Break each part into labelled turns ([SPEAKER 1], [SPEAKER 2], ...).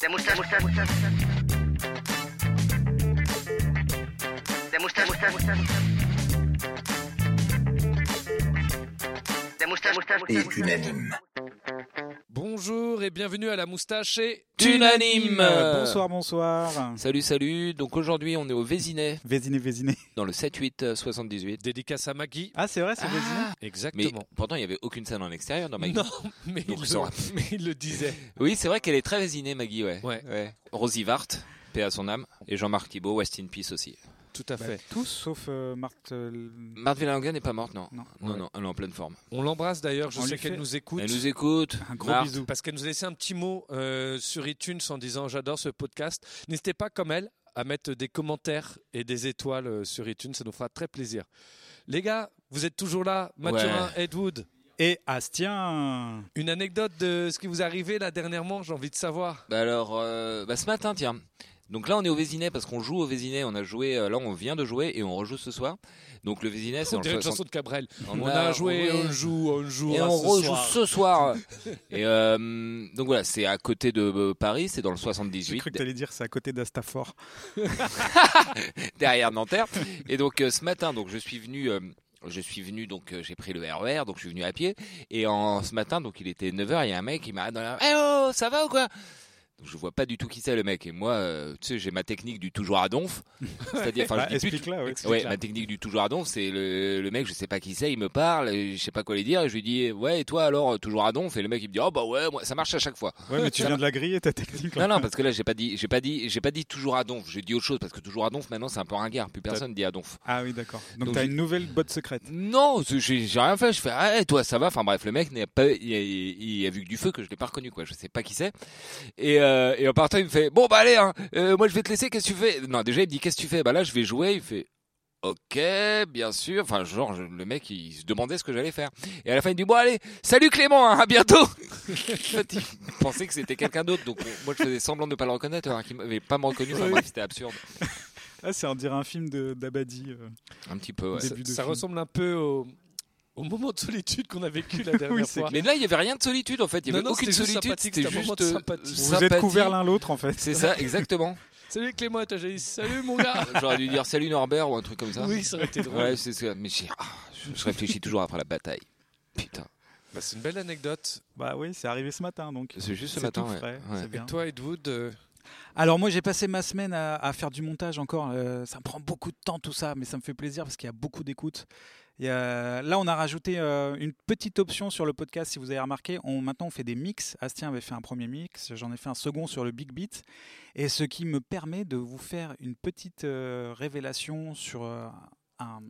[SPEAKER 1] Des moustaches, moustaches, moustaches. Des moustaches, moustaches, moustaches. Des moustaches, moustaches,
[SPEAKER 2] et
[SPEAKER 1] moustaches.
[SPEAKER 2] unanime.
[SPEAKER 3] Bonjour et bienvenue à la moustache et
[SPEAKER 4] Unanime.
[SPEAKER 5] Euh, Bonsoir, bonsoir.
[SPEAKER 4] Salut, salut. Donc aujourd'hui, on est au Vésinet,
[SPEAKER 5] Vésiné, Vésiné.
[SPEAKER 4] dans le euh, 7-8-78.
[SPEAKER 3] dédicace à Maggie.
[SPEAKER 5] Ah, c'est vrai, c'est
[SPEAKER 4] bah,
[SPEAKER 5] Vésiné
[SPEAKER 4] Mais
[SPEAKER 3] Exactement.
[SPEAKER 4] pourtant, il n'y avait aucune scène en extérieur dans Maggie.
[SPEAKER 3] Non, mais il,
[SPEAKER 4] Donc, ça aura-
[SPEAKER 3] le, mais il le disait.
[SPEAKER 4] Oui, c'est vrai qu'elle est très Vésinée, Maggie, ouais.
[SPEAKER 3] Ouais.
[SPEAKER 4] Rosie Vart, paix à son âme, et Jean-Marc Thibault, West in Peace aussi.
[SPEAKER 3] Tout à fait.
[SPEAKER 5] Tous sauf euh, Marthe. euh,
[SPEAKER 4] Marthe Villalonga n'est pas morte, non
[SPEAKER 5] Non.
[SPEAKER 4] non, non, elle est en pleine forme.
[SPEAKER 3] On l'embrasse d'ailleurs, je
[SPEAKER 5] On
[SPEAKER 3] sais
[SPEAKER 5] lui
[SPEAKER 3] qu'elle
[SPEAKER 5] fait-
[SPEAKER 3] nous écoute.
[SPEAKER 4] Elle nous écoute.
[SPEAKER 5] Un gros
[SPEAKER 4] Marthe.
[SPEAKER 5] bisou.
[SPEAKER 3] Parce qu'elle nous a laissé un petit mot euh, sur iTunes en disant j'adore ce podcast. N'hésitez pas comme elle à mettre des commentaires et des étoiles euh, sur iTunes, ça nous fera très plaisir. Les gars, vous êtes toujours là, Mathurin, Ed Wood.
[SPEAKER 5] Et Astien.
[SPEAKER 3] Une anecdote de ce qui vous est arrivé là dernièrement, j'ai envie de savoir.
[SPEAKER 4] Bah alors, euh, bah ce matin, tiens. Donc là, on est au Vésinet parce qu'on joue au Vésinet. On a joué, euh, là, on vient de jouer et on rejoue ce soir. Donc le Vésinet, c'est
[SPEAKER 3] On
[SPEAKER 4] en
[SPEAKER 3] dirait une
[SPEAKER 4] 60
[SPEAKER 3] chanson de Cabrel.
[SPEAKER 4] On
[SPEAKER 3] On,
[SPEAKER 4] a-
[SPEAKER 3] a, joué,
[SPEAKER 4] ouais.
[SPEAKER 3] on joue, on joue.
[SPEAKER 4] Et
[SPEAKER 3] à
[SPEAKER 4] on
[SPEAKER 3] ce
[SPEAKER 4] rejoue
[SPEAKER 3] soir.
[SPEAKER 4] ce soir. et euh, donc voilà, c'est à côté de euh, Paris, c'est dans le
[SPEAKER 5] J'ai cru
[SPEAKER 4] 78,
[SPEAKER 5] que t'allais dire c'est à côté d'Astafor.
[SPEAKER 4] derrière Nanterre. Et donc euh, ce matin, donc je suis venu. euh, je suis venu donc euh, j'ai pris le RER donc je suis venu à pied et en ce matin donc il était 9h il y a un mec qui m'arrête dans la rue. Eh oh, ça va ou quoi Donc je vois pas du tout qui c'est le mec et moi euh, tu sais j'ai ma technique du toujours à donf. C'est-à-dire enfin
[SPEAKER 5] Bah,
[SPEAKER 4] je dis plus
[SPEAKER 5] Explique-la, ouais.
[SPEAKER 4] Ouais,
[SPEAKER 5] explique-la.
[SPEAKER 4] ma technique du toujours à donf, c'est le, le mec, je sais pas qui c'est, il me parle, et je sais pas quoi lui dire, et je lui dis, ouais, et toi alors, euh, toujours à donf, et le mec il me dit, oh bah ouais, moi, bah, ça marche à chaque fois.
[SPEAKER 5] Ouais, mais tu viens de la griller ta technique.
[SPEAKER 4] Non, non, parce que là, j'ai pas dit, j'ai pas dit, j'ai pas dit toujours à donf, j'ai dit autre chose, parce que toujours à donf, maintenant c'est un peu ringard, plus personne dit à donf.
[SPEAKER 5] Ah oui, d'accord. Donc
[SPEAKER 4] Donc
[SPEAKER 5] t'as
[SPEAKER 4] j'ai-
[SPEAKER 5] une nouvelle botte secrète.
[SPEAKER 4] Non, c'est- j'ai j'ai rien fait, je fais, ah, et toi ça va, enfin bref, le mec, n'est pas, il, a, il a vu que du feu que je l'ai pas reconnu, quoi, je sais pas qui c'est. Et, euh, et en partant, il me fait, bon bah allez, hein, euh, moi je vais te laisser, qu'est-ce que tu fais Non, déjà il me dit, qu'est-ce que tu fais Bah là, je vais jouer, il fait, ok, bien sûr, enfin genre, je- le mec, il se demandait ce que j'allais faire. Et à la fin, il dit, bon allez, salut Clément, hein, à bientôt En fait, il pensait que c'était quelqu'un d'autre, donc euh, moi je faisais semblant de ne pas le reconnaître, alors qu'il m'avait pas me reconnu, enfin
[SPEAKER 5] Oui.
[SPEAKER 4] bref, c'était absurde.
[SPEAKER 5] Ah, c'est on dirait un film de- d'Abadi. euh.
[SPEAKER 4] Un petit peu, ouais.
[SPEAKER 3] Ça,
[SPEAKER 5] Début de
[SPEAKER 3] ça
[SPEAKER 5] film.
[SPEAKER 3] ressemble un peu au, au moment de solitude qu'on a vécu la dernière
[SPEAKER 5] Oui, c'est
[SPEAKER 3] fois.
[SPEAKER 4] Mais là, il n'y avait rien de solitude en fait. Il n'y
[SPEAKER 3] Non,
[SPEAKER 4] avait
[SPEAKER 3] non,
[SPEAKER 4] aucune
[SPEAKER 3] c'était juste
[SPEAKER 4] solitude.
[SPEAKER 3] sympathique, c'était un moment de
[SPEAKER 4] euh,
[SPEAKER 3] sympathie.
[SPEAKER 5] Vous
[SPEAKER 4] sympathie.
[SPEAKER 5] êtes couverts l'un l'autre en fait.
[SPEAKER 4] C'est ça, exactement.
[SPEAKER 3] Salut Clément, t'as dit salut mon gars.
[SPEAKER 4] J'aurais dû dire salut Norbert ou un truc comme ça.
[SPEAKER 3] oui, ça aurait été drôle.
[SPEAKER 4] Ouais, c'est ça. Mais j'ai- ah, je je réfléchis toujours après la bataille. Putain.
[SPEAKER 3] Bah, c'est une belle anecdote.
[SPEAKER 5] Bah oui, c'est arrivé ce matin donc.
[SPEAKER 4] C'est juste ce
[SPEAKER 5] C'est
[SPEAKER 4] matin.
[SPEAKER 5] tout
[SPEAKER 4] ouais.
[SPEAKER 5] frais,
[SPEAKER 4] Ouais.
[SPEAKER 5] c'est bien.
[SPEAKER 3] Toi, Ed Wood, euh,
[SPEAKER 5] Alors moi j'ai passé ma semaine à, à faire du montage encore. euh, ça me prend beaucoup de temps tout ça, mais ça me fait plaisir parce qu'il y a beaucoup d'écoutes. Il y a- Là on a rajouté euh, une petite option sur le podcast si vous avez remarqué. On, maintenant on fait des mix. Astien avait fait un premier mix, j'en ai fait un second sur le Big Beat. Et ce qui me permet de vous faire une petite euh, révélation sur euh, un,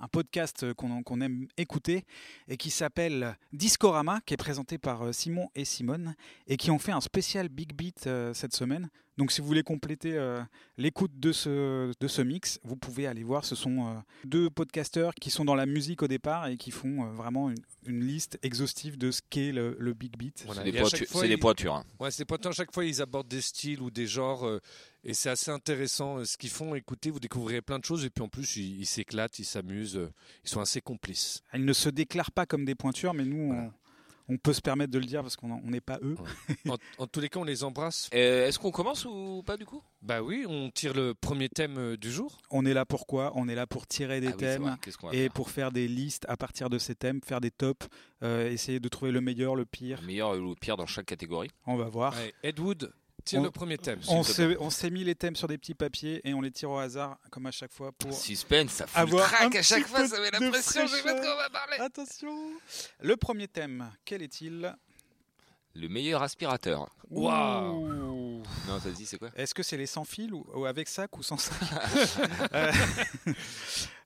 [SPEAKER 5] un podcast qu'on qu'on aime écouter et qui s'appelle Discorama, qui est présenté par euh, Simon et Simone et qui ont fait un spécial Big Beat euh, cette semaine. Donc si vous voulez compléter euh, l'écoute de ce, de ce mix, vous pouvez aller voir. Ce sont euh, deux podcasteurs qui sont dans la musique au départ et qui font euh, vraiment une, une liste exhaustive de ce qu'est le, le Big Beat.
[SPEAKER 3] Voilà.
[SPEAKER 4] C'est
[SPEAKER 3] Et
[SPEAKER 4] des,
[SPEAKER 3] à
[SPEAKER 4] pointu-
[SPEAKER 3] chaque fois,
[SPEAKER 4] c'est des
[SPEAKER 3] il-
[SPEAKER 4] pointures. hein.
[SPEAKER 3] Ouais, c'est pas tant à chaque fois ils abordent des styles ou des genres euh, et c'est assez intéressant euh, ce qu'ils font. Écoutez, vous découvrirez plein de choses et puis en plus ils ils s'éclatent, ils s'amusent, euh, ils sont assez complices.
[SPEAKER 5] Ils ne se déclarent pas comme des pointures, mais nous,
[SPEAKER 3] Voilà.
[SPEAKER 5] on, on peut se permettre de le dire parce qu'on en- on n'est pas eux.
[SPEAKER 3] En, en tous les cas, on les embrasse.
[SPEAKER 4] Euh, Est-ce qu'on commence ou pas du coup
[SPEAKER 3] Bah oui, on tire le premier thème euh, du jour.
[SPEAKER 5] On est là pour quoi On est là pour tirer des
[SPEAKER 4] Ah oui, c'est vrai.
[SPEAKER 5] thèmes.
[SPEAKER 4] Qu'est-ce qu'on va
[SPEAKER 5] Et
[SPEAKER 4] faire
[SPEAKER 5] pour faire des listes à partir de ces thèmes, faire des tops, euh, essayer de trouver le meilleur, le
[SPEAKER 4] Le
[SPEAKER 5] pire.
[SPEAKER 4] meilleur ou le pire dans chaque catégorie.
[SPEAKER 5] On va voir.
[SPEAKER 3] Ouais, Ed Wood, tire
[SPEAKER 5] Ah. On-
[SPEAKER 3] le premier thème.
[SPEAKER 5] On
[SPEAKER 4] s'il te
[SPEAKER 5] s'est on s'est mis les thèmes sur des petits papiers et on les tire au hasard, comme à chaque fois. Pour
[SPEAKER 4] Suspense, ça fout le
[SPEAKER 5] Avoir
[SPEAKER 4] trac
[SPEAKER 5] un
[SPEAKER 4] à chaque
[SPEAKER 5] petit
[SPEAKER 4] fois,
[SPEAKER 5] peu
[SPEAKER 4] ça met la
[SPEAKER 5] de
[SPEAKER 4] pression, je sais pas de quoi
[SPEAKER 5] fraîcheur.
[SPEAKER 4] on va parler.
[SPEAKER 5] attention. Le premier thème, quel est-il
[SPEAKER 4] Le meilleur aspirateur.
[SPEAKER 3] Waouh.
[SPEAKER 5] Ouh.
[SPEAKER 4] Non, ça se dit, c'est quoi
[SPEAKER 5] Est-ce que c'est les sans fil ou, ou avec sac ou sans sac Euh,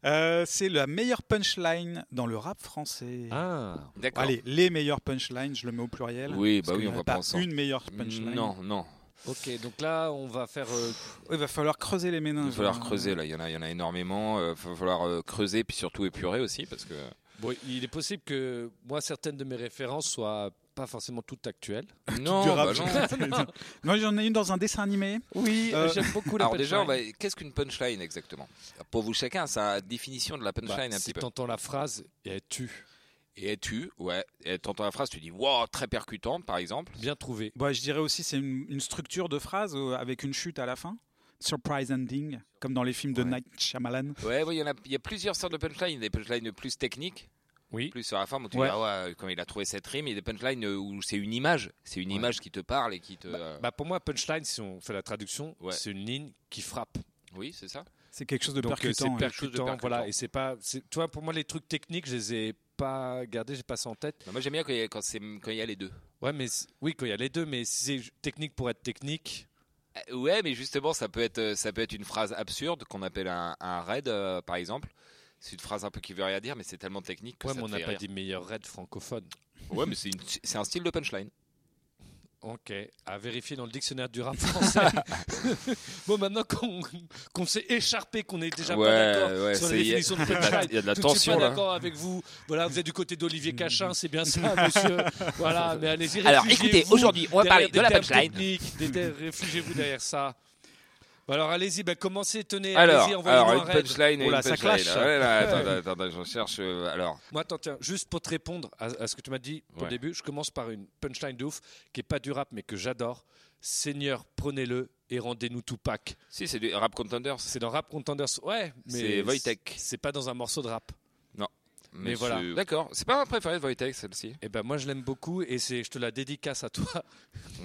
[SPEAKER 5] euh, C'est la meilleure punchline dans le rap français.
[SPEAKER 3] Ah,
[SPEAKER 4] D'accord.
[SPEAKER 5] Allez, les meilleures punchlines, je le mets au pluriel.
[SPEAKER 4] Oui,
[SPEAKER 5] parce
[SPEAKER 4] bah oui,
[SPEAKER 5] qu'il y
[SPEAKER 4] on
[SPEAKER 5] en a
[SPEAKER 4] va
[SPEAKER 5] pas
[SPEAKER 4] prendre ça.
[SPEAKER 5] Une meilleure punchline.
[SPEAKER 4] Non, non.
[SPEAKER 3] ok, donc là on va faire euh,
[SPEAKER 5] Il va falloir creuser les méninges.
[SPEAKER 4] Il va falloir
[SPEAKER 5] hein.
[SPEAKER 4] creuser là, il y en a, il y en a énormément. Il va falloir euh, creuser puis surtout épurer aussi parce que.
[SPEAKER 3] Bon, il est possible que moi, certaines de mes références soient pas forcément toutes actuelles.
[SPEAKER 4] Non,
[SPEAKER 5] Du rap,
[SPEAKER 4] bah non.
[SPEAKER 5] j'allais dire. Moi, j'en ai une dans un dessin animé.
[SPEAKER 3] Oui,
[SPEAKER 5] euh,
[SPEAKER 3] j'aime beaucoup la
[SPEAKER 4] Alors déjà, on va... qu'est-ce qu'une punchline exactement Pour vous chacun, sa définition de la punchline un
[SPEAKER 3] Bah, si
[SPEAKER 4] petit peu.
[SPEAKER 3] eh, t'entends la phrase et elle tue.
[SPEAKER 4] Et tu, ouais, et t'entends la phrase, tu dis wow, très percutante par exemple.
[SPEAKER 3] Bien trouvé.
[SPEAKER 5] Bah, je dirais aussi c'est une, une structure de phrase euh, avec une chute à la fin. Surprise ending, comme dans les films de
[SPEAKER 4] Ouais.
[SPEAKER 5] Night Shyamalan.
[SPEAKER 4] Ouais, ouais, il y en a, il y a plusieurs sortes de punchlines, des punchlines plus techniques,
[SPEAKER 3] Oui.
[SPEAKER 4] plus sur la forme où tu
[SPEAKER 5] Ouais.
[SPEAKER 4] dis ah ouais, quand il a trouvé cette rime, il y a des punchlines euh, où c'est une image, c'est une
[SPEAKER 3] Ouais.
[SPEAKER 4] image qui te parle et qui te. euh,
[SPEAKER 3] Bah pour moi, punchline, si on fait la traduction,
[SPEAKER 4] Ouais.
[SPEAKER 3] c'est une ligne qui frappe.
[SPEAKER 4] Oui, c'est ça.
[SPEAKER 5] C'est quelque chose de
[SPEAKER 3] Donc euh, c'est percutant,
[SPEAKER 5] percutant. ouais.
[SPEAKER 4] quelque chose de percutant.
[SPEAKER 3] voilà. Et c'est pas, c'est- tu vois, pour moi, les trucs techniques, je les ai pas gardés, j'ai pas ça en tête.
[SPEAKER 4] Non, Bah, moi j'aime bien quand il y a, quand c'est- quand il y a les deux.
[SPEAKER 3] Ouais, mais c- oui, quand il y a les deux, mais si c'est technique pour être technique,
[SPEAKER 4] Euh, Ouais, mais justement, ça peut être, euh, ça peut être une phrase absurde qu'on appelle un, un raid, euh, par exemple. C'est une phrase un peu qui veut rien dire, mais c'est tellement technique que
[SPEAKER 3] ouais,
[SPEAKER 4] ça
[SPEAKER 3] mais
[SPEAKER 4] te
[SPEAKER 3] on n'a
[SPEAKER 4] fait
[SPEAKER 3] pas
[SPEAKER 4] rire.
[SPEAKER 3] dit meilleur raid francophone.
[SPEAKER 4] Ouais, mais c'est une- c'est un style de punchline.
[SPEAKER 3] Ok, à vérifier dans le dictionnaire du rap français. bon, maintenant qu'on qu'on s'est écharpé, qu'on est déjà
[SPEAKER 4] Ouais,
[SPEAKER 3] pas d'accord
[SPEAKER 4] ouais,
[SPEAKER 3] sur la
[SPEAKER 4] c'est- il y a-
[SPEAKER 3] définition de
[SPEAKER 4] Il y a-
[SPEAKER 3] punchline.
[SPEAKER 4] il y a de la
[SPEAKER 3] Tout de suite
[SPEAKER 4] tension
[SPEAKER 3] pas
[SPEAKER 4] là.
[SPEAKER 3] d'accord avec vous. Voilà, vous êtes du côté d'Olivier Cachin, c'est bien ça, monsieur. voilà, mais allez-y.
[SPEAKER 4] Alors,
[SPEAKER 3] réfugiez-vous
[SPEAKER 4] écoutez, aujourd'hui, on va
[SPEAKER 3] derrière
[SPEAKER 4] parler
[SPEAKER 3] des
[SPEAKER 4] de la
[SPEAKER 3] termes
[SPEAKER 4] punchline.
[SPEAKER 3] techniques, des termes- Réfugiez-vous derrière ça. Bah, alors, allez-y, bah, commencez, tenez,
[SPEAKER 4] Alors,
[SPEAKER 3] allez-y, envoyez-nous
[SPEAKER 4] alors
[SPEAKER 3] un
[SPEAKER 4] une
[SPEAKER 3] raid.
[SPEAKER 4] punchline et
[SPEAKER 3] Oh là,
[SPEAKER 4] une
[SPEAKER 3] ça
[SPEAKER 4] punchline.
[SPEAKER 3] clash.
[SPEAKER 4] Ouais, là, attends, attends, attends, je cherche. euh, alors,
[SPEAKER 3] Moi, attends, tiens, juste pour te répondre à, à ce que tu m'as dit au
[SPEAKER 4] Ouais.
[SPEAKER 3] début, je commence par une punchline de ouf qui est pas du rap mais que j'adore. Seigneur, prenez-le et rendez-nous Tupac.
[SPEAKER 4] si c'est du rap contenders,
[SPEAKER 3] C'est dans Rap Contenders. Ouais, mais.
[SPEAKER 4] C'est Wojtek.
[SPEAKER 3] C'est pas dans un morceau de rap.
[SPEAKER 4] mais,
[SPEAKER 3] Mais voilà.
[SPEAKER 4] c'est- D'accord. C'est pas ma préférée de Voitex celle-ci.
[SPEAKER 3] Et ben moi, je l'aime beaucoup et c'est, je te la dédicace à toi.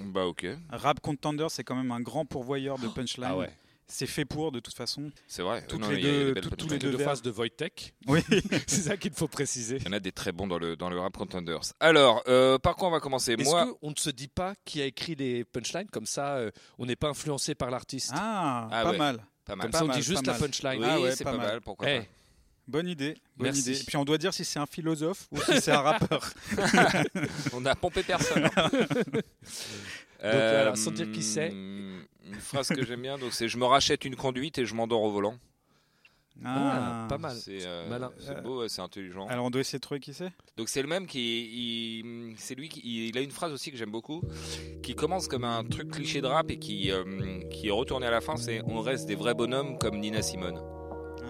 [SPEAKER 4] Bah ok,
[SPEAKER 5] hein. Rap Contender, c'est quand même un grand pourvoyeur de punchline.
[SPEAKER 3] Ah ouais.
[SPEAKER 5] C'est fait pour, de toute façon.
[SPEAKER 4] c'est vrai.
[SPEAKER 5] Toutes
[SPEAKER 4] Non,
[SPEAKER 5] les
[SPEAKER 4] il y a des
[SPEAKER 5] deux-
[SPEAKER 4] belles
[SPEAKER 5] tout- tous
[SPEAKER 4] punchlines.
[SPEAKER 5] les
[SPEAKER 3] Les deux
[SPEAKER 5] vers.
[SPEAKER 3] faces de Wojtek.
[SPEAKER 5] Oui.
[SPEAKER 3] c'est ça qu'il faut préciser.
[SPEAKER 4] Il y en a des très bons dans le dans le rap contenders. Alors, euh, par quoi on va commencer
[SPEAKER 3] Est-ce
[SPEAKER 4] Moi,
[SPEAKER 3] qu'on ne se dit pas qui a écrit les punchlines Comme ça, euh, on n'est pas influencé par l'artiste.
[SPEAKER 5] Ah,
[SPEAKER 4] Ah
[SPEAKER 5] pas
[SPEAKER 4] ouais.
[SPEAKER 5] mal.
[SPEAKER 4] pas mal.
[SPEAKER 3] Comme ça, on
[SPEAKER 5] mal,
[SPEAKER 3] dit juste
[SPEAKER 5] pas
[SPEAKER 3] la
[SPEAKER 5] mal.
[SPEAKER 4] Oui,
[SPEAKER 3] punchline.
[SPEAKER 5] Ah ouais,
[SPEAKER 4] c'est
[SPEAKER 5] pas
[SPEAKER 4] pas,
[SPEAKER 5] mal.
[SPEAKER 4] mal. Pourquoi
[SPEAKER 3] Eh,
[SPEAKER 4] pas
[SPEAKER 5] Bonne idée. Bonne
[SPEAKER 3] Merci.
[SPEAKER 5] idée. Et puis on doit dire si c'est un philosophe ou si c'est un rappeur.
[SPEAKER 4] On a pompé personne. hein.
[SPEAKER 5] euh,
[SPEAKER 3] voilà, sans dire qui c'est.
[SPEAKER 4] Euh, Une phrase que j'aime bien, donc c'est je me rachète une conduite et je m'endors au volant.
[SPEAKER 3] Ah, pas mal.
[SPEAKER 4] C'est euh,
[SPEAKER 3] Malin.
[SPEAKER 4] c'est beau, ouais, c'est intelligent.
[SPEAKER 5] Alors on doit essayer de trouver qui c'est
[SPEAKER 4] Donc c'est le même qui, il- c'est lui qui, il a une phrase aussi que j'aime beaucoup, qui commence comme un truc cliché de rap et qui, euh, qui est retourné à la fin, c'est on reste des vrais bonhommes comme Nina Simone.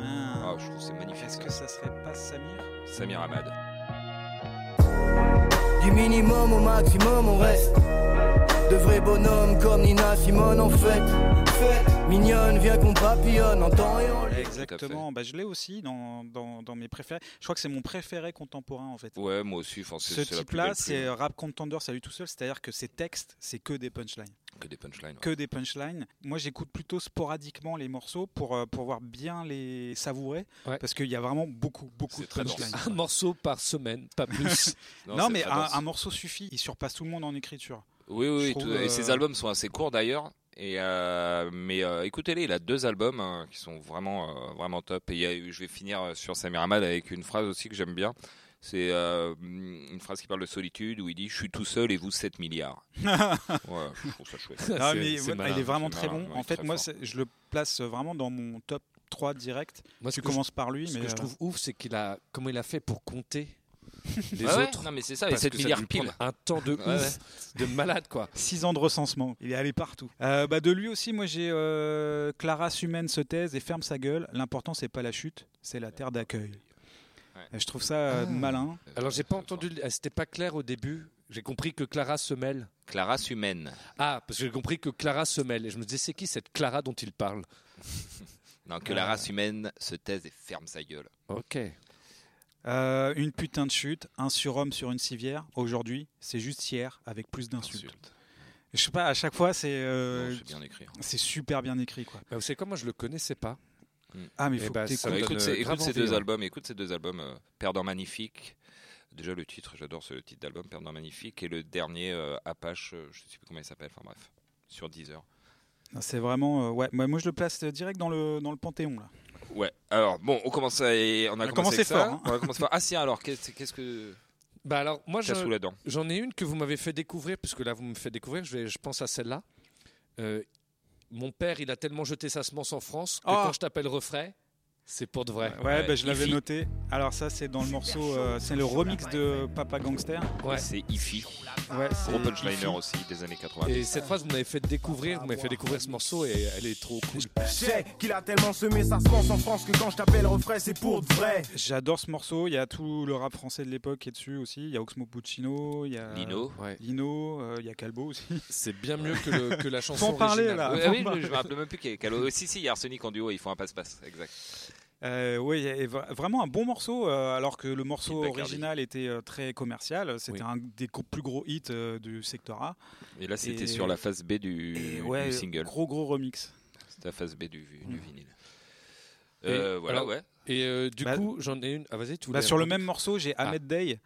[SPEAKER 4] Ah,
[SPEAKER 5] Ah.
[SPEAKER 4] je trouve que c'est magnifique.
[SPEAKER 5] Est-ce
[SPEAKER 4] ça.
[SPEAKER 5] que ça serait pas Samir
[SPEAKER 4] Samir Ahmad.
[SPEAKER 2] Du minimum au maximum, on reste. De vrais bonhommes comme Nina Simone, en fait. Fête. Mignonne, viens qu'on papillonne en temps et en lieu.
[SPEAKER 5] Exactement. Bah, je l'ai aussi dans, dans, dans mes préférés. Je crois que c'est mon préféré contemporain en fait.
[SPEAKER 4] Ouais, moi aussi. Enfin, c'est
[SPEAKER 5] Ce
[SPEAKER 4] c'est la plus belle
[SPEAKER 5] type-là, c'est euh,
[SPEAKER 4] plume
[SPEAKER 5] rap contender, ça lui tout seul. C'est-à-dire que ses textes, c'est que des punchlines.
[SPEAKER 4] que des punchlines. ouais.
[SPEAKER 5] Que des punchlines. Moi, j'écoute plutôt sporadiquement les morceaux pour euh, pour voir bien les savourer,
[SPEAKER 3] Ouais.
[SPEAKER 5] parce qu'il y a vraiment beaucoup beaucoup
[SPEAKER 4] C'est
[SPEAKER 5] de
[SPEAKER 4] très dense.
[SPEAKER 5] punchlines.
[SPEAKER 3] Un morceau par semaine, pas plus.
[SPEAKER 5] Non,
[SPEAKER 4] c'est
[SPEAKER 5] mais
[SPEAKER 4] très
[SPEAKER 5] un,
[SPEAKER 4] dense.
[SPEAKER 5] un morceau suffit. Il surpasse tout le monde en écriture.
[SPEAKER 4] Oui,
[SPEAKER 5] Je
[SPEAKER 4] oui,
[SPEAKER 5] trouve,
[SPEAKER 4] tout- et
[SPEAKER 5] euh,
[SPEAKER 4] ses albums sont assez courts d'ailleurs. Et euh, mais euh, écoutez-les, il a deux albums hein, qui sont vraiment, euh, vraiment top. Et il y a eu- je vais finir euh, sur Samir Ahmad avec une phrase aussi que j'aime bien. C'est euh, une phrase qui parle de solitude où il dit Je suis tout seul et vous 7 milliards. ouais, je trouve ça chouette.
[SPEAKER 5] Ah,
[SPEAKER 3] C'est-
[SPEAKER 5] mais
[SPEAKER 3] c'est
[SPEAKER 5] voilà,
[SPEAKER 3] malin,
[SPEAKER 5] il est vraiment
[SPEAKER 4] c'est
[SPEAKER 5] très
[SPEAKER 4] malin,
[SPEAKER 5] bon.
[SPEAKER 4] ouais,
[SPEAKER 5] en fait,
[SPEAKER 4] très
[SPEAKER 5] moi,
[SPEAKER 4] fort.
[SPEAKER 5] c'est- je le place euh, vraiment dans mon top 3 direct.
[SPEAKER 3] Moi, ce
[SPEAKER 5] tu
[SPEAKER 3] que je-
[SPEAKER 5] commences par lui,
[SPEAKER 3] Ce
[SPEAKER 5] mais
[SPEAKER 3] que je
[SPEAKER 5] euh,
[SPEAKER 3] trouve ouf, c'est qu'il a comment il a fait pour compter les
[SPEAKER 4] Ouais, ouais,
[SPEAKER 3] autres.
[SPEAKER 4] non, mais c'est ça, les
[SPEAKER 3] Parce
[SPEAKER 4] 7
[SPEAKER 3] que ça a
[SPEAKER 4] milliards
[SPEAKER 3] dû
[SPEAKER 4] pile.
[SPEAKER 3] prendre Un temps de
[SPEAKER 4] Ouais,
[SPEAKER 3] ouf, de malade quoi.
[SPEAKER 5] 6 ans de recensement. Il est allé partout. Euh, bah, de lui aussi, moi j'ai euh, Clara Sumène se taise et ferme sa gueule. L'important, c'est pas la chute, c'est la terre d'accueil.
[SPEAKER 4] Ouais.
[SPEAKER 5] Euh, Je trouve ça euh,
[SPEAKER 3] Ah.
[SPEAKER 5] malin.
[SPEAKER 3] Alors j'ai pas
[SPEAKER 4] Euh,
[SPEAKER 3] entendu, le- ah, c'était pas clair au début. J'ai compris que Clara se mêle.
[SPEAKER 4] Clara Sumen.
[SPEAKER 3] Ah, parce que j'ai compris que Clara se mêle. Et je me disais, c'est qui cette Clara dont il parle
[SPEAKER 4] Non, que
[SPEAKER 3] Ah.
[SPEAKER 4] la race humaine se taise et ferme sa gueule.
[SPEAKER 3] Ok. Ah,
[SPEAKER 5] Euh, une putain de chute, un surhomme sur une civière. Aujourd'hui, c'est juste hier avec plus d'insultes.
[SPEAKER 4] Insulte.
[SPEAKER 5] Je sais pas, à chaque fois, c'est
[SPEAKER 4] Non,
[SPEAKER 5] euh,
[SPEAKER 4] c'est bien écrit.
[SPEAKER 5] c'est super bien écrit. quoi.
[SPEAKER 3] Bah, vous savez quoi, moi je le connaissais pas.
[SPEAKER 5] Ah, mais
[SPEAKER 3] Eh
[SPEAKER 5] faut
[SPEAKER 3] bah,
[SPEAKER 5] que t'écoutes.
[SPEAKER 3] ça me
[SPEAKER 4] Ouais,
[SPEAKER 3] donne,
[SPEAKER 4] écoute,
[SPEAKER 3] euh,
[SPEAKER 4] ces- écoute
[SPEAKER 3] grave
[SPEAKER 4] ces
[SPEAKER 3] envie,
[SPEAKER 4] deux
[SPEAKER 3] ouais.
[SPEAKER 4] albums, écoute ces deux albums, euh, Perdant Magnifique. Déjà le titre, j'adore ce titre d'album, Perdant Magnifique, et le dernier euh, Apache, euh, je sais plus comment il s'appelle, enfin bref, sur Deezer.
[SPEAKER 5] Non, C'est vraiment. euh, ouais, moi, moi, je le place euh, direct dans le, dans le panthéon. Là.
[SPEAKER 4] Ouais. Alors bon, on commence, à- et on a,
[SPEAKER 5] a
[SPEAKER 4] commencé, avec
[SPEAKER 5] commencé fort,
[SPEAKER 4] ça.
[SPEAKER 5] hein.
[SPEAKER 4] On a commencé fort. Ah si, alors qu'est-ce qu'est-ce que
[SPEAKER 3] Bah alors moi
[SPEAKER 4] t'as
[SPEAKER 3] je-
[SPEAKER 4] sous la dent
[SPEAKER 3] j'en ai une que vous m'avez fait découvrir, puisque là vous me faites découvrir. Je, vais, je pense à celle-là. Euh, mon père, il a tellement jeté sa semence en France que
[SPEAKER 5] Ah.
[SPEAKER 3] quand je t'appelle refrain, C'est pour de vrai.
[SPEAKER 5] Ouais, bah, je l'avais noté. Alors ça, c'est dans le morceau, euh, c'est le remix de Papa Gangster.
[SPEAKER 3] Ouais.
[SPEAKER 4] C'est Ifi,
[SPEAKER 5] Ouais, c'est
[SPEAKER 4] gros punchliner
[SPEAKER 5] Ify.
[SPEAKER 4] aussi des années
[SPEAKER 5] Ah,
[SPEAKER 4] 80.
[SPEAKER 3] Et cette phrase, vous m'avez fait découvrir, vous m'avez fait découvrir ce morceau et elle est trop cool.
[SPEAKER 6] sais qu'il a tellement semé sa semence en France que quand je t'appelle refrain, c'est pour de vrai.
[SPEAKER 5] J'adore ce morceau. Il y a tout le rap français de l'époque qui est dessus aussi. Il y a Oxmo Puccino, il y a
[SPEAKER 4] Lino.
[SPEAKER 3] Ouais.
[SPEAKER 5] Lino, euh, il y a Calbo aussi.
[SPEAKER 3] C'est bien mieux que, le- que la chanson
[SPEAKER 5] Sans parler,
[SPEAKER 3] originale.
[SPEAKER 5] là.
[SPEAKER 4] Ouais,
[SPEAKER 5] Ah,
[SPEAKER 4] oui,
[SPEAKER 5] bon,
[SPEAKER 4] je me rappelle même plus qu'il y a Calo. Si, si, il y a Arsenic en duo, ils font un passe-passe. Exact.
[SPEAKER 5] Euh, oui, et vra- vraiment un bon morceau, euh, alors que le morceau
[SPEAKER 4] Bacardi.
[SPEAKER 5] original était euh, très commercial. C'était
[SPEAKER 3] Oui.
[SPEAKER 5] un des gros- plus gros hits euh, du secteur A.
[SPEAKER 4] Et là, c'était
[SPEAKER 5] Et-
[SPEAKER 4] sur la phase B du,
[SPEAKER 5] Et
[SPEAKER 4] du
[SPEAKER 5] ouais,
[SPEAKER 4] single.
[SPEAKER 5] gros gros remix.
[SPEAKER 4] C'était la phase B du, du
[SPEAKER 5] Mm.
[SPEAKER 4] vinyle. Euh, voilà,
[SPEAKER 3] alors,
[SPEAKER 4] ouais.
[SPEAKER 3] Et euh, du
[SPEAKER 5] Bah-
[SPEAKER 3] coup, j'en ai une. Ah, vas-y, tu
[SPEAKER 5] Bah,
[SPEAKER 3] voulais
[SPEAKER 5] sur le
[SPEAKER 3] répondre
[SPEAKER 5] même morceau, j'ai
[SPEAKER 4] Ah.
[SPEAKER 5] Ahmed Day.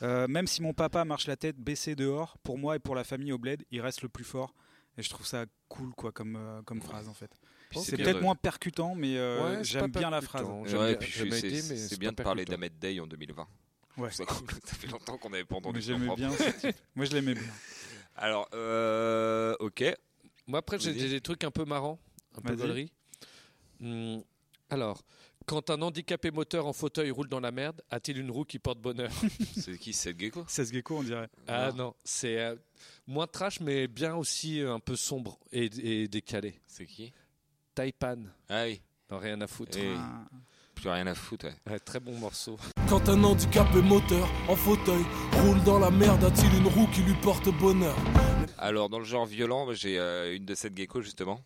[SPEAKER 5] Euh, même si mon papa marche la tête baissée dehors, pour moi et pour la famille au bled, il reste le plus fort. Et je trouve ça cool quoi comme, euh, comme phrase en fait.
[SPEAKER 4] Puis
[SPEAKER 5] C'est
[SPEAKER 4] bien
[SPEAKER 5] peut-être
[SPEAKER 4] de-
[SPEAKER 5] moins percutant, mais euh,
[SPEAKER 3] Ouais, c'est
[SPEAKER 5] j'aime
[SPEAKER 3] pas
[SPEAKER 5] bien la phrase.
[SPEAKER 3] percutant. J'aime
[SPEAKER 4] Ouais,
[SPEAKER 3] bien-
[SPEAKER 4] puis je
[SPEAKER 3] j'aime
[SPEAKER 4] suis-
[SPEAKER 3] aider,
[SPEAKER 4] c'est
[SPEAKER 3] mais
[SPEAKER 4] c'est
[SPEAKER 3] c'est
[SPEAKER 4] bien
[SPEAKER 3] pas
[SPEAKER 4] de parler
[SPEAKER 3] percutant.
[SPEAKER 4] d'Ahmed Day en 2020.
[SPEAKER 5] Ouais.
[SPEAKER 4] Ça ça fait longtemps qu'on n'avait pas entendu
[SPEAKER 5] Mais
[SPEAKER 4] son
[SPEAKER 5] j'aimais
[SPEAKER 4] propre.
[SPEAKER 5] bien. ce titre. Moi je l'aimais bien.
[SPEAKER 4] Alors, euh, ok.
[SPEAKER 3] Moi, après, j'ai
[SPEAKER 4] Vas-y.
[SPEAKER 3] des, des trucs un peu marrants, un peu
[SPEAKER 5] Vas-y.
[SPEAKER 3] gaulerie. Hum, alors, quand un handicapé moteur en fauteuil roule dans la merde, a-t-il une roue qui porte bonheur
[SPEAKER 4] C'est qui C'est le gecko
[SPEAKER 5] C'est ce gecko on dirait.
[SPEAKER 3] Ah non, c'est euh, moins trash, mais bien aussi euh, un peu sombre et, et décalé.
[SPEAKER 4] C'est qui
[SPEAKER 3] Taipan,
[SPEAKER 4] Ah oui.
[SPEAKER 3] non, rien à foutre.
[SPEAKER 4] Et-
[SPEAKER 5] Ah.
[SPEAKER 4] Plus rien à foutre, ouais.
[SPEAKER 3] Ouais, très bon morceau.
[SPEAKER 7] Quand un handicapé moteur en fauteuil roule dans la merde, a-t-il une roue qui lui porte bonheur
[SPEAKER 4] Alors, dans le genre violent, moi, j'ai euh, une de cette gecko, justement.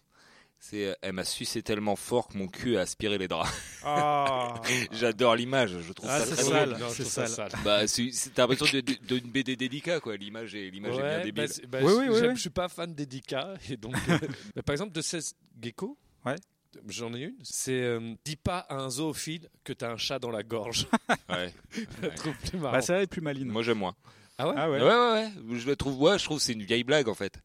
[SPEAKER 4] C'est, euh, elle m'a sucé tellement fort que mon cul a aspiré les draps.
[SPEAKER 5] Ah.
[SPEAKER 4] J'adore l'image, je trouve
[SPEAKER 5] Ah,
[SPEAKER 4] ça
[SPEAKER 5] c'est
[SPEAKER 4] très
[SPEAKER 5] ça,
[SPEAKER 4] drôle.
[SPEAKER 5] sale,
[SPEAKER 3] Non, je
[SPEAKER 5] c'est
[SPEAKER 3] trouve ça
[SPEAKER 5] sale.
[SPEAKER 4] Bah, c'est c'est- t'as l'impression de- de- d'une BD délicat, quoi. L'image est, l'image est bien
[SPEAKER 3] Ouais,
[SPEAKER 4] débile.
[SPEAKER 3] bah, c'est- bah,
[SPEAKER 5] Oui, oui, oui,
[SPEAKER 3] j'aime-
[SPEAKER 5] oui.
[SPEAKER 3] Je suis pas fan d'Edika. Et donc, euh, bah, par exemple, de 16 geckos,
[SPEAKER 5] Ouais.
[SPEAKER 3] j'en ai une. C'est euh, dis pas à un zoophile que t'as un chat dans la gorge.
[SPEAKER 4] Ouais.
[SPEAKER 3] Je la trouve plus marrant.
[SPEAKER 5] Bah, ça va être plus maline.
[SPEAKER 4] Moi, j'aime moins.
[SPEAKER 3] ah ouais
[SPEAKER 5] Ah ouais.
[SPEAKER 4] Ouais, ouais, ouais. Je la trouve, ouais, je trouve que c'est une vieille blague, en fait.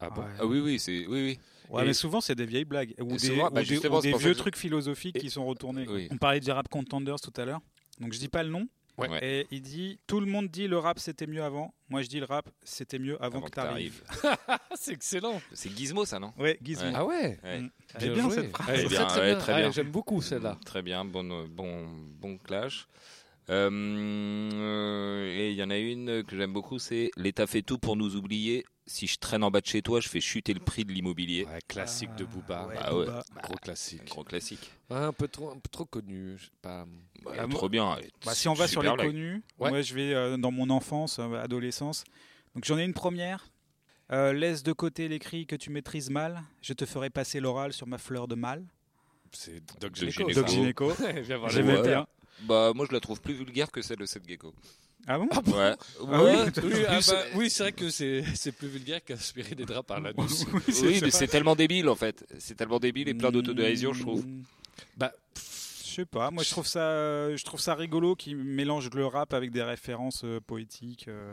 [SPEAKER 3] Ah bon
[SPEAKER 5] Ouais.
[SPEAKER 4] Ah oui, oui, c'est, oui,
[SPEAKER 5] Ouais,
[SPEAKER 3] Et-
[SPEAKER 5] mais souvent c'est des vieilles blagues ou
[SPEAKER 4] Et
[SPEAKER 5] des,
[SPEAKER 4] souvent,
[SPEAKER 5] ou
[SPEAKER 4] bah,
[SPEAKER 5] des-
[SPEAKER 4] justement,
[SPEAKER 5] ou
[SPEAKER 4] c'est
[SPEAKER 5] des
[SPEAKER 4] pour ça
[SPEAKER 5] vieux
[SPEAKER 4] que je-
[SPEAKER 5] trucs philosophiques qui sont retournés.
[SPEAKER 4] oui.
[SPEAKER 5] On parlait du rap contenders tout à l'heure, donc je dis pas le nom.
[SPEAKER 3] Ouais.
[SPEAKER 4] Ouais.
[SPEAKER 5] Et il dit tout le monde dit le rap c'était mieux avant. Moi je dis le rap c'était mieux avant,
[SPEAKER 4] Avant
[SPEAKER 5] que
[SPEAKER 4] que
[SPEAKER 5] t'arrives.
[SPEAKER 3] Ah, c'est excellent.
[SPEAKER 4] C'est Gizmo, ça, non
[SPEAKER 5] Ouais, Gizmo.
[SPEAKER 4] Ouais.
[SPEAKER 3] Ah ouais.
[SPEAKER 4] Ouais.
[SPEAKER 5] Elle est bien,
[SPEAKER 3] joué.
[SPEAKER 5] cette
[SPEAKER 3] Elle est
[SPEAKER 4] Très
[SPEAKER 3] très,
[SPEAKER 4] bien,
[SPEAKER 3] très
[SPEAKER 4] ouais,
[SPEAKER 3] bien.
[SPEAKER 4] très
[SPEAKER 3] Ouais,
[SPEAKER 4] bien.
[SPEAKER 3] J'aime beaucoup celle-là.
[SPEAKER 4] Très bien, bon, euh, bon, bon clash. Euh, euh, et il y en a une que j'aime beaucoup, c'est l'État fait tout pour nous oublier. Si je traîne en bas de chez toi, je fais chuter le prix de l'immobilier.
[SPEAKER 3] Ouais, classique de Booba.
[SPEAKER 5] Ah,
[SPEAKER 3] Ah
[SPEAKER 5] Ouais,
[SPEAKER 4] Bah ouais.
[SPEAKER 5] Booba.
[SPEAKER 3] Gros classique.
[SPEAKER 5] Ah,
[SPEAKER 4] Un gros classique.
[SPEAKER 3] Ouais, un, peu trop, un peu trop connu. je sais pas.
[SPEAKER 4] Bah,
[SPEAKER 5] Ah,
[SPEAKER 4] trop bien.
[SPEAKER 5] Bah, si on va sur les
[SPEAKER 4] Super blague.
[SPEAKER 5] connus,
[SPEAKER 3] Ouais.
[SPEAKER 5] moi je vais euh, dans mon enfance, euh, adolescence. Donc j'en ai une première. Euh, laisse de côté l'écrit que tu maîtrises mal. Je te ferai passer l'oral sur ma fleur de mal.
[SPEAKER 3] C'est Doc
[SPEAKER 4] Doc
[SPEAKER 3] Gynéco. hein.
[SPEAKER 4] Gynéco. Doc
[SPEAKER 5] Gynéco.
[SPEAKER 3] Viens voir
[SPEAKER 5] J'aimais
[SPEAKER 3] les-
[SPEAKER 4] Ouais.
[SPEAKER 5] bien.
[SPEAKER 4] Bah, moi, je la trouve plus vulgaire que celle de cette gecko.
[SPEAKER 5] Ah bon
[SPEAKER 4] Ouais.
[SPEAKER 5] Ah
[SPEAKER 4] Ouais.
[SPEAKER 5] oui.
[SPEAKER 3] Oui, ah
[SPEAKER 4] Plus,
[SPEAKER 3] bah,
[SPEAKER 4] euh,
[SPEAKER 3] oui, c'est vrai que c'est c'est plus vulgaire qu'aspirer des draps par la douce.
[SPEAKER 5] Oui,
[SPEAKER 4] oui,
[SPEAKER 5] ça.
[SPEAKER 4] mais c'est tellement débile en fait. C'est tellement débile et plein d'autodérision, je trouve.
[SPEAKER 5] Mm.
[SPEAKER 3] Bah,
[SPEAKER 5] Je sais pas, moi je trouve ça, euh, je trouve ça rigolo qui mélange le rap avec des références euh, poétiques, euh,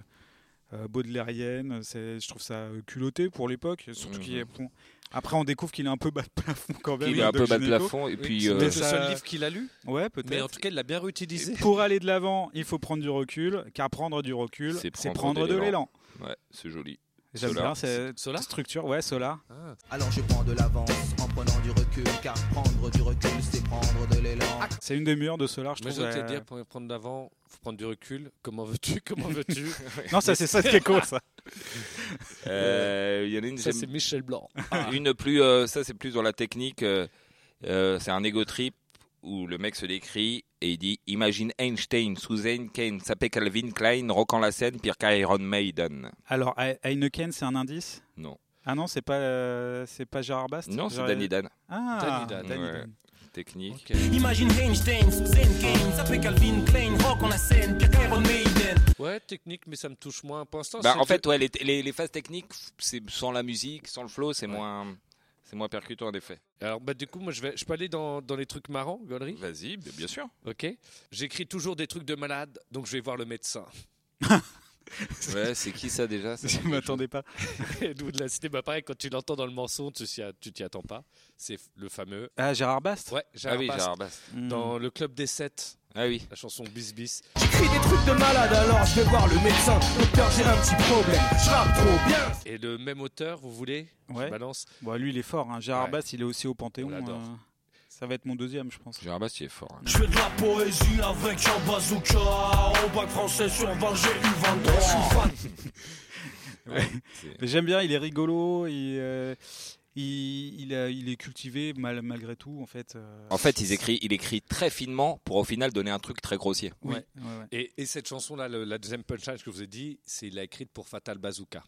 [SPEAKER 5] euh, baudelairiennes. C'est, je trouve ça euh, culotté pour l'époque, surtout
[SPEAKER 4] Mhm.
[SPEAKER 5] qu'il est bon. Après, on découvre qu'il est un peu bas de plafond quand même.
[SPEAKER 4] Il est un
[SPEAKER 5] Bah Doc
[SPEAKER 4] peu bas de
[SPEAKER 5] Gynéco.
[SPEAKER 4] plafond et puis.
[SPEAKER 3] c'est
[SPEAKER 4] euh,
[SPEAKER 3] le
[SPEAKER 5] ça-
[SPEAKER 3] seul livre qu'il a lu,
[SPEAKER 5] Ouais,
[SPEAKER 3] mais en
[SPEAKER 5] peut-être.
[SPEAKER 3] tout cas, il l'a bien réutilisé.
[SPEAKER 5] Pour aller de l'avant, il faut prendre du recul. Car prendre du recul, c'est prendre, de l'élan.
[SPEAKER 4] Ouais, c'est joli.
[SPEAKER 5] J'aime
[SPEAKER 4] Solar.
[SPEAKER 5] bien cette
[SPEAKER 3] Solar
[SPEAKER 5] structure, ouais, Solar.
[SPEAKER 3] Ah.
[SPEAKER 8] Alors je prends de l'avance en prenant du recul, car prendre du recul, c'est prendre de l'élan.
[SPEAKER 7] Ah,
[SPEAKER 5] C'est une des murs de Solar, je
[SPEAKER 3] Moi, je
[SPEAKER 5] trouve.
[SPEAKER 3] dois te
[SPEAKER 5] euh,
[SPEAKER 3] dire, pour prendre d'avant, faut prendre du recul. Comment veux-tu Comment veux-tu
[SPEAKER 5] Non, ça, c'est ça qui est cool, ça.
[SPEAKER 4] Euh, Il y en a une,
[SPEAKER 3] Ça,
[SPEAKER 4] j'aime-
[SPEAKER 3] c'est Michel Blanc.
[SPEAKER 4] une plus. euh, ça, c'est plus dans la technique. euh, euh, c'est un ego trip où le mec se décrit et il dit Imagine Einstein, Suzanne Kane, Sapé Calvin Klein, rockant la scène, pire qu'Iron Maiden.
[SPEAKER 5] Alors, He- Heineken, c'est un indice
[SPEAKER 4] Non.
[SPEAKER 5] Ah non, c'est pas, euh, c'est pas Gérard Bast
[SPEAKER 4] Non, c'est
[SPEAKER 5] Gérard-
[SPEAKER 4] Danny Dan.
[SPEAKER 5] Ah,
[SPEAKER 3] Danny Dan.
[SPEAKER 4] Ouais.
[SPEAKER 5] Dan.
[SPEAKER 4] Technique.
[SPEAKER 7] Imagine Einstein, Suzanne Kane, ça fait Calvin Klein, rock en la scène, Pierre Iron Maiden.
[SPEAKER 3] Ouais, technique, mais ça me touche moins pour l'instant.
[SPEAKER 4] Bah,
[SPEAKER 3] c'est
[SPEAKER 4] en
[SPEAKER 3] que-
[SPEAKER 4] fait, ouais, les, les- les phases techniques, c'est sans la musique, sans le flow, c'est moins, c'est moins percutant en effet.
[SPEAKER 3] Alors, bah, du coup, moi, je, vais, je peux aller dans, dans les trucs marrants, gaulerie
[SPEAKER 4] Vas-y, bien sûr.
[SPEAKER 3] Ok. J'écris toujours des trucs de malade, donc je vais voir le médecin.
[SPEAKER 4] Ouais, c'est qui ça déjà ça
[SPEAKER 5] Je
[SPEAKER 4] me dit
[SPEAKER 5] m'attendais pas.
[SPEAKER 3] Nous de la cité, bah, pareil, quand tu l'entends dans le morceau, tu t'y tu t'y attends pas. C'est le fameux.
[SPEAKER 5] Ah, Gérard Bast
[SPEAKER 3] Ouais,
[SPEAKER 4] quelque chose.
[SPEAKER 3] Gérard
[SPEAKER 4] Ah oui,
[SPEAKER 3] Bast.
[SPEAKER 4] Gérard Bast.
[SPEAKER 5] Hmm.
[SPEAKER 3] Dans le club des 7,
[SPEAKER 4] Ah oui.
[SPEAKER 3] la chanson Bis Bis.
[SPEAKER 8] J'écris des trucs de malade, alors je vais voir le médecin. Docteur, j'ai un petit problème, je rappe trop bien.
[SPEAKER 3] Et le même auteur, vous voulez Je
[SPEAKER 5] Ouais.
[SPEAKER 3] balance.
[SPEAKER 5] Bon, lui, il est fort. hein. Gérard
[SPEAKER 3] Ouais.
[SPEAKER 5] Bast, il est aussi au Panthéon.
[SPEAKER 3] On l'adore.
[SPEAKER 5] euh. Ça va être mon deuxième, je pense.
[SPEAKER 4] Gérard Bastier est fort. hein.
[SPEAKER 7] Je fais de la poésie avec un bazooka. Au bac français sur 20, j'ai eu 23. Je suis fan.
[SPEAKER 5] Mais J'aime bien, il est rigolo, il, euh, il, il a- il est cultivé mal- malgré tout, en fait. euh,
[SPEAKER 4] En fait, ils écrit, il écrit très finement pour au final donner un truc très grossier.
[SPEAKER 5] oui,
[SPEAKER 3] ouais.
[SPEAKER 5] ouais, ouais.
[SPEAKER 3] Et, et cette chanson-là, le- la deuxième punchline que je vous ai dit, c'est il l'a écrite pour Fatal Bazooka.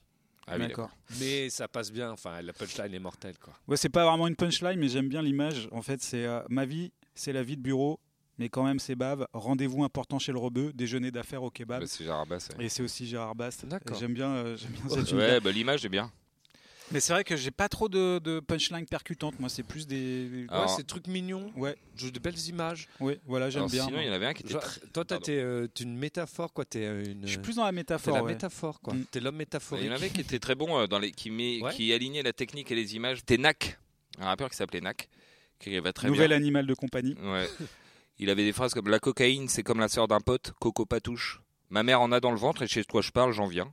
[SPEAKER 4] Ah oui,
[SPEAKER 5] D'accord.
[SPEAKER 3] Mais ça passe bien, enfin, la punchline est mortelle, quoi.
[SPEAKER 5] Ouais, c'est pas vraiment une punchline, mais j'aime bien l'image. En fait, c'est euh, ma vie, c'est la vie de bureau, mais quand même, c'est bave. Rendez-vous important chez le rebeu, déjeuner d'affaires au kebab.
[SPEAKER 4] bah, c'est Gérard Bastier.
[SPEAKER 5] Et c'est aussi Gérard Bast.
[SPEAKER 3] D'accord.
[SPEAKER 5] J'aime bien, euh, j'aime bien cette unité.
[SPEAKER 4] Ouais, bah, l'image est bien.
[SPEAKER 5] Mais c'est vrai que j'ai pas trop de, de punchline percutante. Moi, c'est plus des.
[SPEAKER 4] Ah. Alors-
[SPEAKER 3] ouais, c'est trucs mignons.
[SPEAKER 5] Ouais.
[SPEAKER 3] J'ai de belles images.
[SPEAKER 5] Ouais, voilà, j'aime
[SPEAKER 4] Ah. Alors,
[SPEAKER 5] bien.
[SPEAKER 4] Sinon, il y en avait un qui était
[SPEAKER 3] Genre,
[SPEAKER 4] très.
[SPEAKER 3] toi, t'as
[SPEAKER 4] Pardon.
[SPEAKER 3] t'es, euh, t'es une métaphore, quoi. T'es euh, une.
[SPEAKER 5] Je suis plus dans la
[SPEAKER 3] T'es
[SPEAKER 5] métaphore.
[SPEAKER 3] la
[SPEAKER 5] ouais.
[SPEAKER 3] métaphore, quoi.
[SPEAKER 5] Mm.
[SPEAKER 3] T'es l'homme
[SPEAKER 4] Il
[SPEAKER 3] métaphorique.
[SPEAKER 4] y en avait qui était très bon euh, dans les qui, met-
[SPEAKER 3] Ouais.
[SPEAKER 4] qui alignait la technique et les images. C'était Nak, un rappeur qui s'appelait Nak, qui va très
[SPEAKER 5] Nouvel
[SPEAKER 4] bien.
[SPEAKER 5] animal de compagnie.
[SPEAKER 4] Ouais. Il avait des phrases comme la cocaïne, c'est comme la sœur d'un pote, coco patouche. Ma mère en a dans le ventre et chez toi je parle, j'en viens.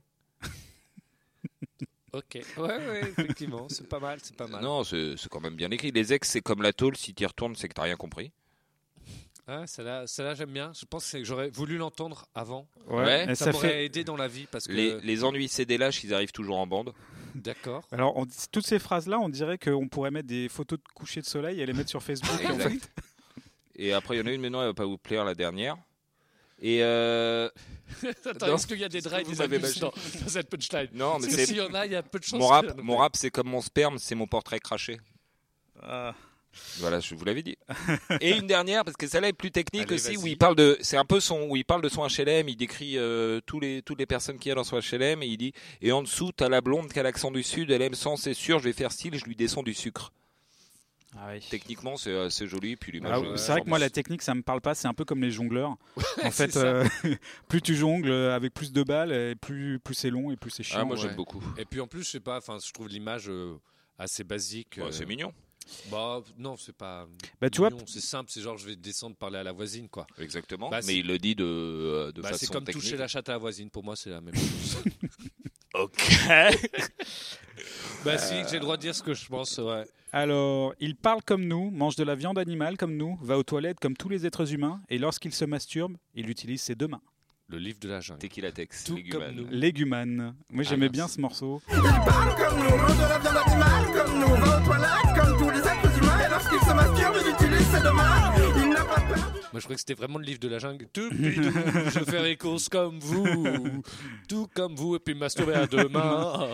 [SPEAKER 3] Ok. Ouais, ouais, effectivement. c'est pas mal, c'est pas mal.
[SPEAKER 4] Non, c'est c'est quand même bien écrit. Les ex, c'est comme la tôle, si t'y retournes, c'est que t'as rien compris.
[SPEAKER 3] Ah, celle-là, celle-là, j'aime bien. Je pense que j'aurais voulu l'entendre avant.
[SPEAKER 4] Ouais.
[SPEAKER 5] Et
[SPEAKER 3] Ça,
[SPEAKER 5] ça
[SPEAKER 3] m'aurait
[SPEAKER 5] fait.
[SPEAKER 3] aidé dans la vie parce que.
[SPEAKER 4] Les, les ennuis, c'est des lâches, ils arrivent toujours en bande.
[SPEAKER 3] D'accord.
[SPEAKER 5] Alors, on dit- toutes ces phrases-là, on dirait qu'on pourrait mettre des photos de coucher de soleil et les mettre sur Facebook. en fait.
[SPEAKER 4] Exact. Et après, il y en a une, mais non, elle va pas vous plaire, la dernière. Et euh,
[SPEAKER 3] Attends,
[SPEAKER 4] Non.
[SPEAKER 3] est-ce qu'il y a des drags
[SPEAKER 4] Vous
[SPEAKER 3] des
[SPEAKER 4] avez
[SPEAKER 3] abus dans, dans cette punchline
[SPEAKER 4] non,
[SPEAKER 3] Parce
[SPEAKER 4] mais
[SPEAKER 3] que
[SPEAKER 4] c'est
[SPEAKER 3] S'il y en a, il y a peu de chances.
[SPEAKER 4] mon rap,
[SPEAKER 3] que-
[SPEAKER 4] mon rap, c'est comme mon sperme, c'est mon portrait craché.
[SPEAKER 5] Ah.
[SPEAKER 4] Voilà, je vous l'avais dit. Et une dernière, parce que celle-là est plus technique
[SPEAKER 3] Allez,
[SPEAKER 4] aussi,
[SPEAKER 3] vas-y.
[SPEAKER 4] où il parle de, c'est un peu son, où il parle de son HLM, il décrit euh, tous les, toutes les personnes qu'il y a dans son HLM, et il dit, et en dessous, t'as la blonde qui a l'accent du sud, elle aime sans, c'est sûr, je vais faire style, je lui descends du sucre. Techniquement, c'est euh, c'est joli, puis l'image.
[SPEAKER 5] Ah,
[SPEAKER 4] euh,
[SPEAKER 5] c'est vrai que moi, la
[SPEAKER 4] sort
[SPEAKER 5] technique, ça me parle pas. C'est un peu comme les jongleurs. en
[SPEAKER 3] c'est
[SPEAKER 5] fait,
[SPEAKER 3] ça.
[SPEAKER 5] euh, plus tu jongles euh, avec plus de balles, et plus, plus c'est long et plus c'est
[SPEAKER 4] de-
[SPEAKER 5] chiant.
[SPEAKER 4] Ah, moi,
[SPEAKER 3] ouais.
[SPEAKER 4] j'aime beaucoup.
[SPEAKER 3] Et puis en plus, je sais pas. Enfin, je trouve l'image euh, assez basique.
[SPEAKER 4] Ouais,
[SPEAKER 3] euh,
[SPEAKER 4] c'est mignon.
[SPEAKER 3] Bah non, c'est pas.
[SPEAKER 5] Bah, tu vois,
[SPEAKER 3] mignon, c'est simple. C'est genre, je vais descendre parler à la voisine, quoi.
[SPEAKER 4] Exactement.
[SPEAKER 3] Bah,
[SPEAKER 4] mais
[SPEAKER 3] c'est-
[SPEAKER 4] il le dit de, euh, de
[SPEAKER 3] Bah,
[SPEAKER 4] façon
[SPEAKER 3] c'est comme
[SPEAKER 4] technique.
[SPEAKER 3] toucher la chatte à la voisine. Pour moi, c'est la même chose.
[SPEAKER 4] Ok.
[SPEAKER 3] bah si, j'ai le droit de dire ce que je pense. Ouais.
[SPEAKER 5] Alors, il parle comme nous, mange de la viande animale comme nous, va aux toilettes comme tous les êtres humains, et lorsqu'il se masturbe, il utilise ses deux mains.
[SPEAKER 3] Le livre de la jungle.
[SPEAKER 4] Tequila Tex,
[SPEAKER 3] Tout comme
[SPEAKER 4] légumane.
[SPEAKER 3] nous.
[SPEAKER 5] Légumane. Moi,
[SPEAKER 4] Ah,
[SPEAKER 5] j'aimais
[SPEAKER 4] mince.
[SPEAKER 5] bien ce morceau.
[SPEAKER 6] Comme nous, mange de la viande animale, comme nous, va aux toilettes, comme tous les êtres humains, et lorsqu'ils se masturbent, ils utilisent ses dommages, il n'a pas peur.
[SPEAKER 3] Moi, je croyais que c'était vraiment le livre de la jungle. Toupidou, je fais les courses comme vous, tout comme vous, et puis masturber à deux mains.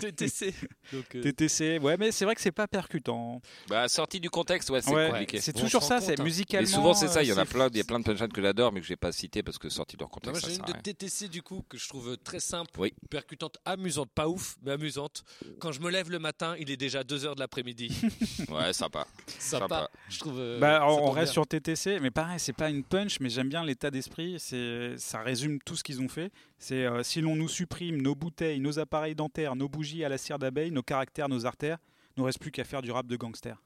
[SPEAKER 3] TTC. Donc, euh,
[SPEAKER 5] TTC, ouais, mais c'est vrai que c'est pas percutant.
[SPEAKER 4] Bah, sorti du contexte, ouais, c'est
[SPEAKER 5] Ouais,
[SPEAKER 4] compliqué.
[SPEAKER 5] C'est
[SPEAKER 3] Bon, on
[SPEAKER 5] toujours
[SPEAKER 3] s'en
[SPEAKER 5] ça,
[SPEAKER 3] compte,
[SPEAKER 5] c'est
[SPEAKER 3] hein.
[SPEAKER 5] musicalement. euh,
[SPEAKER 4] Mais souvent, c'est ça. Il y en a
[SPEAKER 5] c'est-
[SPEAKER 4] plein, il y a plein de punchlines que j'adore, mais que j'ai pas cité parce que sorti de leur
[SPEAKER 3] non, moi,
[SPEAKER 4] contexte. ça
[SPEAKER 3] j'ai une
[SPEAKER 4] sert à
[SPEAKER 3] de
[SPEAKER 4] rien.
[SPEAKER 3] TTC du coup que je trouve très simple,
[SPEAKER 4] Oui.
[SPEAKER 3] percutante, amusante, pas ouf, mais amusante. Quand je me lève le matin, il est déjà 2h de l'après-midi.
[SPEAKER 4] Ouais, sympa.
[SPEAKER 3] Sympa.
[SPEAKER 4] Sympa.
[SPEAKER 3] Je trouve. euh,
[SPEAKER 5] Bah,
[SPEAKER 3] ça
[SPEAKER 5] on on
[SPEAKER 3] tombe
[SPEAKER 5] reste
[SPEAKER 3] bien.
[SPEAKER 5] sur TTC, mais pareil, c'est pas une punch, mais j'aime bien l'état d'esprit. C'est, ça résume tout ce qu'ils ont fait. C'est euh, si l'on nous supprime nos bouteilles, nos appareils dentaires, nos bougies à la cire d'abeille, nos caractères, nos artères, nous reste plus qu'à faire du rap de gangster.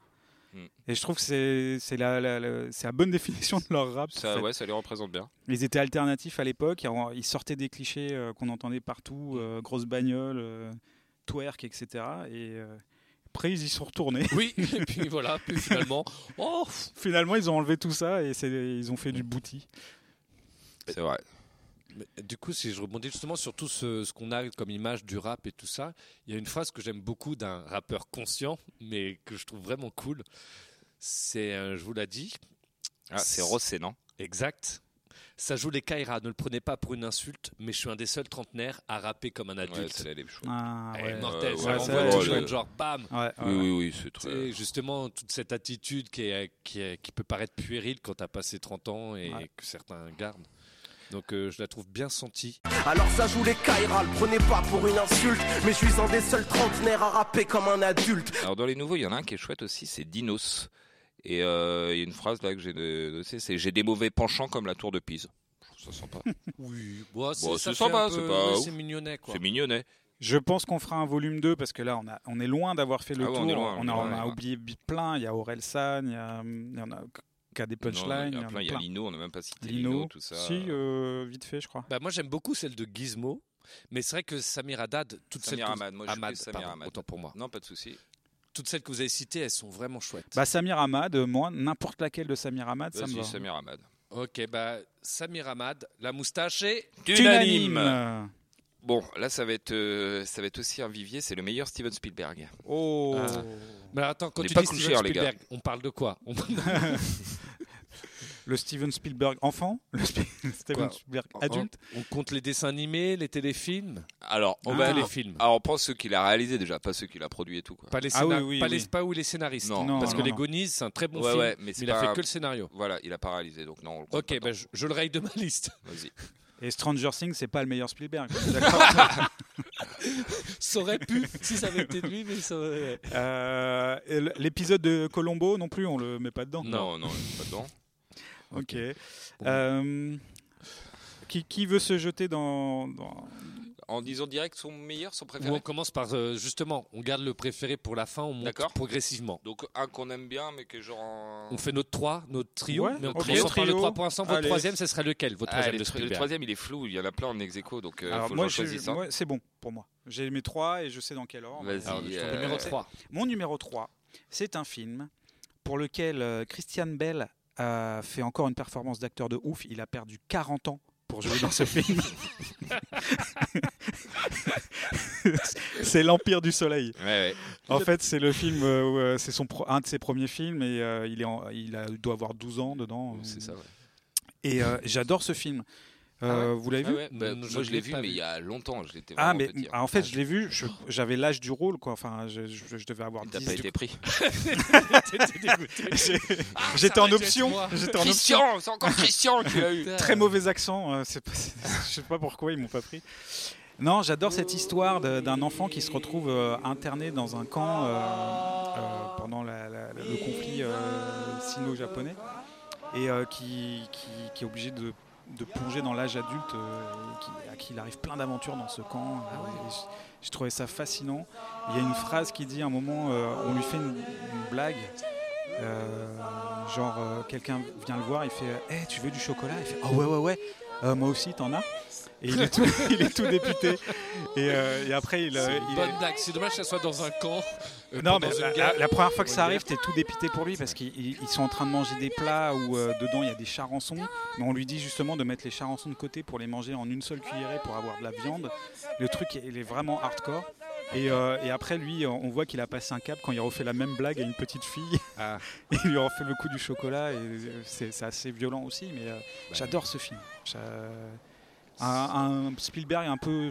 [SPEAKER 4] Mm.
[SPEAKER 5] Et je trouve que c'est, c'est, la, la- la- c'est la bonne définition de leur rap. en
[SPEAKER 4] Ça,
[SPEAKER 5] fait.
[SPEAKER 4] ouais, ça les représente bien.
[SPEAKER 5] Ils étaient alternatifs à l'époque. ils en- Ils sortaient des clichés euh, qu'on entendait partout, euh, grosses bagnoles, euh, twerk, etc. Et euh, après, ils y sont retournés.
[SPEAKER 3] Oui, et puis voilà, puis finalement, oh,
[SPEAKER 5] Finalement, ils ont enlevé tout ça et c'est- ils ont fait du booty.
[SPEAKER 4] C'est vrai.
[SPEAKER 3] Mais, Du coup, si je rebondis justement sur tout ce, ce qu'on a comme image du rap et tout ça, il y a une phrase que j'aime beaucoup d'un rappeur conscient, mais que je trouve vraiment cool. C'est, euh, je vous l'ai dit,
[SPEAKER 4] Ah, c'est Rossé, non
[SPEAKER 3] exact. Ça joue les Kaira, ne le prenez pas pour une insulte, mais je suis un des seuls trentenaires à rapper comme un
[SPEAKER 4] Ouais,
[SPEAKER 3] adulte.
[SPEAKER 4] c'est les chouettes.
[SPEAKER 5] Ah,
[SPEAKER 3] Elle est
[SPEAKER 5] ouais.
[SPEAKER 3] mortelle,
[SPEAKER 4] Ouais,
[SPEAKER 3] ça
[SPEAKER 5] ouais,
[SPEAKER 3] renvoie
[SPEAKER 5] ouais,
[SPEAKER 3] tout
[SPEAKER 5] ouais,
[SPEAKER 3] le
[SPEAKER 4] ouais.
[SPEAKER 3] truc, genre bam.
[SPEAKER 5] Ouais, Ah ouais.
[SPEAKER 4] Oui, oui, oui, c'est
[SPEAKER 3] Tu sais,
[SPEAKER 4] très.
[SPEAKER 3] justement, toute cette attitude qui, est- qui, est- qui peut paraître puérile quand t'as passé 30 ans et
[SPEAKER 5] Ouais.
[SPEAKER 3] que certains gardent. Donc euh, je la trouve bien sentie.
[SPEAKER 8] Alors ça joue les Kaira, le prenez pas pour une insulte Mais je suis un des seuls trentenaires à rapper comme un adulte
[SPEAKER 4] Alors, dans les nouveaux, il y en a un qui est chouette aussi, c'est Dinos. Et euh, il y a une phrase là que j'ai notée, c'est J'ai des mauvais penchants comme la tour de Pise. Je trouve ça sympa.
[SPEAKER 3] Oui, bon, c'est ça
[SPEAKER 4] Bon, Bah, c'est
[SPEAKER 3] fait
[SPEAKER 4] sympa,
[SPEAKER 3] un peu-
[SPEAKER 4] c'est pas
[SPEAKER 3] oui,
[SPEAKER 4] ouf.
[SPEAKER 3] c'est mignonnet quoi.
[SPEAKER 4] C'est mignonnet.
[SPEAKER 5] Je pense qu'on fera un volume 2 parce que là, on, a, on est loin d'avoir fait le
[SPEAKER 4] Ah ouais,
[SPEAKER 5] tour.
[SPEAKER 4] on est loin, on est
[SPEAKER 5] a,
[SPEAKER 4] loin,
[SPEAKER 5] on a
[SPEAKER 4] ouais.
[SPEAKER 5] oublié bi- plein. Il y a Aurel San, il y, a, il y en a qui a des punchlines.
[SPEAKER 4] Non, Il y en a plein, il y a
[SPEAKER 5] plein.
[SPEAKER 4] Lino, on n'a même pas cité
[SPEAKER 5] Lino.
[SPEAKER 4] Lino, tout ça.
[SPEAKER 5] Si, euh, vite fait, je crois.
[SPEAKER 3] Bah, moi j'aime beaucoup celle de Gizmo, mais c'est vrai que Samir Haddad, toute
[SPEAKER 4] Samir
[SPEAKER 3] celle que-
[SPEAKER 4] Hamad, moi je suis
[SPEAKER 3] Hamad,
[SPEAKER 4] plus Samir
[SPEAKER 3] pardon,
[SPEAKER 4] Hamad.
[SPEAKER 3] autant pour moi.
[SPEAKER 4] Non, pas de souci.
[SPEAKER 3] toutes celles que vous avez citées, elles sont vraiment chouettes.
[SPEAKER 5] Bah, Samir Hamad, euh, moi, n'importe laquelle de Samir Hamad, ça me va.
[SPEAKER 4] Vas-y, Samir Hamad.
[SPEAKER 3] Ok, bah Samir Hamad, la moustache et
[SPEAKER 5] Unanime.
[SPEAKER 4] Bon, là, ça va être, euh, ça va être aussi un vivier. C'est le meilleur Steven Spielberg.
[SPEAKER 5] Oh
[SPEAKER 3] Ah. Mais alors, attends, quand
[SPEAKER 4] On est
[SPEAKER 3] tu
[SPEAKER 4] pas
[SPEAKER 3] dis
[SPEAKER 4] couchés,
[SPEAKER 3] Steven
[SPEAKER 4] hein, les gars.
[SPEAKER 3] Spielberg, on parle de quoi On parle de-
[SPEAKER 5] Le Steven Spielberg enfant Le Spi- Steven
[SPEAKER 3] Quoi
[SPEAKER 5] Spielberg adulte
[SPEAKER 3] On compte les dessins animés, les téléfilms
[SPEAKER 4] Alors, on
[SPEAKER 3] Ou
[SPEAKER 4] va
[SPEAKER 3] pas
[SPEAKER 4] aller.
[SPEAKER 3] les films
[SPEAKER 4] Alors, on prend ceux qu'il a réalisé déjà, pas ceux qu'il a produit et tout. Quoi.
[SPEAKER 3] Pas les
[SPEAKER 5] Ah
[SPEAKER 3] scénar-
[SPEAKER 5] oui, oui,
[SPEAKER 3] pas
[SPEAKER 5] oui.
[SPEAKER 3] les pas ou les scénaristes.
[SPEAKER 4] Non,
[SPEAKER 5] Non,
[SPEAKER 3] Parce que
[SPEAKER 5] non,
[SPEAKER 3] les
[SPEAKER 5] non.
[SPEAKER 3] Goonies, c'est un très bon
[SPEAKER 4] Ouais,
[SPEAKER 3] film,
[SPEAKER 4] ouais, mais c'est
[SPEAKER 3] il a
[SPEAKER 4] pas-
[SPEAKER 3] fait que le scénario.
[SPEAKER 4] Voilà, il a pas réalisé, donc non. On le compte
[SPEAKER 3] Ok,
[SPEAKER 4] pas,
[SPEAKER 3] bah, je, je le raye de ma liste.
[SPEAKER 4] non. Vas-y.
[SPEAKER 5] Et Stranger Things, c'est pas le meilleur Spielberg.
[SPEAKER 3] ça aurait pu si ça avait été de lui, mais ça aurait...
[SPEAKER 5] Euh, et l- L'épisode de Colombo non plus, on le met pas dedans.
[SPEAKER 4] Non, non, pas dedans.
[SPEAKER 5] Ok. Euh, qui, qui veut se jeter dans, dans-
[SPEAKER 4] En disant direct son meilleur, son
[SPEAKER 3] Ou on
[SPEAKER 4] préféré.
[SPEAKER 3] commence par euh, justement, on garde le préféré pour la fin, on monte
[SPEAKER 4] D'accord.
[SPEAKER 3] progressivement.
[SPEAKER 4] Donc, un qu'on aime bien, mais que genre. en-
[SPEAKER 3] On fait notre 3, notre trio,
[SPEAKER 5] Ouais,
[SPEAKER 3] mais on
[SPEAKER 5] ok.
[SPEAKER 3] commence par le
[SPEAKER 5] Trio.
[SPEAKER 3] 3 pour l'instant. Votre
[SPEAKER 5] Allez.
[SPEAKER 3] troisième, ce serait lequel Votre
[SPEAKER 4] Ah,
[SPEAKER 3] troisième
[SPEAKER 4] le
[SPEAKER 3] de
[SPEAKER 4] tr- le
[SPEAKER 3] Spielberg
[SPEAKER 4] troisième, il est flou. Il y en a plein en exéco, donc euh, faut que
[SPEAKER 5] moi,
[SPEAKER 4] j'en
[SPEAKER 5] je-
[SPEAKER 4] choisisse un.
[SPEAKER 5] moi, c'est bon pour moi. J'ai mes trois et je sais dans quel ordre.
[SPEAKER 4] Vas-y,
[SPEAKER 5] Alors, je-
[SPEAKER 4] euh,
[SPEAKER 3] Numéro 3.
[SPEAKER 5] Mon numéro 3, c'est un film pour lequel euh, Christian Bell a fait encore une performance d'acteur de ouf. Il a perdu 40 ans pour jouer dans ce film. c'est l'Empire du Soleil.
[SPEAKER 4] Ouais, ouais.
[SPEAKER 5] En fait, c'est le film, euh, où, euh, c'est son pro- un de ses premiers films et euh, il, est en- il a- il doit avoir 12 ans dedans.
[SPEAKER 4] C'est ça. ouais.
[SPEAKER 5] Et euh, j'adore ce film. Euh, Vous l'avez
[SPEAKER 4] Ah
[SPEAKER 5] vu
[SPEAKER 4] ouais, bah,
[SPEAKER 3] Non,
[SPEAKER 4] moi, je l'ai
[SPEAKER 3] pas
[SPEAKER 4] vu, mais il y a longtemps. J'étais
[SPEAKER 5] Ah,
[SPEAKER 4] vraiment
[SPEAKER 5] mais
[SPEAKER 4] petit. hein.
[SPEAKER 5] ah, en fait, je l'ai vu, je- j'avais l'âge du rôle, quoi. Enfin, je, je- je devais avoir
[SPEAKER 4] T'as
[SPEAKER 5] 10
[SPEAKER 4] pas
[SPEAKER 5] du
[SPEAKER 4] été pris.
[SPEAKER 5] J'ai- J'étais en option. J'étais en option.
[SPEAKER 4] c'est encore Christian qui l'a eu.
[SPEAKER 5] Très mauvais accent. euh, c'est pas- je sais pas pourquoi ils m'ont pas pris. Non, j'adore cette histoire de- d'un enfant qui se retrouve euh, interné dans un camp euh, euh, pendant la- la- la- le conflit euh, sino-japonais et euh, qui, qui, qui est obligé de, de plonger dans l'âge adulte, euh, et qui- à qui il arrive plein d'aventures dans ce camp. euh, et je, je trouvais ça fascinant. Il y a une phrase qui dit à un moment, euh, on lui fait une, une blague. euh, genre, euh, quelqu'un vient le voir, il fait Eh, tu veux du chocolat Il fait Ah ouais, ouais, ouais, Euh, moi aussi, t'en as Et il est tout, il est tout député. Et, euh, et après, il, euh,
[SPEAKER 3] C'est
[SPEAKER 5] il-
[SPEAKER 3] une bonne blague. C'est dommage que ça soit dans un camp. euh,
[SPEAKER 5] non,
[SPEAKER 3] pas
[SPEAKER 5] mais
[SPEAKER 3] dans une
[SPEAKER 5] la,
[SPEAKER 3] gare.
[SPEAKER 5] la- la première fois que ça arrive, t'es tout dépité pour lui parce qu'ils ils- ils sont en train de manger des plats où euh, dedans il y a des charançons. Mais on lui dit justement de mettre les charançons de côté pour les manger en une seule cuillerée pour avoir de la viande. Le truc, il est vraiment hardcore. Et, euh, et après, lui, on voit qu'il a passé un cap quand il refait la même blague à une petite fille.
[SPEAKER 3] Ah.
[SPEAKER 5] il lui refait le coup du chocolat. Et euh, c'est c'est assez violent aussi, mais euh,
[SPEAKER 3] Bah
[SPEAKER 5] j'adore ce film. J'a- Un, un Spielberg un peu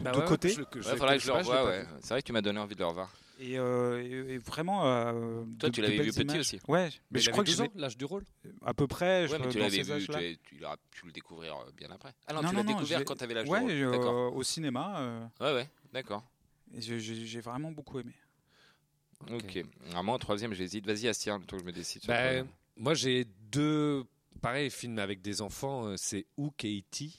[SPEAKER 3] Bah
[SPEAKER 5] de
[SPEAKER 3] ouais,
[SPEAKER 5] côté.
[SPEAKER 3] je le- je-
[SPEAKER 4] Ouais, faudrait que je le
[SPEAKER 3] sais pas, l'ai
[SPEAKER 4] revoie,
[SPEAKER 3] pas
[SPEAKER 4] ouais.
[SPEAKER 3] vu.
[SPEAKER 4] C'est vrai que tu m'as donné envie de le revoir.
[SPEAKER 5] Et, euh, et- et vraiment. euh,
[SPEAKER 4] Toi,
[SPEAKER 5] de-
[SPEAKER 4] tu
[SPEAKER 5] de
[SPEAKER 4] l'avais vu
[SPEAKER 5] belles
[SPEAKER 4] petit
[SPEAKER 5] images.
[SPEAKER 4] aussi.
[SPEAKER 5] Ouais, mais,
[SPEAKER 3] Mais
[SPEAKER 5] je crois que
[SPEAKER 3] j'avais
[SPEAKER 5] je
[SPEAKER 3] 12
[SPEAKER 5] l'ai-
[SPEAKER 3] ans, l'âge du rôle.
[SPEAKER 5] à peu près. je-
[SPEAKER 4] Ouais, mais tu
[SPEAKER 5] dans
[SPEAKER 4] l'avais
[SPEAKER 5] ces
[SPEAKER 4] vu, tu,
[SPEAKER 5] âges-là.
[SPEAKER 4] l'as- tu l'auras pu le découvrir euh, bien après. Ah non,
[SPEAKER 5] Non,
[SPEAKER 4] tu
[SPEAKER 5] non,
[SPEAKER 4] l'as
[SPEAKER 5] non,
[SPEAKER 4] découvert
[SPEAKER 5] j'ai-
[SPEAKER 4] quand t'avais l'âge
[SPEAKER 5] Ouais,
[SPEAKER 4] du
[SPEAKER 5] euh,
[SPEAKER 4] rôle. D'accord.
[SPEAKER 5] au cinéma. euh,
[SPEAKER 4] Ouais, ouais, d'accord.
[SPEAKER 5] et je- je- j'ai vraiment beaucoup aimé.
[SPEAKER 4] Ok. Alors moi, en troisième, j'hésite. Vas-y, Astien, le temps que je me décide. sur le
[SPEAKER 3] Bah,
[SPEAKER 4] troisième.
[SPEAKER 3] moi, j'ai deux, pareil, films avec des enfants. euh, C'est Hook et E.T.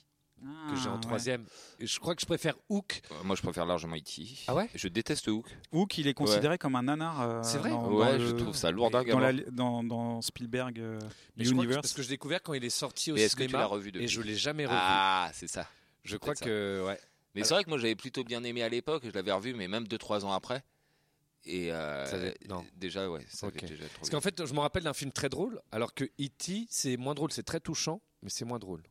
[SPEAKER 3] que j'ai
[SPEAKER 4] Ah,
[SPEAKER 5] Ah,
[SPEAKER 3] en troisième. Et Je crois que je préfère Hook.
[SPEAKER 4] Euh, moi, je préfère largement E.T.
[SPEAKER 3] Ah ouais
[SPEAKER 4] Je déteste Hook.
[SPEAKER 5] Ou qu'il est considéré comme un nanar. euh,
[SPEAKER 3] C'est vrai
[SPEAKER 5] dans-
[SPEAKER 4] Ouais,
[SPEAKER 5] dans
[SPEAKER 4] je
[SPEAKER 5] le-
[SPEAKER 4] trouve ça lourdingue.
[SPEAKER 5] Dans,
[SPEAKER 4] à
[SPEAKER 5] la-
[SPEAKER 4] mort.
[SPEAKER 5] dans- dans Spielberg euh,
[SPEAKER 3] Mais je crois que-
[SPEAKER 5] Universe.
[SPEAKER 3] parce que je l'ai découvert quand il est sorti au
[SPEAKER 4] Mais est-ce que tu l'as
[SPEAKER 3] cinéma.
[SPEAKER 4] revu depuis
[SPEAKER 3] et je l'ai jamais revu.
[SPEAKER 4] Ah, c'est ça.
[SPEAKER 3] je crois
[SPEAKER 4] peut-être ça.
[SPEAKER 3] que ouais.
[SPEAKER 4] Mais c'est vrai que moi, j'avais plutôt bien aimé à l'époque. Je l'avais revu, mais même 2-3 ans après. Et euh,
[SPEAKER 3] Ça avait- non.
[SPEAKER 4] déjà, ouais, ça avait
[SPEAKER 3] Ok.
[SPEAKER 4] déjà trop
[SPEAKER 3] Parce qu'en fait, je me rappelle d'un film très drôle, alors que E.T., c'est moins drôle, c'est très touchant, mais c'est moins drôle.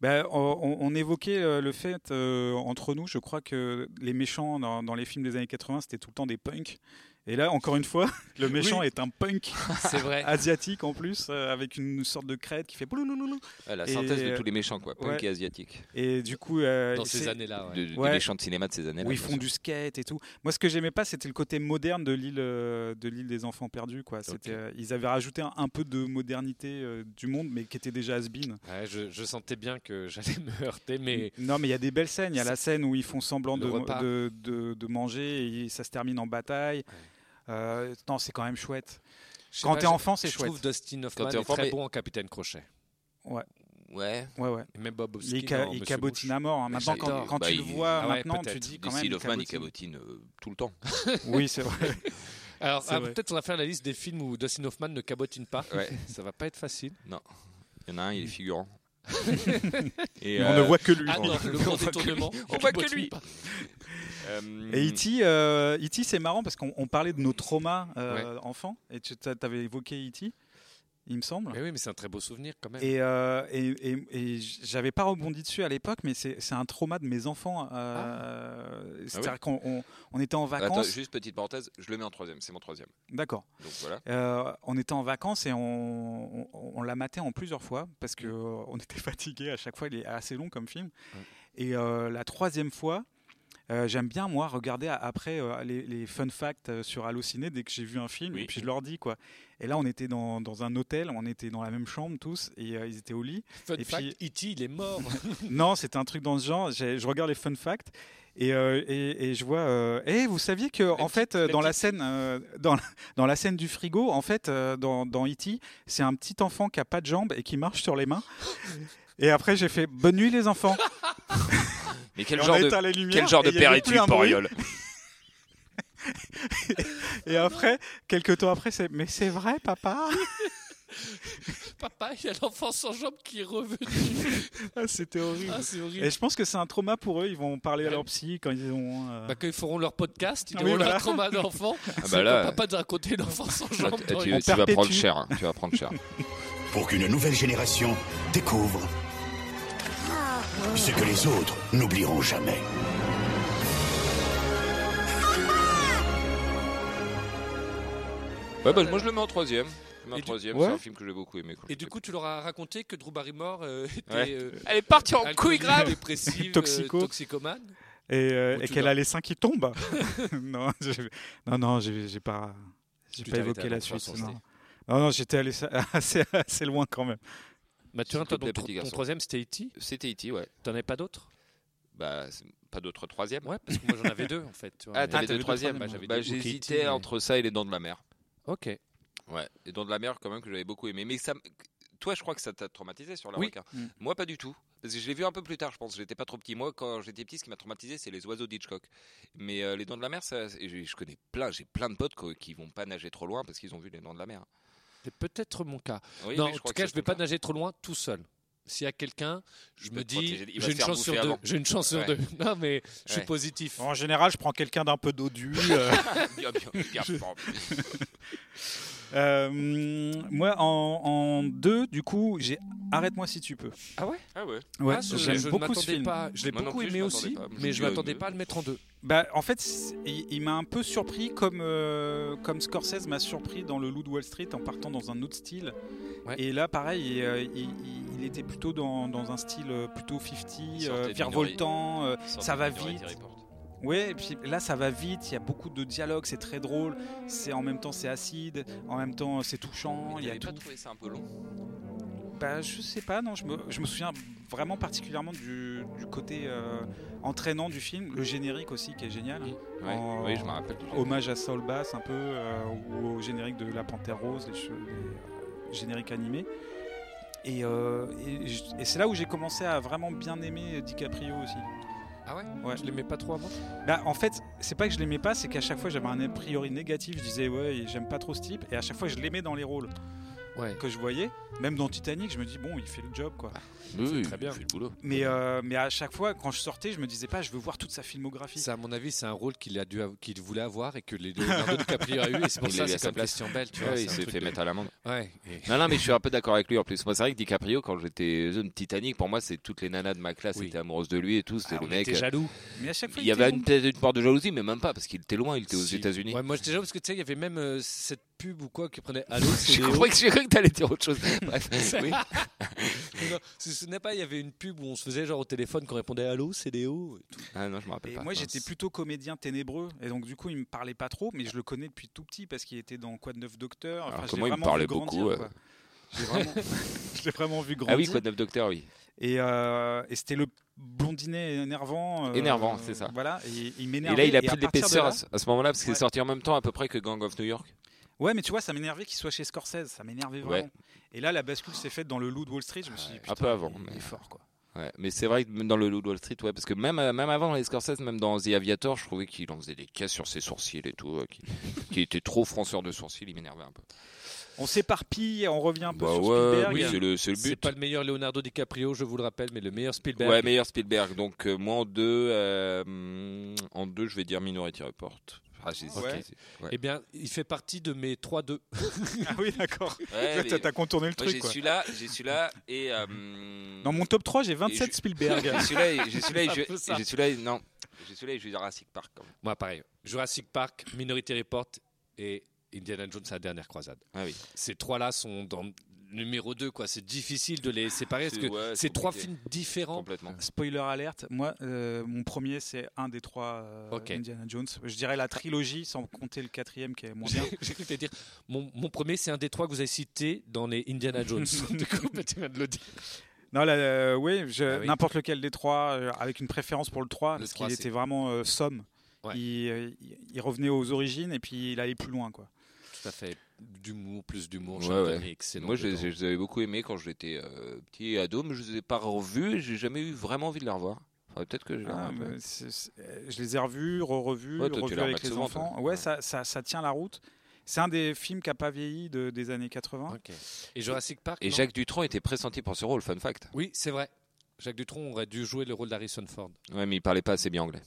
[SPEAKER 5] Ben, on, on évoquait euh, le fait, euh, entre nous, je crois que les méchants dans, dans les films des années 80, c'était tout le temps des punks. Et là, encore une fois, le méchant est un punk
[SPEAKER 3] C'est vrai.
[SPEAKER 5] asiatique en plus, euh, avec une sorte de crête qui fait bloulouloulou.
[SPEAKER 4] Ah, la
[SPEAKER 5] Et- euh,
[SPEAKER 4] synthèse de tous les méchants, quoi. Punk
[SPEAKER 5] ouais.
[SPEAKER 4] et asiatique.
[SPEAKER 5] Et du coup, euh,
[SPEAKER 3] Dans
[SPEAKER 5] c'est-
[SPEAKER 3] ces années-là. ouais.
[SPEAKER 4] De- Des
[SPEAKER 5] Ouais.
[SPEAKER 4] méchants de cinéma de ces années-là.
[SPEAKER 5] où ils
[SPEAKER 4] bien
[SPEAKER 5] font
[SPEAKER 4] sûr.
[SPEAKER 5] du skate et tout. Moi, ce que j'aimais pas, c'était le côté moderne de l'île euh, de l'île des enfants perdus. Quoi. C'était, euh, ils avaient rajouté un, un peu de modernité euh, du monde, mais qui était déjà has-been.
[SPEAKER 3] Ouais, je, je sentais bien que j'allais me heurter, mais
[SPEAKER 5] Non, mais il y a des belles scènes. Il y a la scène où ils font semblant
[SPEAKER 3] Le
[SPEAKER 5] de,
[SPEAKER 3] repas.
[SPEAKER 5] de, de- de manger et ça se termine en bataille. Euh, non, c'est quand même chouette.
[SPEAKER 3] je sais
[SPEAKER 5] Quand
[SPEAKER 3] pas,
[SPEAKER 5] t'es
[SPEAKER 3] je-
[SPEAKER 5] enfant, c'est
[SPEAKER 3] je trouve
[SPEAKER 5] chouette.
[SPEAKER 3] Dustin Hoffman
[SPEAKER 4] t'es
[SPEAKER 3] est
[SPEAKER 4] enfant,
[SPEAKER 3] très
[SPEAKER 4] mais-
[SPEAKER 3] bon en Capitaine Crochet.
[SPEAKER 4] Ouais.
[SPEAKER 5] Ouais, ouais.
[SPEAKER 3] Et même Bob Hoskins.
[SPEAKER 5] Il, ca-
[SPEAKER 3] en
[SPEAKER 5] il
[SPEAKER 3] Monsieur
[SPEAKER 5] cabotine
[SPEAKER 3] Mouche.
[SPEAKER 5] à mort. hein. Maintenant, quand,
[SPEAKER 4] j'adore.
[SPEAKER 5] quand
[SPEAKER 4] Bah,
[SPEAKER 5] tu le
[SPEAKER 4] il-
[SPEAKER 5] vois,
[SPEAKER 3] Ah ouais,
[SPEAKER 5] maintenant, tu
[SPEAKER 3] peut-être.
[SPEAKER 5] dis quand même.
[SPEAKER 4] Dustin
[SPEAKER 5] il
[SPEAKER 4] Hoffman, il
[SPEAKER 5] cabotine.
[SPEAKER 4] cabotine euh, tout le temps.
[SPEAKER 5] Oui, c'est vrai.
[SPEAKER 3] Alors,
[SPEAKER 5] C'est
[SPEAKER 3] ah,
[SPEAKER 5] vrai.
[SPEAKER 3] peut-être on va faire la liste des films où Dustin Hoffman ne cabotine pas.
[SPEAKER 4] Ouais.
[SPEAKER 3] Ça va pas être facile.
[SPEAKER 4] Il y en a un, il est figurant.
[SPEAKER 5] Et on ne voit que lui.
[SPEAKER 3] Ah non, le grand
[SPEAKER 4] voit que lui.
[SPEAKER 3] détournement.
[SPEAKER 4] On
[SPEAKER 3] il
[SPEAKER 4] voit que
[SPEAKER 3] cabotine
[SPEAKER 4] lui.
[SPEAKER 3] pas.
[SPEAKER 4] Euh,
[SPEAKER 5] Et E.T., euh, E.T., c'est marrant parce qu'on on parlait de nos traumas euh, enfants, et tu avais évoqué E.T., il me semble.
[SPEAKER 3] Mais oui, mais c'est un très beau souvenir quand même.
[SPEAKER 5] Et, euh, et, et- et j'avais pas rebondi dessus à l'époque, mais c'est c'est un trauma de mes enfants. euh, C'est-à-dire qu'on on- on était en
[SPEAKER 4] Bah, Attends,
[SPEAKER 5] vacances.
[SPEAKER 4] juste petite parenthèse, je le mets en troisième, c'est mon troisième.
[SPEAKER 5] D'accord.
[SPEAKER 4] Donc voilà.
[SPEAKER 5] Euh, on était en vacances et on, on, on l'a maté en plusieurs fois parce que euh, on était fatigué à chaque fois. Il est assez long comme film. Et euh, la troisième fois, euh, j'aime bien moi regarder a- après euh, les, les fun facts euh, sur Allociné dès que j'ai vu un film
[SPEAKER 4] Oui.
[SPEAKER 5] et puis je leur dis quoi. Et là, on était dans, dans un hôtel, on était dans la même chambre tous et euh, ils étaient au lit.
[SPEAKER 3] Fun
[SPEAKER 5] et
[SPEAKER 3] fact, E.T., il est mort.
[SPEAKER 5] non, c'était un truc dans ce genre. J'ai- Je regarde les fun facts. Et, euh, et, et je vois. euh, Eh, vous saviez que en fait, euh, dans la scène, euh, dans, la- dans la scène du frigo, en fait, euh, dans, dans E.T., c'est un petit enfant qui a pas de jambes et qui marche sur les mains. Et après, j'ai fait bonne nuit les enfants.
[SPEAKER 4] Mais quel
[SPEAKER 5] Et on
[SPEAKER 4] genre
[SPEAKER 5] a
[SPEAKER 4] de,
[SPEAKER 5] éteint les lumières,
[SPEAKER 4] quel genre
[SPEAKER 5] et
[SPEAKER 4] de
[SPEAKER 5] il y
[SPEAKER 4] père
[SPEAKER 5] avait
[SPEAKER 4] es-tu,
[SPEAKER 5] plus un bruit.
[SPEAKER 4] Poriol
[SPEAKER 5] Et après, quelques temps après, c'est mais c'est vrai, papa.
[SPEAKER 3] Papa, il y a l'enfant sans jambe qui est revenu.
[SPEAKER 5] Ah, C'était horrible.
[SPEAKER 3] ah, c'est horrible.
[SPEAKER 5] Et je pense que c'est un trauma pour eux. Ils vont parler à leur psy quand ils ont. euh,
[SPEAKER 3] Bah, quand ils feront leur podcast, ils
[SPEAKER 5] Oui,
[SPEAKER 3] diront
[SPEAKER 5] voilà.
[SPEAKER 3] leur trauma d'enfant.
[SPEAKER 4] Ah
[SPEAKER 3] C'est
[SPEAKER 4] bah
[SPEAKER 3] le
[SPEAKER 4] là,
[SPEAKER 3] Papa d'un côté, l'enfant sans
[SPEAKER 4] là,
[SPEAKER 3] jambe.
[SPEAKER 4] tu, tu-
[SPEAKER 5] on
[SPEAKER 4] tu vas prendre
[SPEAKER 5] perpétue.
[SPEAKER 4] cher. hein, tu vas prendre cher.
[SPEAKER 9] pour qu'une nouvelle génération découvre ce que les autres n'oublieront jamais.
[SPEAKER 4] Ouais, bah, moi je le mets en troisième. Je le mets en
[SPEAKER 3] Et du-
[SPEAKER 4] troisième,
[SPEAKER 5] Ouais.
[SPEAKER 4] c'est un film que j'ai beaucoup aimé. quand
[SPEAKER 3] Et du
[SPEAKER 4] j'étais
[SPEAKER 3] coup, tu leur as raconté que Drew Barrymore euh, était
[SPEAKER 4] Ouais.
[SPEAKER 3] euh,
[SPEAKER 4] petit. elle est partie en couille
[SPEAKER 3] alcoolique,
[SPEAKER 4] grave.
[SPEAKER 3] dépressive, euh,
[SPEAKER 5] Toxico.
[SPEAKER 3] toxicomane.
[SPEAKER 5] et, euh,
[SPEAKER 3] Ou
[SPEAKER 5] et
[SPEAKER 3] tu
[SPEAKER 5] qu'elle
[SPEAKER 3] dors.
[SPEAKER 5] a les seins qui tombent. non, je- non, non, j'ai j'ai pas, j'ai
[SPEAKER 3] Tu
[SPEAKER 5] pas
[SPEAKER 3] t'arrêtes à
[SPEAKER 5] évoqué la
[SPEAKER 3] la croissance,
[SPEAKER 5] suite.
[SPEAKER 3] t'es.
[SPEAKER 5] Non, non, non, j'étais allé ça- assez, assez loin quand même.
[SPEAKER 3] Mathieu,
[SPEAKER 4] S'il te
[SPEAKER 3] toi,
[SPEAKER 4] plaît,
[SPEAKER 3] donc,
[SPEAKER 4] petit
[SPEAKER 3] ton
[SPEAKER 4] garçon.
[SPEAKER 3] troisième, c'était E.T.
[SPEAKER 4] C'était E.T., ouais.
[SPEAKER 3] T'en avais pas d'autres
[SPEAKER 4] Bah, c'est pas d'autre troisième.
[SPEAKER 3] Ouais, parce que moi, j'en avais deux, en fait. tu vois.
[SPEAKER 4] Ah,
[SPEAKER 3] Mais-
[SPEAKER 4] t'avais deux
[SPEAKER 3] deux
[SPEAKER 4] troisièmes.
[SPEAKER 3] troisièmes,
[SPEAKER 4] Bah,
[SPEAKER 3] ouais. J'avais dit Hookity,
[SPEAKER 4] j'hésitais
[SPEAKER 3] mais-
[SPEAKER 4] entre ça et Les Dents de la Mer.
[SPEAKER 3] Ok.
[SPEAKER 4] Ouais, Les Dents de la Mer, quand même, que j'avais beaucoup aimé. Mais ça, m- toi, je crois que ça t'a traumatisé sur la
[SPEAKER 3] Oui.
[SPEAKER 4] requin.
[SPEAKER 5] Mm.
[SPEAKER 4] Moi, pas du tout. Parce que je l'ai vu un peu plus tard, je pense. J'étais pas trop petit. Moi, quand j'étais petit, ce qui m'a traumatisé, c'est les oiseaux d'Hitchcock. Mais euh, les dents de la mer, ça, et je, je connais plein. J'ai plein de potes quoi, qui vont pas nager trop loin parce qu'ils ont vu les dents de la mer.
[SPEAKER 3] C'est peut-être mon cas.
[SPEAKER 4] Oui,
[SPEAKER 3] non,
[SPEAKER 4] oui,
[SPEAKER 3] en
[SPEAKER 4] crois
[SPEAKER 3] tout
[SPEAKER 4] que
[SPEAKER 3] cas,
[SPEAKER 4] c'est
[SPEAKER 3] je vais
[SPEAKER 4] ton
[SPEAKER 3] pas
[SPEAKER 4] cas.
[SPEAKER 3] nager trop loin tout seul. S'il y a quelqu'un, je
[SPEAKER 4] peut
[SPEAKER 3] me
[SPEAKER 4] te
[SPEAKER 3] dis,
[SPEAKER 4] protéger, il
[SPEAKER 3] j'ai
[SPEAKER 4] va te
[SPEAKER 3] une
[SPEAKER 4] faire
[SPEAKER 3] chance sur
[SPEAKER 4] bouffer
[SPEAKER 3] deux.
[SPEAKER 4] avant.
[SPEAKER 3] J'ai une chance sur
[SPEAKER 4] Ouais.
[SPEAKER 3] deux. Non, mais je suis
[SPEAKER 4] Ouais.
[SPEAKER 3] positif.
[SPEAKER 5] En général, je prends quelqu'un d'un peu dodu. euh,
[SPEAKER 4] Bien, bien, bien, bien.
[SPEAKER 5] euh, hum, moi, en, en deux, du coup, j'ai Arrête-moi si tu peux.
[SPEAKER 4] Ah ouais.
[SPEAKER 5] Ouais,
[SPEAKER 3] Ah, je- je
[SPEAKER 5] j'aime
[SPEAKER 3] ne
[SPEAKER 5] beaucoup ce
[SPEAKER 3] m'attendais
[SPEAKER 5] film.
[SPEAKER 3] Pas, je l'ai
[SPEAKER 4] Moi non
[SPEAKER 3] beaucoup
[SPEAKER 4] plus, je
[SPEAKER 3] aimé
[SPEAKER 4] m'attendais
[SPEAKER 3] aussi,
[SPEAKER 4] pas. Je me
[SPEAKER 3] mais
[SPEAKER 4] suis
[SPEAKER 3] je
[SPEAKER 4] dit,
[SPEAKER 3] m'attendais
[SPEAKER 4] euh,
[SPEAKER 3] pas à le mettre en deux.
[SPEAKER 5] Bah, en fait, c'est- il, il m'a un peu surpris comme, euh, comme Scorsese m'a surpris dans Le Loup de Wall Street en partant dans un autre style.
[SPEAKER 3] Ouais.
[SPEAKER 5] Et là, pareil, il, euh, il- il- il était plutôt dans, dans un style euh, plutôt 50,
[SPEAKER 4] Sortez
[SPEAKER 5] euh,
[SPEAKER 4] de
[SPEAKER 5] virevoltant. euh, Ça va vite.
[SPEAKER 4] Report.
[SPEAKER 5] ouais, et puis là, ça va vite, il y a beaucoup de dialogues, c'est très drôle. C'est En même temps, c'est acide, en même temps, c'est touchant.
[SPEAKER 4] Mais
[SPEAKER 5] Il y a
[SPEAKER 4] t'avais
[SPEAKER 5] tout.
[SPEAKER 4] pas trouvé ça un peu long
[SPEAKER 5] Bah, je sais pas, non, je me, je me souviens vraiment particulièrement du, du côté euh, entraînant du film, le générique aussi qui est génial.
[SPEAKER 4] Ouais,
[SPEAKER 5] Oh.
[SPEAKER 4] Oui, je me rappelle. du générique.
[SPEAKER 5] Hommage à Saul Bass un peu, euh, ou au générique de La Panthère Rose, les, che- les, euh, génériques animés. Et, euh, et je- et c'est là où j'ai commencé à vraiment bien aimer DiCaprio aussi.
[SPEAKER 3] Ah ouais,
[SPEAKER 5] Ouais.
[SPEAKER 3] Je l'aimais pas trop avant.
[SPEAKER 5] Bah, en fait, c'est pas que je l'aimais pas, c'est qu'à chaque fois j'avais un a priori négatif, je disais ouais, j'aime pas trop ce type, et à chaque fois je l'aimais dans les rôles
[SPEAKER 3] Ouais.
[SPEAKER 5] que je voyais. Même dans Titanic, je me dis bon, il fait le job quoi.
[SPEAKER 4] Oui,
[SPEAKER 3] très bien.
[SPEAKER 4] il fait le boulot.
[SPEAKER 5] Mais, euh, mais à chaque fois, quand je sortais, je me disais pas, je veux voir toute sa filmographie.
[SPEAKER 3] Ça, à mon avis, c'est un rôle qu'il a dû, av- qu'il voulait avoir et que les deux Leonardo DiCaprio a eu. Et c'est pour
[SPEAKER 4] Il
[SPEAKER 3] ça,
[SPEAKER 4] a eu à
[SPEAKER 3] c'est
[SPEAKER 4] sa
[SPEAKER 3] comme
[SPEAKER 4] place.
[SPEAKER 3] Christian Bell, tu
[SPEAKER 4] Ouais,
[SPEAKER 3] vois.
[SPEAKER 4] il
[SPEAKER 3] c'est un
[SPEAKER 4] s'est
[SPEAKER 3] truc
[SPEAKER 4] fait
[SPEAKER 3] de-
[SPEAKER 4] mettre à l'amende.
[SPEAKER 3] Ouais. et-
[SPEAKER 4] Non, non, mais je suis un peu d'accord avec lui. En plus, moi, c'est vrai que DiCaprio, quand j'étais jeune Titanic, pour moi, c'est toutes les nanas de ma classe
[SPEAKER 3] Oui.
[SPEAKER 4] étaient amoureuses de lui et tout. C'était
[SPEAKER 3] Ah,
[SPEAKER 4] le
[SPEAKER 3] on
[SPEAKER 4] mec.
[SPEAKER 3] était jaloux.
[SPEAKER 5] Mais à chaque fois,
[SPEAKER 4] Il y
[SPEAKER 5] était
[SPEAKER 4] avait
[SPEAKER 5] bon.
[SPEAKER 4] une, peut-être une part de jalousie, mais même pas, parce qu'il était loin, il était aux
[SPEAKER 3] Si.
[SPEAKER 4] États-Unis.
[SPEAKER 3] Ouais, moi, j'étais jaloux parce que tu sais, il y avait même euh, cette pub ou quoi qui prenait Allô,
[SPEAKER 4] J'ai
[SPEAKER 3] Céléo.
[SPEAKER 4] compris que, j'ai cru que t'allais dire autre chose. Bref, oui.
[SPEAKER 3] Non, ce- ce n'est pas, il y avait une pub où on se faisait genre au téléphone qu'on répondait Allô, Céléo. et tout.
[SPEAKER 4] Ah non, je me rappelle
[SPEAKER 5] Et
[SPEAKER 4] pas.
[SPEAKER 5] moi,
[SPEAKER 4] Non.
[SPEAKER 5] j'étais plutôt comédien ténébreux, et donc du coup, il me parlait pas trop, mais je le connais depuis tout petit parce qu'il était dans Quoi de Neuf Docteur. Enfin,
[SPEAKER 4] Alors,
[SPEAKER 5] je l'ai
[SPEAKER 4] comment il me
[SPEAKER 5] vraiment vu
[SPEAKER 4] parlait
[SPEAKER 5] grandir,
[SPEAKER 4] beaucoup,
[SPEAKER 5] quoi.
[SPEAKER 4] euh.
[SPEAKER 5] J'ai vraiment- Je l'ai vraiment vu grandir.
[SPEAKER 4] Ah oui, quoi, de neuf docteur, oui.
[SPEAKER 5] Et, euh, et c'était le blondinet énervant. euh,
[SPEAKER 4] Énervant, c'est ça.
[SPEAKER 5] Voilà, et il
[SPEAKER 4] Et
[SPEAKER 5] m'énervait.
[SPEAKER 4] là, il a
[SPEAKER 5] à
[SPEAKER 4] pris de
[SPEAKER 5] partir
[SPEAKER 4] l'épaisseur
[SPEAKER 5] là-
[SPEAKER 4] à ce- à ce moment-là, parce qu'il est
[SPEAKER 5] Ouais.
[SPEAKER 4] sorti en même temps à peu près que Gang of New York.
[SPEAKER 5] Ouais, mais tu vois, ça m'énervait qu'il soit chez Scorsese, ça m'énervait
[SPEAKER 4] Ouais.
[SPEAKER 5] vraiment. Et là, la bascule s'est faite dans le Loup de Wall Street. Je me suis dit,
[SPEAKER 4] un
[SPEAKER 5] putain,
[SPEAKER 4] peu avant,
[SPEAKER 5] il
[SPEAKER 4] mais-
[SPEAKER 5] est fort, quoi.
[SPEAKER 4] Ouais, mais c'est vrai que même dans le Loup de Wall Street, ouais, parce que même, euh, même avant dans les Scorsese, même dans The Aviator, je trouvais qu'il en faisait des caisses sur ses sourcils et tout, euh, qui, qui était trop fronceur de sourcils, il m'énervait un peu.
[SPEAKER 5] On s'éparpille, on revient un peu
[SPEAKER 4] Bah
[SPEAKER 5] sur
[SPEAKER 4] ouais,
[SPEAKER 5] Spielberg.
[SPEAKER 4] oui, c'est le, c'est le
[SPEAKER 3] C'est
[SPEAKER 4] but.
[SPEAKER 3] pas le meilleur Leonardo DiCaprio, je vous le rappelle, mais le meilleur Spielberg.
[SPEAKER 4] Ouais, meilleur Spielberg. Donc, euh, moi en deux, euh, hum, En deux, je vais dire Minority Report. Ah, j'ai-
[SPEAKER 5] Ouais.
[SPEAKER 4] c'est-
[SPEAKER 3] Eh bien, il fait partie de mes 3-2.
[SPEAKER 5] Ah oui, d'accord.
[SPEAKER 4] Ouais,
[SPEAKER 5] Là,
[SPEAKER 4] Eh, mais-
[SPEAKER 5] t'as- T'as contourné le
[SPEAKER 4] Moi,
[SPEAKER 5] truc.
[SPEAKER 4] j'ai
[SPEAKER 5] Quoi.
[SPEAKER 4] celui-là, j'ai celui-là et. euh,
[SPEAKER 5] Dans mon top 3, j'ai 27
[SPEAKER 4] je-
[SPEAKER 5] Spielberg.
[SPEAKER 4] J'ai celui-là et j'ai celui-là et
[SPEAKER 3] C'est un
[SPEAKER 4] je-
[SPEAKER 3] peu ça.
[SPEAKER 4] et j'ai celui-là et non. J'ai celui-là et j'ai Jurassic Park. quand même.
[SPEAKER 3] Moi, pareil. Jurassic Park, Minority Report et Indiana Jones, la dernière croisade.
[SPEAKER 4] Ah oui.
[SPEAKER 3] Ces trois-là sont dans le numéro 2, quoi. C'est difficile de les séparer parce
[SPEAKER 4] C'est-
[SPEAKER 3] que
[SPEAKER 4] ouais,
[SPEAKER 3] c'est
[SPEAKER 4] compliqué.
[SPEAKER 3] trois films différents. Ah,
[SPEAKER 4] Complètement.
[SPEAKER 5] Spoiler alerte, moi, euh, mon premier, c'est un des trois euh,
[SPEAKER 3] Ok.
[SPEAKER 5] Indiana Jones. Je dirais la trilogie, sans compter le quatrième qui est moins bien.
[SPEAKER 3] J'ai cru que t'allais dire. Mon, mon premier, c'est un des trois que vous avez cité dans les Indiana Jones. du coup, bah, tu viens de le dire.
[SPEAKER 5] Non, là, euh, oui, je-
[SPEAKER 4] Bah
[SPEAKER 3] Ah oui.
[SPEAKER 5] n'importe lequel des trois, euh, avec une préférence pour le 3,
[SPEAKER 3] Le
[SPEAKER 5] parce
[SPEAKER 3] 3,
[SPEAKER 5] qu'il
[SPEAKER 3] c'est-
[SPEAKER 5] était vraiment euh, somme.
[SPEAKER 3] Ouais.
[SPEAKER 5] Il, euh, il- il revenait aux origines et puis il allait plus loin. Quoi.
[SPEAKER 3] Tout à fait. D'humour, plus d'humour.
[SPEAKER 4] Ouais,
[SPEAKER 3] Charlton
[SPEAKER 4] ouais.
[SPEAKER 3] est excellent
[SPEAKER 4] Moi, je
[SPEAKER 3] dedans.
[SPEAKER 4] les, ai- je les avais beaucoup aimés quand j'étais euh, petit et ado, mais je les ai pas revus. et J'ai jamais eu vraiment envie de les revoir. Faudrait peut-être que je les
[SPEAKER 5] Ah,
[SPEAKER 4] revoie.
[SPEAKER 5] mais c'est- c'est- euh, je les ai revus, re-revus,
[SPEAKER 4] Ouais, toi, tu
[SPEAKER 5] revus
[SPEAKER 4] les
[SPEAKER 5] avec
[SPEAKER 4] remarques
[SPEAKER 5] les
[SPEAKER 4] souvent, toi.
[SPEAKER 5] enfants. Ouais,
[SPEAKER 4] Ouais.
[SPEAKER 5] Ça, ça- ça tient la route. C'est un des films qui n'a pas vieilli de- des années 80.
[SPEAKER 3] Ok. Et Jurassic Park.
[SPEAKER 4] Et
[SPEAKER 3] non
[SPEAKER 4] Jacques Dutronc était pressenti pour ce rôle, fun fact.
[SPEAKER 3] Oui, c'est vrai. Jacques Dutronc aurait dû jouer le rôle d'Harrison Ford.
[SPEAKER 4] Ouais, mais il parlait pas assez bien anglais.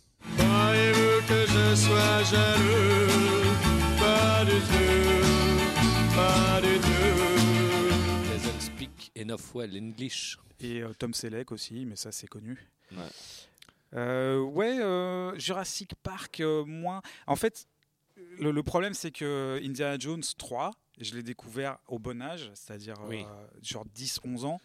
[SPEAKER 3] Doesn't speak enough well English.
[SPEAKER 5] Et euh, Tom Selleck aussi, mais ça c'est connu.
[SPEAKER 4] Ouais.
[SPEAKER 5] Euh, ouais, euh, Jurassic Park euh, moins. En fait, le, le problème c'est que Indiana Jones 3, je l'ai découvert au bon âge, c'est-à-dire euh,
[SPEAKER 3] Oui.
[SPEAKER 5] genre 10-11 ans,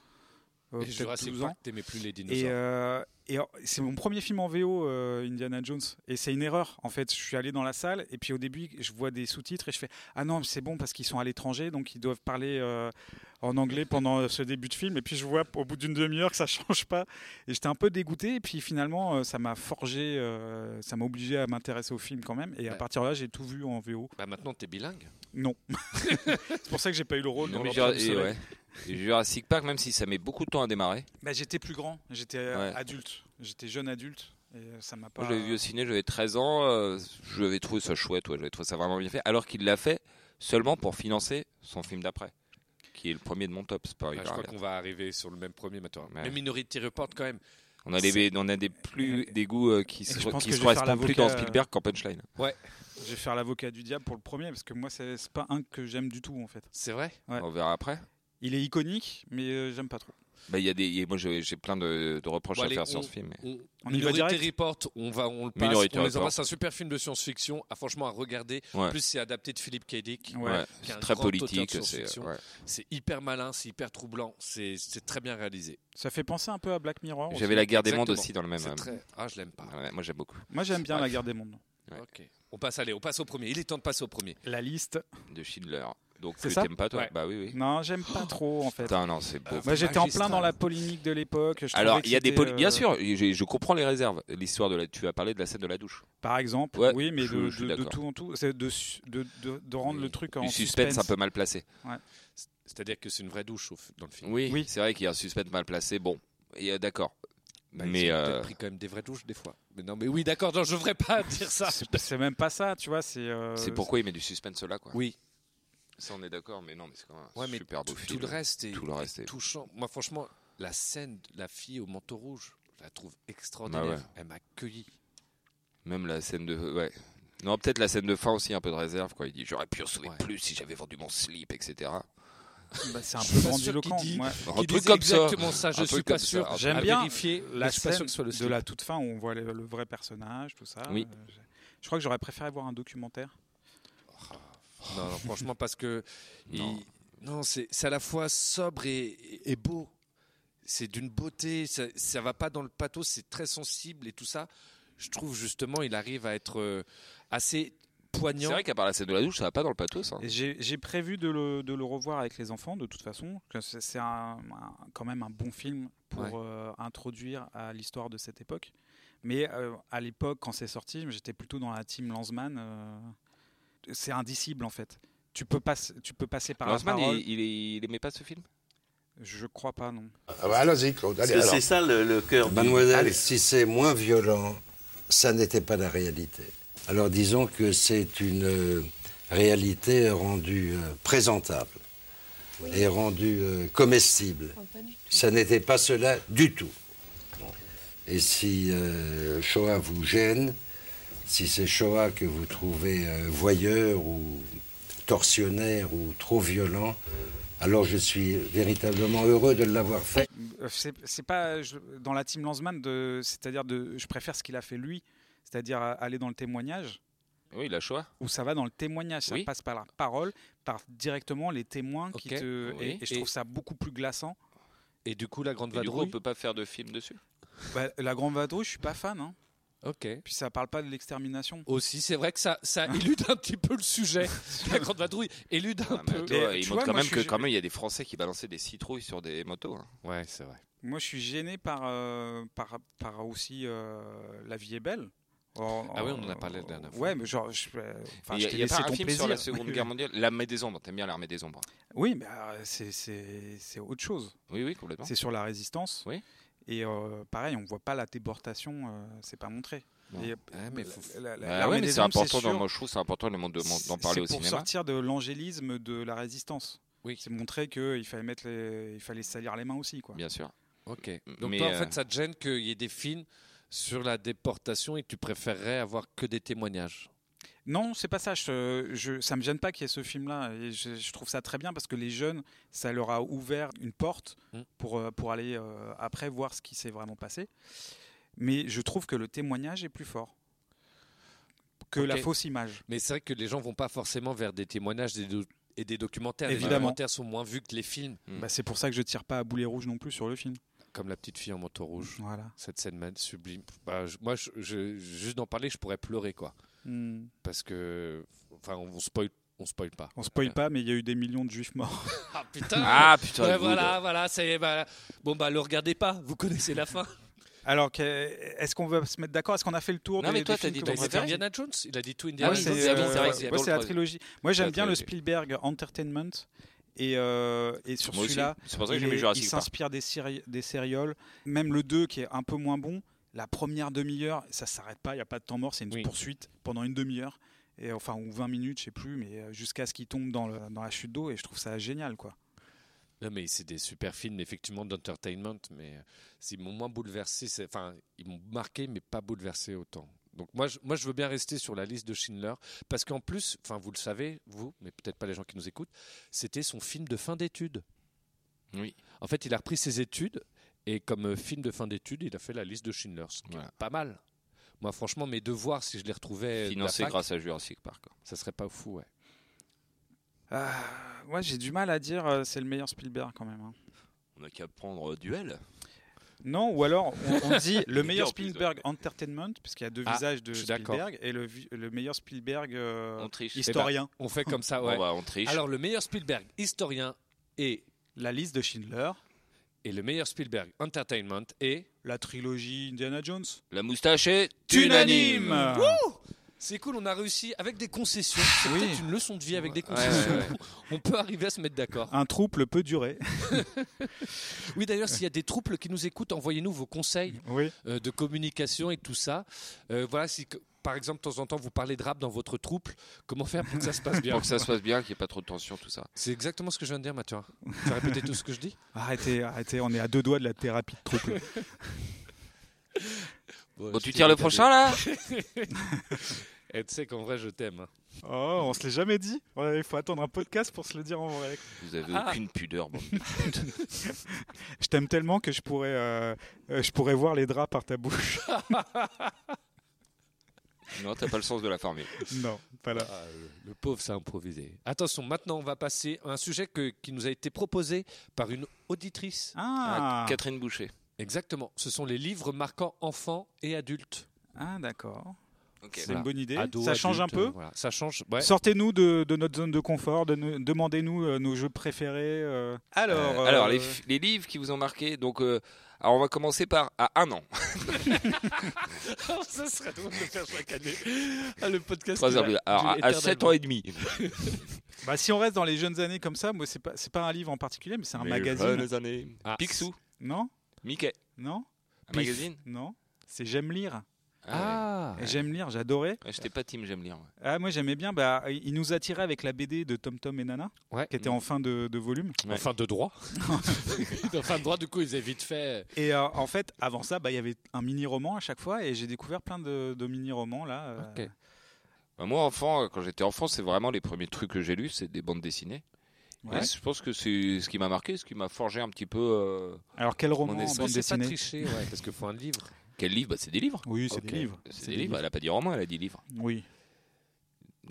[SPEAKER 5] euh,
[SPEAKER 3] Et
[SPEAKER 5] peut-être
[SPEAKER 3] Jurassic
[SPEAKER 5] 12 ans.
[SPEAKER 3] Park, t'aimais plus les
[SPEAKER 5] Et,
[SPEAKER 3] dinosaures.
[SPEAKER 5] euh, et, euh, c'est mon premier film en VO, euh, Indiana Jones. Et c'est une erreur, en fait. Je suis allé dans la salle, et puis au début, je vois des sous-titres, et je fais Ah non, mais c'est bon parce qu'ils sont à l'étranger, donc ils doivent parler euh, en anglais pendant euh, ce début de film. Et puis je vois au bout d'une demi-heure que ça change pas. Et j'étais un peu dégoûté, et puis finalement, euh, ça m'a forgé, euh, ça m'a obligé à m'intéresser au film quand même. Et à
[SPEAKER 3] Ouais.
[SPEAKER 5] partir de là, j'ai tout vu en VO.
[SPEAKER 3] Bah maintenant, t'es bilingue.
[SPEAKER 5] Non. c'est pour ça que j'ai pas eu le rôle.
[SPEAKER 4] Non,
[SPEAKER 5] dans
[SPEAKER 4] mais
[SPEAKER 5] l'Empire
[SPEAKER 4] Jura-
[SPEAKER 5] du
[SPEAKER 4] et
[SPEAKER 5] Soleil.
[SPEAKER 4] ouais. Et Jurassic Park, même si ça met beaucoup de temps à démarrer,
[SPEAKER 5] Bah, j'étais plus grand, j'étais euh,
[SPEAKER 4] Ouais.
[SPEAKER 5] adulte, j'étais jeune adulte. Et euh, ça m'a pas.
[SPEAKER 4] moi je l'avais vu au ciné, j'avais 13 ans, euh, je l'avais trouvé ça chouette, ouais, j'avais trouvé ça vraiment bien fait, alors qu'il l'a fait seulement pour financer son film d'après, qui est le premier de mon top, c'est pas
[SPEAKER 3] Ah,
[SPEAKER 4] hyper
[SPEAKER 3] je crois
[SPEAKER 4] bien.
[SPEAKER 3] qu'on va arriver sur le même premier maintenant.
[SPEAKER 4] bah, Ouais.
[SPEAKER 3] Mais Minority Report quand même.
[SPEAKER 4] On a, des, on a des, plus, des goûts euh, qui se,
[SPEAKER 5] je pense
[SPEAKER 4] qui
[SPEAKER 5] que
[SPEAKER 4] se
[SPEAKER 5] je vais faire
[SPEAKER 4] correspondent plus dans
[SPEAKER 5] l'avocat, euh,
[SPEAKER 4] Spielberg qu'en Punchline.
[SPEAKER 5] Je vais faire l'avocat du diable pour le premier parce que moi c'est c'est pas un que j'aime du tout en fait.
[SPEAKER 3] C'est vrai.
[SPEAKER 5] Ouais.
[SPEAKER 4] On verra après.
[SPEAKER 5] Il est iconique mais euh, j'aime pas trop.
[SPEAKER 4] Bah, il y a des, il y a- moi j'ai j'ai plein de, de reproches
[SPEAKER 3] Bon,
[SPEAKER 4] à
[SPEAKER 3] allez,
[SPEAKER 4] faire
[SPEAKER 3] on-
[SPEAKER 4] sur ce film. mais-
[SPEAKER 3] On,
[SPEAKER 5] On y va
[SPEAKER 3] Minority
[SPEAKER 5] direct
[SPEAKER 3] Report, on va, on le passe.
[SPEAKER 4] Minority
[SPEAKER 3] on les
[SPEAKER 4] Report.
[SPEAKER 3] embrasse. C'est un super film de science-fiction. À franchement à regarder. En
[SPEAKER 4] Ouais.
[SPEAKER 3] plus, c'est adapté de Philippe K. Dick.
[SPEAKER 5] Ouais.
[SPEAKER 4] Ouais,
[SPEAKER 3] qui est un
[SPEAKER 4] c'est très
[SPEAKER 3] grand auteur de
[SPEAKER 4] politique, c'est
[SPEAKER 3] science-fiction.
[SPEAKER 4] ouais.
[SPEAKER 3] C'est hyper malin, c'est hyper troublant, c'est c'est très bien réalisé.
[SPEAKER 5] Ça fait penser un peu à Black Mirror. aussi.
[SPEAKER 4] J'avais la guerre des mondes
[SPEAKER 3] Exactement.
[SPEAKER 4] aussi dans le même.
[SPEAKER 3] C'est
[SPEAKER 4] euh,
[SPEAKER 3] très. Ah, je l'aime pas.
[SPEAKER 4] ouais, moi j'aime beaucoup.
[SPEAKER 5] Moi j'aime bien
[SPEAKER 4] Bref.
[SPEAKER 5] la guerre des mondes.
[SPEAKER 4] Ouais.
[SPEAKER 3] Ok. On passe, allez, on passe au premier. Il est temps de passer au premier.
[SPEAKER 5] La liste.
[SPEAKER 4] de Schindler. Donc
[SPEAKER 5] C'est
[SPEAKER 4] tu
[SPEAKER 5] ça
[SPEAKER 4] t'aimes pas toi
[SPEAKER 3] Ouais.
[SPEAKER 4] Bah oui oui.
[SPEAKER 5] Non j'aime pas trop en fait.
[SPEAKER 4] Putain non c'est beau.
[SPEAKER 5] Moi j'étais en plein
[SPEAKER 3] magistral.
[SPEAKER 5] dans la polémique de l'époque. je
[SPEAKER 4] Alors
[SPEAKER 5] trouvais que
[SPEAKER 4] il y a des
[SPEAKER 5] c'était,
[SPEAKER 4] poli-
[SPEAKER 5] euh,
[SPEAKER 4] bien sûr j'ai- je comprends les réserves. L'histoire de la tu as parlé de la scène de la douche.
[SPEAKER 5] Par exemple.
[SPEAKER 4] Ouais,
[SPEAKER 5] oui mais
[SPEAKER 4] je-
[SPEAKER 5] de,
[SPEAKER 4] je suis
[SPEAKER 5] de- de
[SPEAKER 4] d'accord.
[SPEAKER 5] tout en tout, c'est de, su- de, de- de rendre
[SPEAKER 4] Oui.
[SPEAKER 5] le truc en
[SPEAKER 4] du suspense, un peu mal placé.
[SPEAKER 3] C'est-à-dire que c'est une vraie douche au f- dans le film.
[SPEAKER 4] Oui.
[SPEAKER 5] Oui.
[SPEAKER 4] C'est vrai qu'il y a un suspense mal placé. Bon et, euh, d'accord.
[SPEAKER 3] Bah, ils
[SPEAKER 4] mais
[SPEAKER 3] ont
[SPEAKER 4] euh,
[SPEAKER 3] peut-être pris quand même des vraies douches des fois. Mais non, mais oui, d'accord, non, je ne devrais pas dire ça.
[SPEAKER 5] C'est c'est même pas ça tu vois c'est. euh,
[SPEAKER 4] c'est pourquoi il met du suspense là quoi.
[SPEAKER 3] Oui,
[SPEAKER 4] Ça on est d'accord mais non mais c'est quand même un
[SPEAKER 3] ouais, mais
[SPEAKER 4] super beau
[SPEAKER 3] tout,
[SPEAKER 4] film.
[SPEAKER 3] tout le reste est
[SPEAKER 4] Tout le reste est-
[SPEAKER 3] touchant. Moi, franchement, la scène de la fille au manteau rouge, je la trouve extraordinaire.
[SPEAKER 4] Bah ouais.
[SPEAKER 3] Elle m'a cueilli.
[SPEAKER 4] Même la scène de ouais. Non, peut-être la scène de fin aussi, un peu de réserve. Quoi. Il dit J'aurais pu en sauver
[SPEAKER 3] Ouais.
[SPEAKER 4] plus si j'avais vendu mon slip, etc.
[SPEAKER 5] bah, C'est un
[SPEAKER 3] suis
[SPEAKER 5] peu
[SPEAKER 3] pas sûr qu'il
[SPEAKER 5] grandiloquent.
[SPEAKER 3] dit-
[SPEAKER 5] ouais.
[SPEAKER 4] Un
[SPEAKER 3] Qui
[SPEAKER 4] truc
[SPEAKER 3] disait
[SPEAKER 4] comme ça.
[SPEAKER 3] exactement ça, je
[SPEAKER 4] Un
[SPEAKER 3] ne suis
[SPEAKER 4] truc
[SPEAKER 3] pas
[SPEAKER 4] comme ça.
[SPEAKER 3] sûr.
[SPEAKER 4] Un
[SPEAKER 5] J'aime
[SPEAKER 3] Ah, à
[SPEAKER 5] bien
[SPEAKER 3] vérifier, mais
[SPEAKER 5] la
[SPEAKER 3] je suis pas
[SPEAKER 5] scène
[SPEAKER 3] sûr que ce soit le
[SPEAKER 5] de
[SPEAKER 3] slip.
[SPEAKER 5] la toute fin où on voit le, le vrai personnage, tout ça.
[SPEAKER 4] Oui.
[SPEAKER 5] Euh, j'ai- je crois que j'aurais préféré voir un documentaire.
[SPEAKER 3] Non, non, franchement, parce que. il-
[SPEAKER 4] Non.
[SPEAKER 3] Non, c'est c'est à la fois sobre et, et beau. C'est d'une beauté, ça, ça va pas dans le pathos, c'est très sensible et tout ça. Je trouve justement, il arrive à être euh, assez
[SPEAKER 4] C'est
[SPEAKER 3] poignant.
[SPEAKER 4] vrai qu'à part la scène de la douche, ça va pas dans le pathos.
[SPEAKER 3] Ah.
[SPEAKER 4] hein.
[SPEAKER 5] Et J'ai j'ai prévu de le, de le revoir avec les enfants, de toute façon. que C'est c'est un- un- quand même un bon film pour
[SPEAKER 3] Ouais.
[SPEAKER 5] euh, introduire à l'histoire de cette époque. Mais euh, à l'époque, quand c'est sorti, j'étais plutôt dans la team Lanzmann. euh, c'est indicible, en fait. Tu peux, pas, tu peux passer par
[SPEAKER 4] Lanzmann,
[SPEAKER 5] la parole.
[SPEAKER 4] il, il, est- il aimait pas ce film
[SPEAKER 5] Je crois pas, non.
[SPEAKER 9] Ah bah allons-y, Claude. Allez, alors.
[SPEAKER 10] ça le, cœur
[SPEAKER 9] Mademoiselle, si c'est moins violent, ça n'était pas la réalité. Alors disons que c'est une euh, réalité rendue euh, présentable et rendue euh, comestible. Ça n'était pas cela du tout. Et si euh, Shoah vous gêne, si c'est Shoah que vous trouvez euh, voyeur ou torsionnaire ou trop violent, alors je suis véritablement heureux de l'avoir fait.
[SPEAKER 5] Euh, C'est c'est pas je- dans la team Lanzmann, de- c'est-à-dire de, je préfère ce qu'il a fait lui, c'est-à-dire euh, aller dans le témoignage,
[SPEAKER 11] Oui, la Shoah.
[SPEAKER 5] où ça va dans le témoignage, ça
[SPEAKER 11] Oui.
[SPEAKER 5] passe par la parole, par directement les témoins qui
[SPEAKER 11] Ok,
[SPEAKER 5] te. et-
[SPEAKER 11] oui.
[SPEAKER 5] Et, je trouve ça beaucoup plus glaçant.
[SPEAKER 3] Et du coup, la grande
[SPEAKER 11] Et du coup, on
[SPEAKER 3] vadrouille.
[SPEAKER 11] peut pas faire de film dessus.
[SPEAKER 5] Bah, la Grande Vadrouille, je suis pas fan. Hein.
[SPEAKER 3] Ok.
[SPEAKER 5] Puis ça parle pas de l'extermination.
[SPEAKER 3] Aussi, c'est vrai que ça, ça
[SPEAKER 5] Ah.
[SPEAKER 3] élude un petit peu le sujet. La grande vadrouille élude un
[SPEAKER 11] Ah, mais
[SPEAKER 3] peu.
[SPEAKER 11] toi,
[SPEAKER 5] Et
[SPEAKER 11] il
[SPEAKER 5] tu
[SPEAKER 11] montre
[SPEAKER 5] vois,
[SPEAKER 11] quand
[SPEAKER 5] moi,
[SPEAKER 11] même
[SPEAKER 5] je
[SPEAKER 11] que
[SPEAKER 5] suis-
[SPEAKER 11] quand même il y a des Français qui balançaient des citrouilles sur des motos. hein.
[SPEAKER 3] Ouais, c'est vrai.
[SPEAKER 5] Moi, je suis gêné par, euh, par, par aussi euh, La vie est belle. En-
[SPEAKER 11] Ah oui, on en a parlé la dernière fois.
[SPEAKER 5] Ouais, mais genre, je, euh, enfin,
[SPEAKER 11] il y
[SPEAKER 5] je
[SPEAKER 11] a,
[SPEAKER 5] t'ai
[SPEAKER 11] il y a
[SPEAKER 5] laissé
[SPEAKER 11] pas un
[SPEAKER 5] ton
[SPEAKER 11] film sur la
[SPEAKER 5] plaisir.
[SPEAKER 11] Seconde Guerre mondiale, l'armée des ombres. T'aimes bien l'armée des ombres
[SPEAKER 5] Oui, mais euh, c'est- c'est c'est autre chose.
[SPEAKER 11] Oui, oui, complètement.
[SPEAKER 5] C'est sur la résistance.
[SPEAKER 11] Oui.
[SPEAKER 5] Et euh, pareil, on voit pas la déportation, euh, c'est pas montré.
[SPEAKER 11] Non.
[SPEAKER 5] Et
[SPEAKER 11] Ah, mais
[SPEAKER 5] la-
[SPEAKER 11] faut-
[SPEAKER 5] la- la-
[SPEAKER 11] Ah
[SPEAKER 5] l'armée
[SPEAKER 11] ouais, mais
[SPEAKER 5] des
[SPEAKER 11] c'est
[SPEAKER 5] ombres,
[SPEAKER 11] important.
[SPEAKER 5] sûr,
[SPEAKER 11] Dans, moi, je trouve c'est important de m'en- de m'en- d'en
[SPEAKER 5] c'est-
[SPEAKER 11] parler au
[SPEAKER 5] c'est pour
[SPEAKER 11] cinéma.
[SPEAKER 5] sortir de l'angélisme de la résistance.
[SPEAKER 3] Oui.
[SPEAKER 5] C'est montrer qu'il fallait mettre, les- il fallait salir les mains aussi, quoi.
[SPEAKER 11] Bien sûr.
[SPEAKER 3] Ok. Donc
[SPEAKER 11] Mais,
[SPEAKER 3] toi, en
[SPEAKER 11] euh,
[SPEAKER 3] fait, ça te gêne qu'il y ait des films sur la déportation et que tu préférerais avoir que des témoignages.
[SPEAKER 5] Non, c'est pas ça. Je, je- ça me gêne pas qu'il y ait ce film-là. Et je, je trouve ça très bien parce que les jeunes, ça leur a ouvert une porte
[SPEAKER 11] Mmh.
[SPEAKER 3] Mm.
[SPEAKER 5] pour, euh, pour aller euh, après voir ce qui s'est vraiment passé. Mais je trouve que le témoignage est plus fort que la
[SPEAKER 3] Ok.
[SPEAKER 5] fausse image.
[SPEAKER 3] Mais c'est vrai que les gens vont pas forcément vers des témoignages des do- et des documentaires. Les
[SPEAKER 5] Évidemment.
[SPEAKER 3] documentaires sont moins vus que les films,
[SPEAKER 11] Mm.
[SPEAKER 5] Bah, c'est pour ça que je tire pas à boulet rouge non plus sur le film.
[SPEAKER 3] comme la petite fille en manteau rouge.
[SPEAKER 5] Voilà.
[SPEAKER 3] Cette scène man- sublime. Bah, je- moi, je- je- juste d'en parler, je pourrais pleurer, quoi.
[SPEAKER 5] Mm.
[SPEAKER 3] Parce que, enfin, on, on spoil, on spoil pas.
[SPEAKER 5] On spoil pas, mais il y a eu des millions de juifs morts.
[SPEAKER 3] Ah putain.
[SPEAKER 11] Ah putain.
[SPEAKER 3] Ouais,
[SPEAKER 11] le good.
[SPEAKER 3] voilà, voilà, c'est bah, bon bah le regardez pas, vous connaissez la fin.
[SPEAKER 5] Alors, que- est-ce qu'on va se mettre d'accord Est-ce qu'on a fait le tour
[SPEAKER 11] Non,
[SPEAKER 5] des,
[SPEAKER 11] mais toi,
[SPEAKER 5] des films
[SPEAKER 11] t'as dit
[SPEAKER 5] que
[SPEAKER 11] ton
[SPEAKER 5] vous
[SPEAKER 3] C'est
[SPEAKER 11] préféré
[SPEAKER 5] préférez
[SPEAKER 3] Indiana Jones, il a dit tout
[SPEAKER 5] Ah
[SPEAKER 3] Indiana
[SPEAKER 5] oui,
[SPEAKER 11] oui,
[SPEAKER 3] Jones.
[SPEAKER 11] c'est-
[SPEAKER 5] c'est
[SPEAKER 11] oui, c'est
[SPEAKER 5] euh,
[SPEAKER 11] vrai,
[SPEAKER 5] ouais,
[SPEAKER 11] c'est
[SPEAKER 5] ouais,
[SPEAKER 11] dans
[SPEAKER 5] c'est
[SPEAKER 11] le
[SPEAKER 5] la
[SPEAKER 11] premier.
[SPEAKER 5] trilogie. Moi,
[SPEAKER 11] la
[SPEAKER 5] j'aime bien le
[SPEAKER 11] trilogie.
[SPEAKER 5] Spielberg Entertainment et, euh, et sur
[SPEAKER 11] Moi aussi.
[SPEAKER 5] celui-là,
[SPEAKER 11] C'est pour ça que
[SPEAKER 5] il
[SPEAKER 11] j'ai
[SPEAKER 5] est-
[SPEAKER 11] mis
[SPEAKER 5] il
[SPEAKER 11] Jurassic Park.
[SPEAKER 5] s'inspire des, séri- des sérioles, même le 2 qui est un peu moins bon. La première demi-heure, ça s'arrête pas, il n'y a pas de temps mort, c'est une
[SPEAKER 3] Oui.
[SPEAKER 5] poursuite pendant une demi-heure, et enfin ou 20 minutes, je sais plus, mais euh, jusqu'à ce qu'il tombe dans, le- dans la chute d'eau, et je trouve ça génial, quoi.
[SPEAKER 3] Non mais c'est des super films effectivement d'entertainment, mais euh, ils m'ont moins bouleversé, c'est- enfin ils m'ont marqué mais pas bouleversé autant. Donc moi je, moi je veux bien rester sur la liste de Schindler parce qu'en plus, enfin vous le savez vous, mais peut-être pas les gens qui nous écoutent, c'était son film de fin d'études.
[SPEAKER 11] Oui.
[SPEAKER 3] En fait il a repris ses études et comme euh, film de fin d'études il a fait la liste de Schindler, ce qui est
[SPEAKER 11] Voilà.
[SPEAKER 3] pas mal. Moi franchement mes devoirs si je les retrouvais euh, de la
[SPEAKER 11] Financé
[SPEAKER 3] fac,
[SPEAKER 11] grâce à Jurassic Park.
[SPEAKER 3] ça serait pas fou ouais.
[SPEAKER 5] Ah, ouais, j'ai du mal à dire euh, c'est le meilleur Spielberg quand même. hein.
[SPEAKER 11] On a qu'à prendre euh, duel.
[SPEAKER 5] Non, ou alors on, on dit le meilleur
[SPEAKER 11] en plus, ouais.
[SPEAKER 5] Spielberg Entertainment, puisqu'il y a deux
[SPEAKER 3] Ah,
[SPEAKER 5] visages de
[SPEAKER 3] je suis d'accord.
[SPEAKER 5] Spielberg, et le, vi- le meilleur Spielberg euh,
[SPEAKER 11] On triche.
[SPEAKER 5] historien,
[SPEAKER 3] On fait comme ça
[SPEAKER 11] Bon,
[SPEAKER 3] ouais.
[SPEAKER 11] bah, on triche.
[SPEAKER 3] Alors le meilleur Spielberg historien et
[SPEAKER 5] la liste de Schindler,
[SPEAKER 3] et le meilleur Spielberg Entertainment est
[SPEAKER 5] la trilogie Indiana Jones.
[SPEAKER 11] La moustache est
[SPEAKER 5] Unanime
[SPEAKER 11] unanime.
[SPEAKER 3] c'est cool, on a réussi avec des concessions. C'est
[SPEAKER 5] Oui.
[SPEAKER 3] peut-être une leçon de vie avec des
[SPEAKER 11] Ouais,
[SPEAKER 3] concessions.
[SPEAKER 11] ouais, ouais.
[SPEAKER 3] On peut arriver à se mettre d'accord.
[SPEAKER 5] Un trouble peut durer.
[SPEAKER 3] Oui, d'ailleurs, s'il y a des troupes qui nous écoutent, envoyez-nous vos conseils
[SPEAKER 5] Oui.
[SPEAKER 3] euh, de communication et tout ça. Euh, voilà, si que- par exemple, de temps en temps, vous parlez de rap dans votre troupe, comment faire pour que ça se passe bien
[SPEAKER 11] Pour que ça se passe bien, qu'il n'y ait pas trop de tension, tout ça.
[SPEAKER 3] C'est exactement ce que je viens de dire, Mathieu. Tu as répété tout ce que je dis
[SPEAKER 5] Arrêtez, arrêtez, on est à deux doigts de la thérapie de trouble.
[SPEAKER 11] Bon, tu tires le prochain là
[SPEAKER 3] Et tu sais qu'en vrai, je t'aime. hein.
[SPEAKER 5] Oh, on se l'est jamais dit. Ouais, Il faut attendre un podcast pour se le dire en vrai.
[SPEAKER 11] Vous avez
[SPEAKER 3] Ah.
[SPEAKER 11] aucune pudeur. Bon.
[SPEAKER 5] Je t'aime tellement que je pourrais, euh, euh, je pourrais voir les draps par ta bouche.
[SPEAKER 11] Non, t'as pas le sens de la formule.
[SPEAKER 5] non, pas là.
[SPEAKER 3] Ah, le, le pauvre s'est improvisé. Attention, maintenant on va passer à un sujet que- qui nous a été proposé par une auditrice.
[SPEAKER 5] Ah,
[SPEAKER 11] Ah, Catherine Boucher.
[SPEAKER 3] Exactement, ce sont les livres marquant enfants et adultes.
[SPEAKER 5] ah d'accord.
[SPEAKER 11] Ok.
[SPEAKER 5] C'est
[SPEAKER 3] voilà.
[SPEAKER 5] une bonne idée.
[SPEAKER 3] Ados,
[SPEAKER 5] ça change
[SPEAKER 3] adultes,
[SPEAKER 5] un peu.
[SPEAKER 3] euh, voilà. Ça change. ouais.
[SPEAKER 5] Sortez-nous de, de notre zone de confort, de nous- demandez-nous euh, nos jeux préférés. euh. Alors,
[SPEAKER 11] Euh,
[SPEAKER 5] euh,
[SPEAKER 11] alors les, f- les livres qui vous ont marqué, donc euh, alors on va commencer par à un an.
[SPEAKER 3] ça serait drôle de le faire chaque année. Ah, le podcast.
[SPEAKER 11] Trois
[SPEAKER 3] qui
[SPEAKER 11] heures
[SPEAKER 3] va
[SPEAKER 11] plus- alors, à,
[SPEAKER 3] durer
[SPEAKER 11] à sept ans et demi.
[SPEAKER 5] bah, si on reste dans les jeunes années comme ça, moi c'est pas c'est pas un livre en particulier, mais c'est un magazine.
[SPEAKER 11] années.
[SPEAKER 3] Ah.
[SPEAKER 11] Picsou,
[SPEAKER 5] Non,
[SPEAKER 11] Mickey.
[SPEAKER 5] non,
[SPEAKER 11] Un
[SPEAKER 5] Pif.
[SPEAKER 11] magazine
[SPEAKER 5] non. C'est j'aime lire. Ah, ouais. J'aime lire, j'adorais.
[SPEAKER 4] Ouais, J'étais pas team, j'aime lire. ouais.
[SPEAKER 5] Ah, moi j'aimais bien, bah, il nous attirait avec la BD de Tom Tom et Nana, qui était en fin de, de volume.
[SPEAKER 3] En fin de droit.
[SPEAKER 12] en fin de droit, du coup, ils avaient vite fait.
[SPEAKER 5] Et euh, en fait, avant ça, bah, il y avait un mini-roman à chaque fois, et j'ai découvert plein de, de mini-romans là. euh,
[SPEAKER 4] Ok. Bah, moi, enfant, euh, quand j'étais enfant, c'est vraiment les premiers trucs que j'ai lus, c'est des bandes dessinées.
[SPEAKER 5] Ouais.
[SPEAKER 4] Et je pense que c'est ce qui m'a marqué, ce qui m'a forgé un petit peu. euh,
[SPEAKER 5] Alors quel roman
[SPEAKER 4] mon
[SPEAKER 5] en
[SPEAKER 4] esprit.
[SPEAKER 5] bande
[SPEAKER 3] C'est pas
[SPEAKER 5] dessinée
[SPEAKER 3] triché, ouais, parce qu'il faut un livre.
[SPEAKER 4] Quel livre Bah, C'est des livres.
[SPEAKER 5] Oui, c'est
[SPEAKER 3] Ok.
[SPEAKER 5] des livres.
[SPEAKER 4] C'est des, livres. Elle a pas dit roman, elle a dit livre.
[SPEAKER 5] Oui.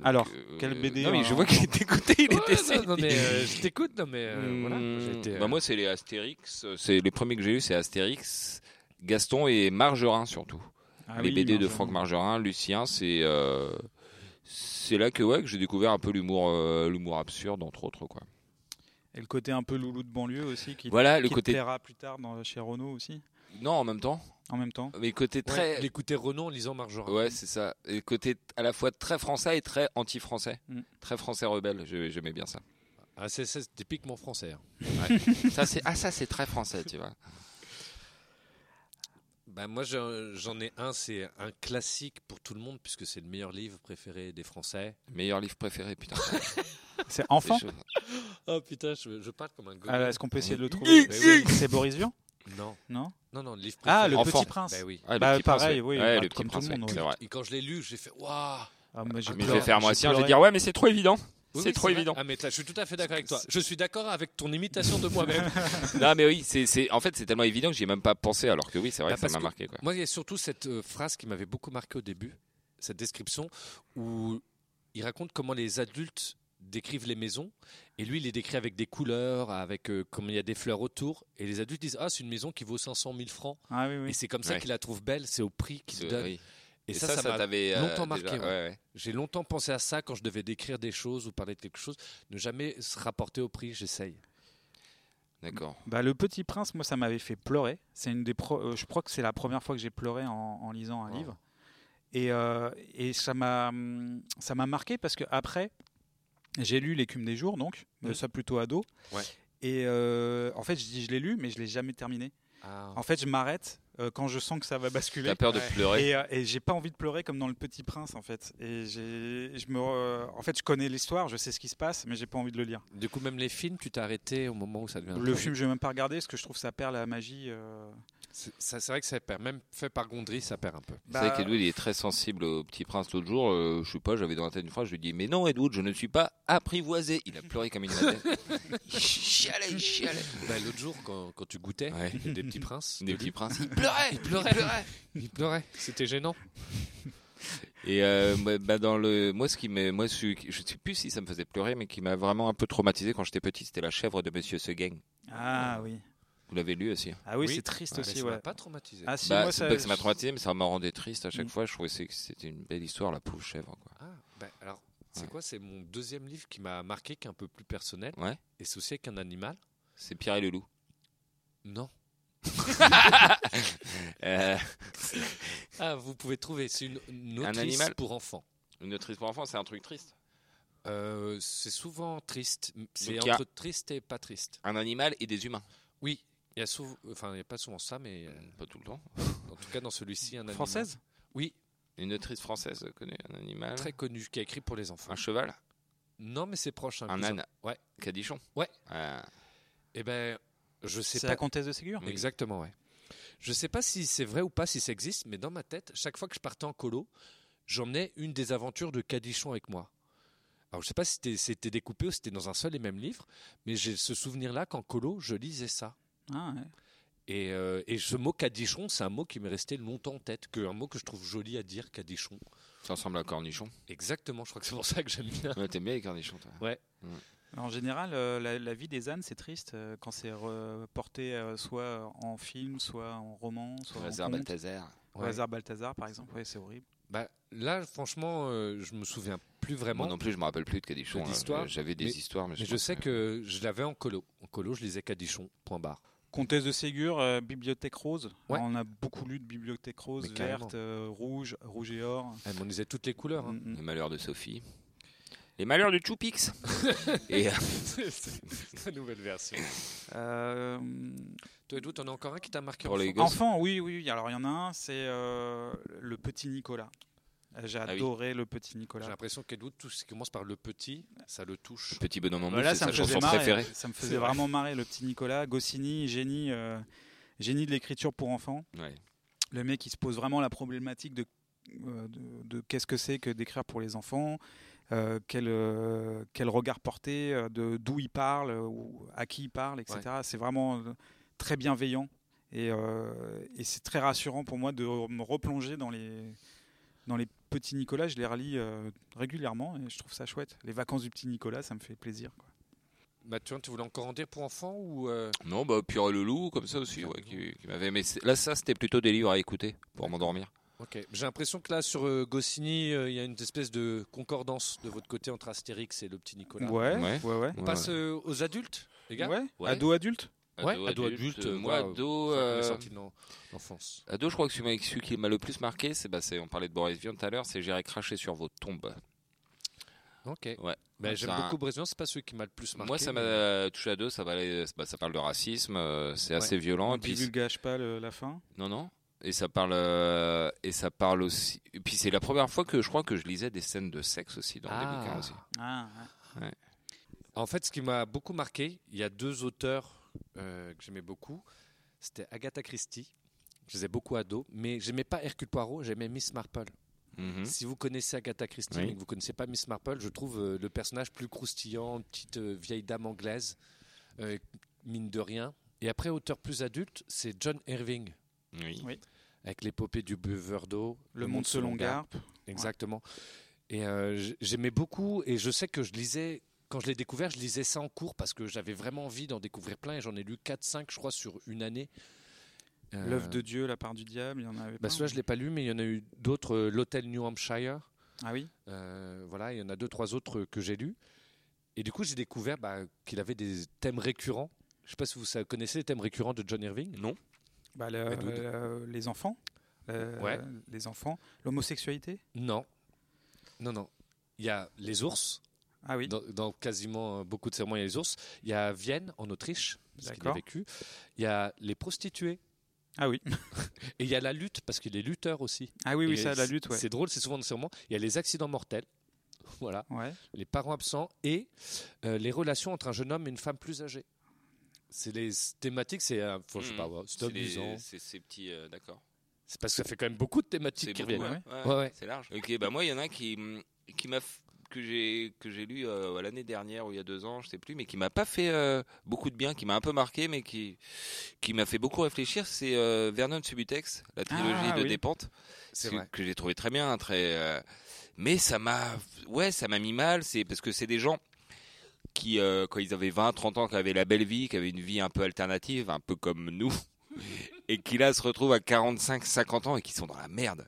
[SPEAKER 5] Alors,
[SPEAKER 4] Euh,
[SPEAKER 5] quelle BD
[SPEAKER 4] Non, mais je
[SPEAKER 5] euh,
[SPEAKER 4] vois qu'il était écouté, il
[SPEAKER 3] Ouais,
[SPEAKER 4] était saisi.
[SPEAKER 3] non, non, mais euh, je t'écoute, non, mais euh, voilà.
[SPEAKER 4] Mmh.
[SPEAKER 5] Hmm.
[SPEAKER 3] j'ai été, euh,
[SPEAKER 4] Bah, moi, c'est les Astérix. euh, C'est les premiers que j'ai lus, c'est Astérix, Gaston et Margerin surtout.
[SPEAKER 5] Ah
[SPEAKER 4] les
[SPEAKER 5] oui,
[SPEAKER 4] BD de
[SPEAKER 5] Marjolaine.
[SPEAKER 4] Franck Margerin, Lucien, c'est euh, c'est là que ouais que j'ai découvert un peu l'humour euh, l'humour absurde entre autres quoi.
[SPEAKER 5] Et le côté un peu loulou de banlieue aussi, qui,
[SPEAKER 4] Voilà, le
[SPEAKER 5] qui te
[SPEAKER 4] côté-
[SPEAKER 5] plaira plus tard dans, chez Renault aussi,
[SPEAKER 4] Non, en même temps,
[SPEAKER 5] en même temps.
[SPEAKER 4] mais le côté
[SPEAKER 3] euh, Ouais,
[SPEAKER 4] très
[SPEAKER 3] L'écouter Renaud en lisant Marjorie.
[SPEAKER 4] ouais, c'est ça, Et le côté t- à la fois très français et très anti-français,
[SPEAKER 5] Mm.
[SPEAKER 4] très français rebelle, J'ai- j'aimais bien ça.
[SPEAKER 3] Ah, c'est- c'est typiquement français. hein.
[SPEAKER 4] ça c'est ah ça c'est très français, tu vois.
[SPEAKER 3] Bah, moi, je- j'en ai un, c'est un classique pour tout le monde, puisque c'est le meilleur livre préféré des Français.
[SPEAKER 4] Meilleur livre préféré putain.
[SPEAKER 5] C'est enfant
[SPEAKER 4] C'est chaud.
[SPEAKER 3] Oh putain, je, je parle comme un
[SPEAKER 5] Ah,
[SPEAKER 3] gobelin.
[SPEAKER 5] Est-ce qu'on peut essayer de le
[SPEAKER 4] Oui.
[SPEAKER 5] trouver
[SPEAKER 3] Mais oui.
[SPEAKER 5] C'est Boris Vian
[SPEAKER 3] Non,
[SPEAKER 5] Non
[SPEAKER 3] non, non, le livre préféré.
[SPEAKER 5] Ah, Le
[SPEAKER 4] Enfant.
[SPEAKER 5] Petit Prince.
[SPEAKER 3] Bah oui.
[SPEAKER 4] Ah, le
[SPEAKER 5] Bah,
[SPEAKER 4] Petit Prince,
[SPEAKER 5] pareil,
[SPEAKER 4] ouais.
[SPEAKER 5] oui,
[SPEAKER 4] Ouais,
[SPEAKER 5] bah,
[SPEAKER 4] le petit
[SPEAKER 5] comme tout
[SPEAKER 4] prince,
[SPEAKER 5] le monde,
[SPEAKER 4] ouais, c'est
[SPEAKER 5] ouais.
[SPEAKER 4] vrai.
[SPEAKER 3] Ah, Et quand je l'ai lu, j'ai fait waouh.
[SPEAKER 5] Ah, moi, j'ai
[SPEAKER 4] Mais je
[SPEAKER 5] pleuré.
[SPEAKER 4] vais faire moi
[SPEAKER 5] J'ai
[SPEAKER 4] aussi, hein, je vais
[SPEAKER 5] pleuré.
[SPEAKER 4] dire ouais mais c'est trop évident.
[SPEAKER 3] Oui,
[SPEAKER 4] c'est
[SPEAKER 3] oui,
[SPEAKER 4] trop
[SPEAKER 3] vrai.
[SPEAKER 4] évident.
[SPEAKER 3] Ah, mais t'as- je suis tout à fait d'accord avec toi. Je suis d'accord avec ton imitation de moi-même.
[SPEAKER 4] Non mais oui, c'est c'est- en fait c'est tellement évident que j'y ai même pas pensé alors que oui, c'est vrai
[SPEAKER 3] Bah,
[SPEAKER 4] que ça
[SPEAKER 3] parce
[SPEAKER 4] m'a
[SPEAKER 3] que-
[SPEAKER 4] marqué quoi.
[SPEAKER 3] Moi, il y a surtout cette euh, phrase qui m'avait beaucoup marqué au début, cette description où il raconte comment les adultes décrivent les maisons et lui il les décrit avec des couleurs, avec euh, comment il y a des fleurs autour et les adultes disent ah c'est une maison qui vaut 500 000 francs
[SPEAKER 5] Ah oui,
[SPEAKER 3] et
[SPEAKER 5] oui.
[SPEAKER 3] c'est comme ça
[SPEAKER 4] Ouais.
[SPEAKER 3] qu'il la trouve belle, c'est au prix qu'il
[SPEAKER 4] C'est-
[SPEAKER 3] donne.
[SPEAKER 4] oui.
[SPEAKER 3] Et, ça, ça, m'a-
[SPEAKER 4] t'avait euh,
[SPEAKER 3] longtemps
[SPEAKER 4] déjà-
[SPEAKER 3] marqué, ouais.
[SPEAKER 4] ouais, ouais.
[SPEAKER 3] j'ai longtemps pensé à ça quand je devais décrire des choses ou parler de quelque chose, ne jamais se rapporter au prix, j'essaye.
[SPEAKER 4] D'accord.
[SPEAKER 5] Bah, le Petit Prince, moi, ça m'avait fait pleurer. C'est une des pro- euh, je crois que c'est la première fois que j'ai pleuré en, en lisant un
[SPEAKER 4] Wow.
[SPEAKER 5] livre. Et, euh, et ça m'a hum, ça m'a marqué parce que après, j'ai lu L'écume des jours, donc
[SPEAKER 3] Mhm.
[SPEAKER 5] euh, ça plutôt ado.
[SPEAKER 3] Ouais.
[SPEAKER 5] Et euh, en fait, je dis je l'ai lu, mais je l'ai jamais terminé.
[SPEAKER 3] Ah.
[SPEAKER 5] En fait, je m'arrête euh, quand je sens que ça va basculer.
[SPEAKER 4] T'as peur de
[SPEAKER 12] Ouais.
[SPEAKER 4] pleurer.
[SPEAKER 5] Et, euh, et j'ai pas envie de pleurer comme dans Le Petit Prince en fait. Et j'ai, je me, re- en fait, je connais l'histoire, je sais ce qui se passe, mais j'ai pas envie de le lire.
[SPEAKER 3] Du coup, même les films, tu t'es arrêté au moment où ça devient.
[SPEAKER 5] Le film, je vais même pas regarder parce que je trouve que ça perd la magie. euh,
[SPEAKER 3] C'est ça- c'est vrai que ça perd. Même fait par Gondry, ça perd un peu.
[SPEAKER 4] C'est vrai
[SPEAKER 5] bah,
[SPEAKER 4] qu'Edwood il est très sensible au petit prince l'autre jour. euh, je sais pas, j'avais dans la tête une phrase, je lui dis Mais non, Edwood, je ne suis pas apprivoisé. Il a pleuré comme une madeleine. il chialait, il chialait.
[SPEAKER 3] Bah, L'autre jour, quand, quand tu goûtais
[SPEAKER 4] Ouais.
[SPEAKER 3] des petits princes,
[SPEAKER 4] Des
[SPEAKER 3] de
[SPEAKER 4] petits
[SPEAKER 3] Lille,
[SPEAKER 4] princes. Il pleurait, il pleurait,
[SPEAKER 3] il pleurait. C'était gênant.
[SPEAKER 4] Et euh, bah, bah, dans le, moi, ce qui m'est, moi, ce- je sais plus si ça me faisait pleurer, mais qui m'a vraiment un peu traumatisé quand j'étais petit, c'était la chèvre de Monsieur Seguin.
[SPEAKER 5] Ah oui.
[SPEAKER 4] Vous l'avez lu aussi. hein
[SPEAKER 5] Ah oui,
[SPEAKER 3] Oui.
[SPEAKER 5] c'est triste
[SPEAKER 3] Mais
[SPEAKER 5] aussi.
[SPEAKER 3] ça
[SPEAKER 5] Ouais.
[SPEAKER 3] m'a pas traumatisé.
[SPEAKER 5] Ah si,
[SPEAKER 4] bah,
[SPEAKER 5] moi
[SPEAKER 4] c'est pas que ça m'a
[SPEAKER 5] je-
[SPEAKER 4] traumatisé, mais ça m'en rendait triste à chaque
[SPEAKER 5] Mm.
[SPEAKER 4] fois. Je trouvais que c'était une belle histoire, la pauvre chèvre. Quoi.
[SPEAKER 3] Ah, bah, alors, c'est
[SPEAKER 4] Ouais.
[SPEAKER 3] quoi C'est mon deuxième livre qui m'a marqué, qui est un peu plus personnel.
[SPEAKER 4] Ouais.
[SPEAKER 3] Et c'est aussi avec un animal
[SPEAKER 4] C'est Pierre et le loup.
[SPEAKER 3] Non.
[SPEAKER 4] Euh,
[SPEAKER 3] Ah, vous pouvez trouver. C'est une, une
[SPEAKER 4] Un
[SPEAKER 3] autrice
[SPEAKER 4] animal
[SPEAKER 3] pour enfants.
[SPEAKER 4] Une triste pour enfants, c'est un truc triste.
[SPEAKER 3] Euh, c'est souvent triste. C'est
[SPEAKER 4] Donc, il y a-
[SPEAKER 3] entre triste et pas triste.
[SPEAKER 4] Un animal et des humains.
[SPEAKER 3] Oui. Il y a souvent, enfin, il n'y a pas souvent ça, mais euh,
[SPEAKER 4] Pas tout le temps.
[SPEAKER 3] en tout cas dans celui-ci, un animal
[SPEAKER 5] Française
[SPEAKER 3] Oui,
[SPEAKER 4] Une autrice française connue, un animal.
[SPEAKER 3] très connu, qui a écrit pour les enfants.
[SPEAKER 4] Un cheval,
[SPEAKER 3] Non, mais c'est proche.
[SPEAKER 4] un
[SPEAKER 3] cousin.
[SPEAKER 4] âne.
[SPEAKER 3] Ouais.
[SPEAKER 4] Cadichon.
[SPEAKER 3] Ouais.
[SPEAKER 4] Ah,
[SPEAKER 3] Eh ben, je sais
[SPEAKER 5] C'est
[SPEAKER 3] pas.
[SPEAKER 5] la comtesse de Ségur.
[SPEAKER 4] Oui.
[SPEAKER 3] Exactement, ouais. Je sais pas si c'est vrai ou pas, si ça existe, mais dans ma tête, chaque fois que je partais en colo, j'emmenais une des aventures de Cadichon avec moi. Alors, je sais pas si c'était- c'était découpé ou c'était dans un seul et même livre, mais j'ai ce souvenir-là qu'en colo, je lisais ça.
[SPEAKER 5] Ah, ouais.
[SPEAKER 3] Et, euh, et ce mot Cadichon, c'est un mot qui m'est resté longtemps en tête, que un mot que je trouve joli à dire, Cadichon.
[SPEAKER 4] ça ressemble à cornichon.
[SPEAKER 3] Exactement, je crois que c'est pour ça que j'aime bien.
[SPEAKER 4] ouais, T'aimes bien les cornichons, toi.
[SPEAKER 5] En général, euh, la, la vie des ânes, c'est triste euh, quand c'est reporté euh, soit en film, soit en roman, soit
[SPEAKER 4] Au
[SPEAKER 5] en
[SPEAKER 4] hasard,
[SPEAKER 5] conte.
[SPEAKER 4] Balthazar.
[SPEAKER 5] Au hasard Balthazar, par exemple. Ouais, c'est horrible.
[SPEAKER 3] Bah, là, franchement, euh, je me souviens plus vraiment.
[SPEAKER 4] Moi non plus, je me rappelle plus de Cadichon.
[SPEAKER 3] De
[SPEAKER 4] hein.
[SPEAKER 3] l'histoire.
[SPEAKER 4] J'avais des
[SPEAKER 3] Mais-
[SPEAKER 4] histoires, mais,
[SPEAKER 3] Mais je sais que je l'avais en colo. En colo, je lisais Cadichon, point barre.
[SPEAKER 5] Comtesse de Ségur, euh, Bibliothèque Rose.
[SPEAKER 3] Ouais.
[SPEAKER 5] On a beaucoup lu de Bibliothèque Rose,
[SPEAKER 3] Mais carrément.
[SPEAKER 5] verte, euh, rouge, rouge et or.
[SPEAKER 3] Eh, Ah, mais on lisait toutes les couleurs. hein.
[SPEAKER 5] Mm, mm.
[SPEAKER 4] Le malheur de Sophie. Les malheurs du Choupix. Et, euh,
[SPEAKER 3] La nouvelle version. Toi, Edou, t'en as encore un qui t'a marqué
[SPEAKER 4] Pour les
[SPEAKER 3] enfant
[SPEAKER 4] gosses.
[SPEAKER 5] Euh, Enfant, oui, oui. oui. Alors, il y en a un, c'est euh, le petit Nicolas. Euh, J'ai
[SPEAKER 3] Ah oui.
[SPEAKER 5] adoré le petit Nicolas.
[SPEAKER 3] J'ai l'impression qu'Edou, tout ce qui commence par le petit, ça le touche.
[SPEAKER 4] Le petit bonhomme en
[SPEAKER 5] Voilà,
[SPEAKER 4] mousse, c'est sa
[SPEAKER 5] ça me faisait
[SPEAKER 4] chanson
[SPEAKER 5] marrer.
[SPEAKER 4] préférée.
[SPEAKER 5] Ça me
[SPEAKER 4] C'est
[SPEAKER 5] faisait
[SPEAKER 4] vrai.
[SPEAKER 5] vraiment marrer, le petit Nicolas. Goscinny, génie, euh, génie de l'écriture pour enfants.
[SPEAKER 4] Ouais.
[SPEAKER 5] Le mec, il se pose vraiment la problématique de, euh, de, de qu'est-ce que c'est que d'écrire pour les enfants, euh, quel, euh, quel regard porter, euh, de d'où il parle, euh, ou à qui il parle, etc. C'est vraiment euh, très bienveillant. Et, euh, et c'est très rassurant pour moi de re- me replonger dans les, dans les petits Nicolas. Je les relis euh, régulièrement et je trouve ça chouette. Les vacances du petit Nicolas, ça me fait plaisir. quoi.
[SPEAKER 3] Mathieu, tu voulais encore en dire pour enfants ou euh,
[SPEAKER 4] Non, bah, Pierre et le loup, comme ça aussi, ouais, qui, qui m'avait. Mais c'est- là, ça, c'était plutôt des livres à écouter pour m'endormir.
[SPEAKER 3] Ok. J'ai l'impression que là, sur euh, Goscinny, euh, il y a une espèce de concordance de votre côté entre Astérix et le petit Nicolas.
[SPEAKER 5] Ouais, ouais, ouais.
[SPEAKER 3] On passe euh, aux adultes, les gars
[SPEAKER 5] Ouais. Ado adulte
[SPEAKER 3] Ouais,
[SPEAKER 4] Ado,
[SPEAKER 3] ado
[SPEAKER 4] adulte,
[SPEAKER 3] adulte.
[SPEAKER 4] euh, moi, ado, euh,
[SPEAKER 3] l'enfance.
[SPEAKER 4] Ado, je crois que celui, celui qui m'a le plus marqué, c'est, bah, c'est- on parlait de Boris Vian tout à l'heure, c'est J'irai cracher sur vos tombes.
[SPEAKER 3] Ok.
[SPEAKER 4] Ouais.
[SPEAKER 3] Mais
[SPEAKER 4] C'est
[SPEAKER 3] j'aime
[SPEAKER 4] un-
[SPEAKER 3] beaucoup Brésilien, c'est pas celui qui m'a le plus marqué.
[SPEAKER 4] Moi, ça m'a
[SPEAKER 3] mais-
[SPEAKER 4] euh, touché à deux. Ça, va aller- bah, ça parle de racisme, euh, c'est assez
[SPEAKER 5] Ouais.
[SPEAKER 4] violent.
[SPEAKER 5] Ne
[SPEAKER 4] et puis-
[SPEAKER 5] divulgage pas le- la fin.
[SPEAKER 4] Non, non. Et ça parle, euh, et ça parle aussi. Et puis c'est la première fois que je crois que je lisais des scènes de sexe aussi dans des
[SPEAKER 3] Ah.
[SPEAKER 4] bouquins aussi.
[SPEAKER 5] Ah,
[SPEAKER 4] Ouais.
[SPEAKER 3] En fait, ce qui m'a beaucoup marqué, il y a deux auteurs euh, que j'aimais beaucoup. C'était Agatha Christie. Je les ai beaucoup ados, mais j'aimais pas Hercule Poirot, j'aimais Miss Marple.
[SPEAKER 4] Mhm.
[SPEAKER 3] Si vous connaissez Agatha Christie,
[SPEAKER 4] Oui.
[SPEAKER 3] mais que vous connaissez pas Miss Marple, je trouve euh, le personnage plus croustillant, une petite euh, vieille dame anglaise, euh, mine de rien. Et après, auteur plus adulte, c'est John Irving.
[SPEAKER 4] Oui.
[SPEAKER 5] Oui.
[SPEAKER 3] Avec l'épopée du buveur d'eau.
[SPEAKER 5] Le monde selon Garp.
[SPEAKER 3] Exactement. Et euh, j- j'aimais beaucoup, et je sais que je lisais, quand je l'ai découvert, je lisais ça en cours parce que j'avais vraiment envie d'en découvrir plein, et j'en ai lu 4-5, je crois, sur une année. Euh,
[SPEAKER 5] L'œuvre de Dieu, la part du diable, il y en avait
[SPEAKER 3] bah
[SPEAKER 5] plein.
[SPEAKER 3] celui-là, je ne l'ai pas lu, mais il y en a eu d'autres. euh, L'Hôtel New Hampshire.
[SPEAKER 5] Ah oui
[SPEAKER 3] Euh, Voilà, il y en a deux, trois autres euh, que j'ai lus. Et du coup, j'ai découvert bah, qu'il avait des thèmes récurrents. Je ne sais pas si vous sa- connaissez les thèmes récurrents de John Irving.
[SPEAKER 4] Non.
[SPEAKER 5] Bah, le-
[SPEAKER 3] Ed Wood.
[SPEAKER 5] le- les enfants, le-
[SPEAKER 3] Ouais.
[SPEAKER 5] les enfants, l'homosexualité.
[SPEAKER 3] Non. Non, non. Il y a les ours.
[SPEAKER 5] Ah oui.
[SPEAKER 3] Dans, dans quasiment euh, beaucoup de sermons, il y a les ours. Il y a Vienne, en Autriche, parce qu'il a
[SPEAKER 5] D'accord.
[SPEAKER 3] vécu. Il y a les prostituées.
[SPEAKER 5] Ah oui.
[SPEAKER 3] Et il y a la lutte, parce qu'il est lutteur aussi.
[SPEAKER 5] Ah oui, oui,
[SPEAKER 3] Et
[SPEAKER 5] ça, la
[SPEAKER 3] c'est-
[SPEAKER 5] lutte, ouais.
[SPEAKER 3] C'est drôle, c'est souvent dans ces romans. Il y a les accidents mortels. Voilà.
[SPEAKER 5] Ouais.
[SPEAKER 3] Les parents absents et euh, les relations entre un jeune homme et une femme plus âgée. C'est les thématiques, c'est. euh, faut-
[SPEAKER 5] Hmm.
[SPEAKER 3] je sais
[SPEAKER 4] Mhm.
[SPEAKER 3] pas, ouais, c'est amusant.
[SPEAKER 4] les- C'est ces petits, euh, d'accord.
[SPEAKER 3] C'est parce que ça fait quand même beaucoup de thématiques qui
[SPEAKER 4] beaucoup,
[SPEAKER 3] reviennent.
[SPEAKER 4] ouais. Ouais,
[SPEAKER 3] Ouais,
[SPEAKER 4] ouais,
[SPEAKER 3] ouais.
[SPEAKER 4] C'est large. Ok, bah moi, il y en a un qui, hum, qui m'a f- que j'ai que j'ai lu euh, l'année dernière ou il y a deux ans, je sais plus, mais qui m'a pas fait euh, beaucoup de bien, qui m'a un peu marqué, mais qui qui m'a fait beaucoup réfléchir, c'est euh, Vernon Subutex, la trilogie
[SPEAKER 5] Ah,
[SPEAKER 4] de
[SPEAKER 5] oui.
[SPEAKER 4] Dépente,
[SPEAKER 3] C'est
[SPEAKER 4] que-
[SPEAKER 3] vrai.
[SPEAKER 4] que j'ai trouvé très bien, très. euh, mais ça m'a, ouais, ça m'a mis mal, c'est parce que c'est des gens qui, euh, quand ils avaient 20, 30 ans, qui avaient la belle vie, qui avaient une vie un peu alternative, un peu comme nous, et qui là se retrouvent à 45, 50 ans et qui sont dans la merde.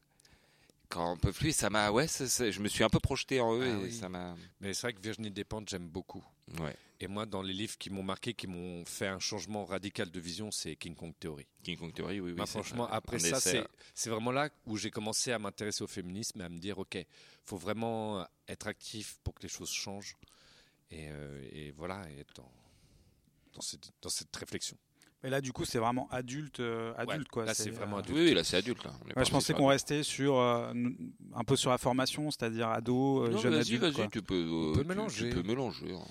[SPEAKER 4] Quand on peut plus, ça m'a, ouais, ça- ça- je me suis un peu projeté en eux et
[SPEAKER 3] Ah oui.
[SPEAKER 4] ça m'a.
[SPEAKER 3] Mais c'est vrai que Virginie Despentes, j'aime beaucoup.
[SPEAKER 4] Ouais.
[SPEAKER 3] Et moi, dans les livres qui m'ont marqué, qui m'ont fait un changement radical de vision, c'est King Kong Theory.
[SPEAKER 4] King Kong Theory, oui, oui.
[SPEAKER 3] Bah,
[SPEAKER 4] c'est
[SPEAKER 3] franchement,
[SPEAKER 4] un-
[SPEAKER 3] après
[SPEAKER 4] un
[SPEAKER 3] ça,
[SPEAKER 4] essai.
[SPEAKER 3] c'est c'est vraiment là où j'ai commencé à m'intéresser au féminisme et à me dire, ok, faut vraiment euh, être actif pour que les choses changent. Et, euh, et voilà, et être dans, dans, cette, dans cette réflexion.
[SPEAKER 5] Et là, du coup, c'est vraiment adulte, euh, adulte quoi.
[SPEAKER 3] là, c'est vraiment
[SPEAKER 5] euh,
[SPEAKER 3] adulte.
[SPEAKER 4] Oui, oui, là, c'est adulte. Là. On est
[SPEAKER 5] ouais,
[SPEAKER 4] parti
[SPEAKER 5] je pensais
[SPEAKER 4] sur
[SPEAKER 5] qu'on
[SPEAKER 4] un-
[SPEAKER 5] restait sur euh, n- un peu sur la formation, c'est-à-dire ado, euh,
[SPEAKER 4] Non,
[SPEAKER 5] jeune
[SPEAKER 4] vas-y,
[SPEAKER 5] adulte. quoi.
[SPEAKER 4] vas-y, tu peux, euh,
[SPEAKER 3] peut
[SPEAKER 4] tu-
[SPEAKER 3] mélanger.
[SPEAKER 4] Tu peux mélanger. hein.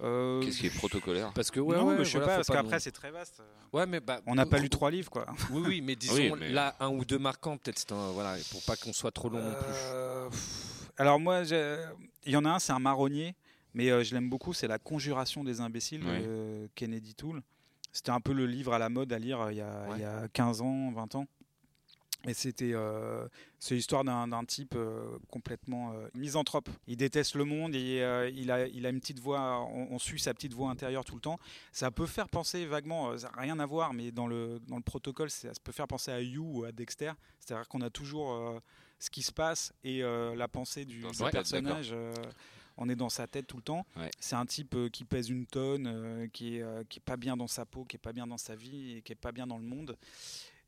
[SPEAKER 5] Euh,
[SPEAKER 4] Qu'est-ce qui est protocolaire
[SPEAKER 3] Parce que, ouais,
[SPEAKER 5] non,
[SPEAKER 3] ouais,
[SPEAKER 5] mais je sais
[SPEAKER 3] voilà,
[SPEAKER 5] pas,
[SPEAKER 3] faut
[SPEAKER 5] parce
[SPEAKER 3] pas
[SPEAKER 5] qu'après
[SPEAKER 3] non-
[SPEAKER 5] c'est très vaste.
[SPEAKER 3] Ouais, mais bah,
[SPEAKER 5] On n'a pas lu trois livres, quoi.
[SPEAKER 3] Oui, oui, mais disons
[SPEAKER 4] Oui, mais-
[SPEAKER 3] là un ou deux marquants, peut-être, c'est un- voilà, pour pas qu'on soit trop long non plus.
[SPEAKER 5] Euh, pff, Alors moi, j'ai- il y en a un, c'est un marronnier, mais euh, je l'aime beaucoup, c'est La Conjuration des imbéciles
[SPEAKER 4] Ouais.
[SPEAKER 5] de Kennedy Toole. C'était un peu le livre à la mode à lire euh, il y a,
[SPEAKER 3] Ouais.
[SPEAKER 5] il y a 15 ans, 20 ans. Et c'était, euh, c'est l'histoire d'un d'un type euh, complètement euh, misanthrope. Il déteste le monde et euh, il, a, il a une petite voix, on, on suit sa petite voix intérieure tout le temps. Ça peut faire penser vaguement, euh, ça n'a rien à voir, mais dans le, dans le protocole, ça ça peut faire penser à You ou à Dexter. C'est-à-dire qu'on a toujours euh, ce qui se passe et euh, la pensée du,
[SPEAKER 4] Dans
[SPEAKER 5] du
[SPEAKER 4] sa tête,
[SPEAKER 5] personnage. euh, on est dans sa tête tout le temps.
[SPEAKER 4] Ouais.
[SPEAKER 5] C'est un type euh, qui pèse une tonne, euh, qui, est, euh, qui est pas bien dans sa peau, qui est pas bien dans sa vie et qui est pas bien dans le monde.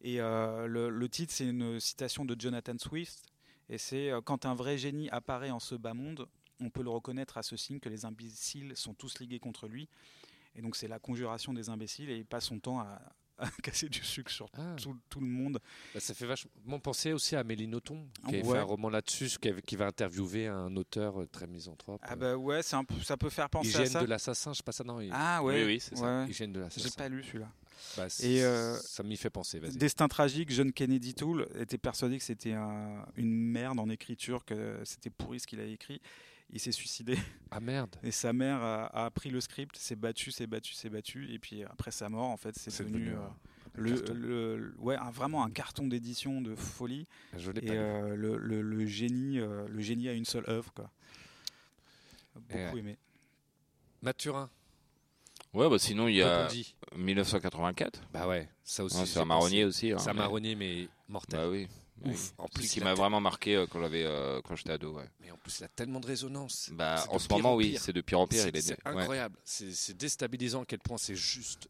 [SPEAKER 5] Et euh, le, le titre, c'est une citation de Jonathan Swift. Et c'est euh, quand un vrai génie apparaît en ce bas monde, on peut le reconnaître à ce signe que les imbéciles sont tous ligués contre lui. Et donc c'est la conjuration des imbéciles et il passe son temps à, à casser du sucre sur tout, tout le monde.
[SPEAKER 3] Ah, Bah, ça fait vachement penser aussi à Amélie Nothomb, qui a
[SPEAKER 5] Ouais.
[SPEAKER 3] fait un roman là-dessus, qui, avait- qui va interviewer un auteur euh, très misanthrope.
[SPEAKER 5] Ah bah ouais, c'est un peu- ça peut faire penser à
[SPEAKER 3] Hygiène
[SPEAKER 5] ça.
[SPEAKER 3] de l'assassin, je sais pas ça, non il-
[SPEAKER 5] Ah ouais. ouais, ouais.
[SPEAKER 3] Hygiène de l'assassin.
[SPEAKER 5] J'ai pas lu celui-là.
[SPEAKER 3] Bah,
[SPEAKER 5] Et
[SPEAKER 3] c-
[SPEAKER 5] euh,
[SPEAKER 3] ça m'y fait penser, vas-y.
[SPEAKER 5] Destin tragique, jeune Kennedy Toole était persuadé que c'était un- une merde en écriture, que c'était pourri ce qu'il avait écrit. Il s'est suicidé.
[SPEAKER 3] Ah merde.
[SPEAKER 5] Et sa mère a, a appris le script, s'est battue, s'est battue, s'est battue. Et puis après sa mort, en fait, c'est
[SPEAKER 3] C'est
[SPEAKER 5] devenu,
[SPEAKER 3] devenu,
[SPEAKER 5] euh,
[SPEAKER 3] euh, un
[SPEAKER 5] le,
[SPEAKER 3] carton.
[SPEAKER 5] le- le- ouais, un- vraiment un carton d'édition de folie.
[SPEAKER 3] Je l'ai
[SPEAKER 5] et
[SPEAKER 3] pas lu.
[SPEAKER 5] euh, le, le- le génie, euh, le génie a une seule œuvre, quoi. Beaucoup
[SPEAKER 3] Et, euh,
[SPEAKER 5] aimé.
[SPEAKER 3] Mathurin.
[SPEAKER 4] Ouais, bah sinon il y a
[SPEAKER 3] Répondis.
[SPEAKER 4] 1984.
[SPEAKER 3] Bah ouais, ça aussi.
[SPEAKER 4] Hein, c'est un marronnier aussi. hein,
[SPEAKER 3] C'est un
[SPEAKER 4] mais-
[SPEAKER 3] marronnier, mais mortel.
[SPEAKER 4] Bah oui.
[SPEAKER 3] Ouf.
[SPEAKER 4] En
[SPEAKER 3] En
[SPEAKER 4] plus,
[SPEAKER 3] plus,
[SPEAKER 4] qui
[SPEAKER 3] il
[SPEAKER 4] m'a
[SPEAKER 3] a-
[SPEAKER 4] vraiment marqué euh, quand j'avais, euh, quand j'étais ado. ouais.
[SPEAKER 3] Mais en plus, il a tellement de résonance.
[SPEAKER 4] Bah,
[SPEAKER 3] C'est de
[SPEAKER 4] en ce
[SPEAKER 3] pire
[SPEAKER 4] moment, oui,
[SPEAKER 3] pire.
[SPEAKER 4] c'est de pire en pire.
[SPEAKER 3] C'est-
[SPEAKER 4] il est
[SPEAKER 3] C'est
[SPEAKER 4] ouais.
[SPEAKER 3] incroyable. C'est c'est déstabilisant à quel point c'est juste.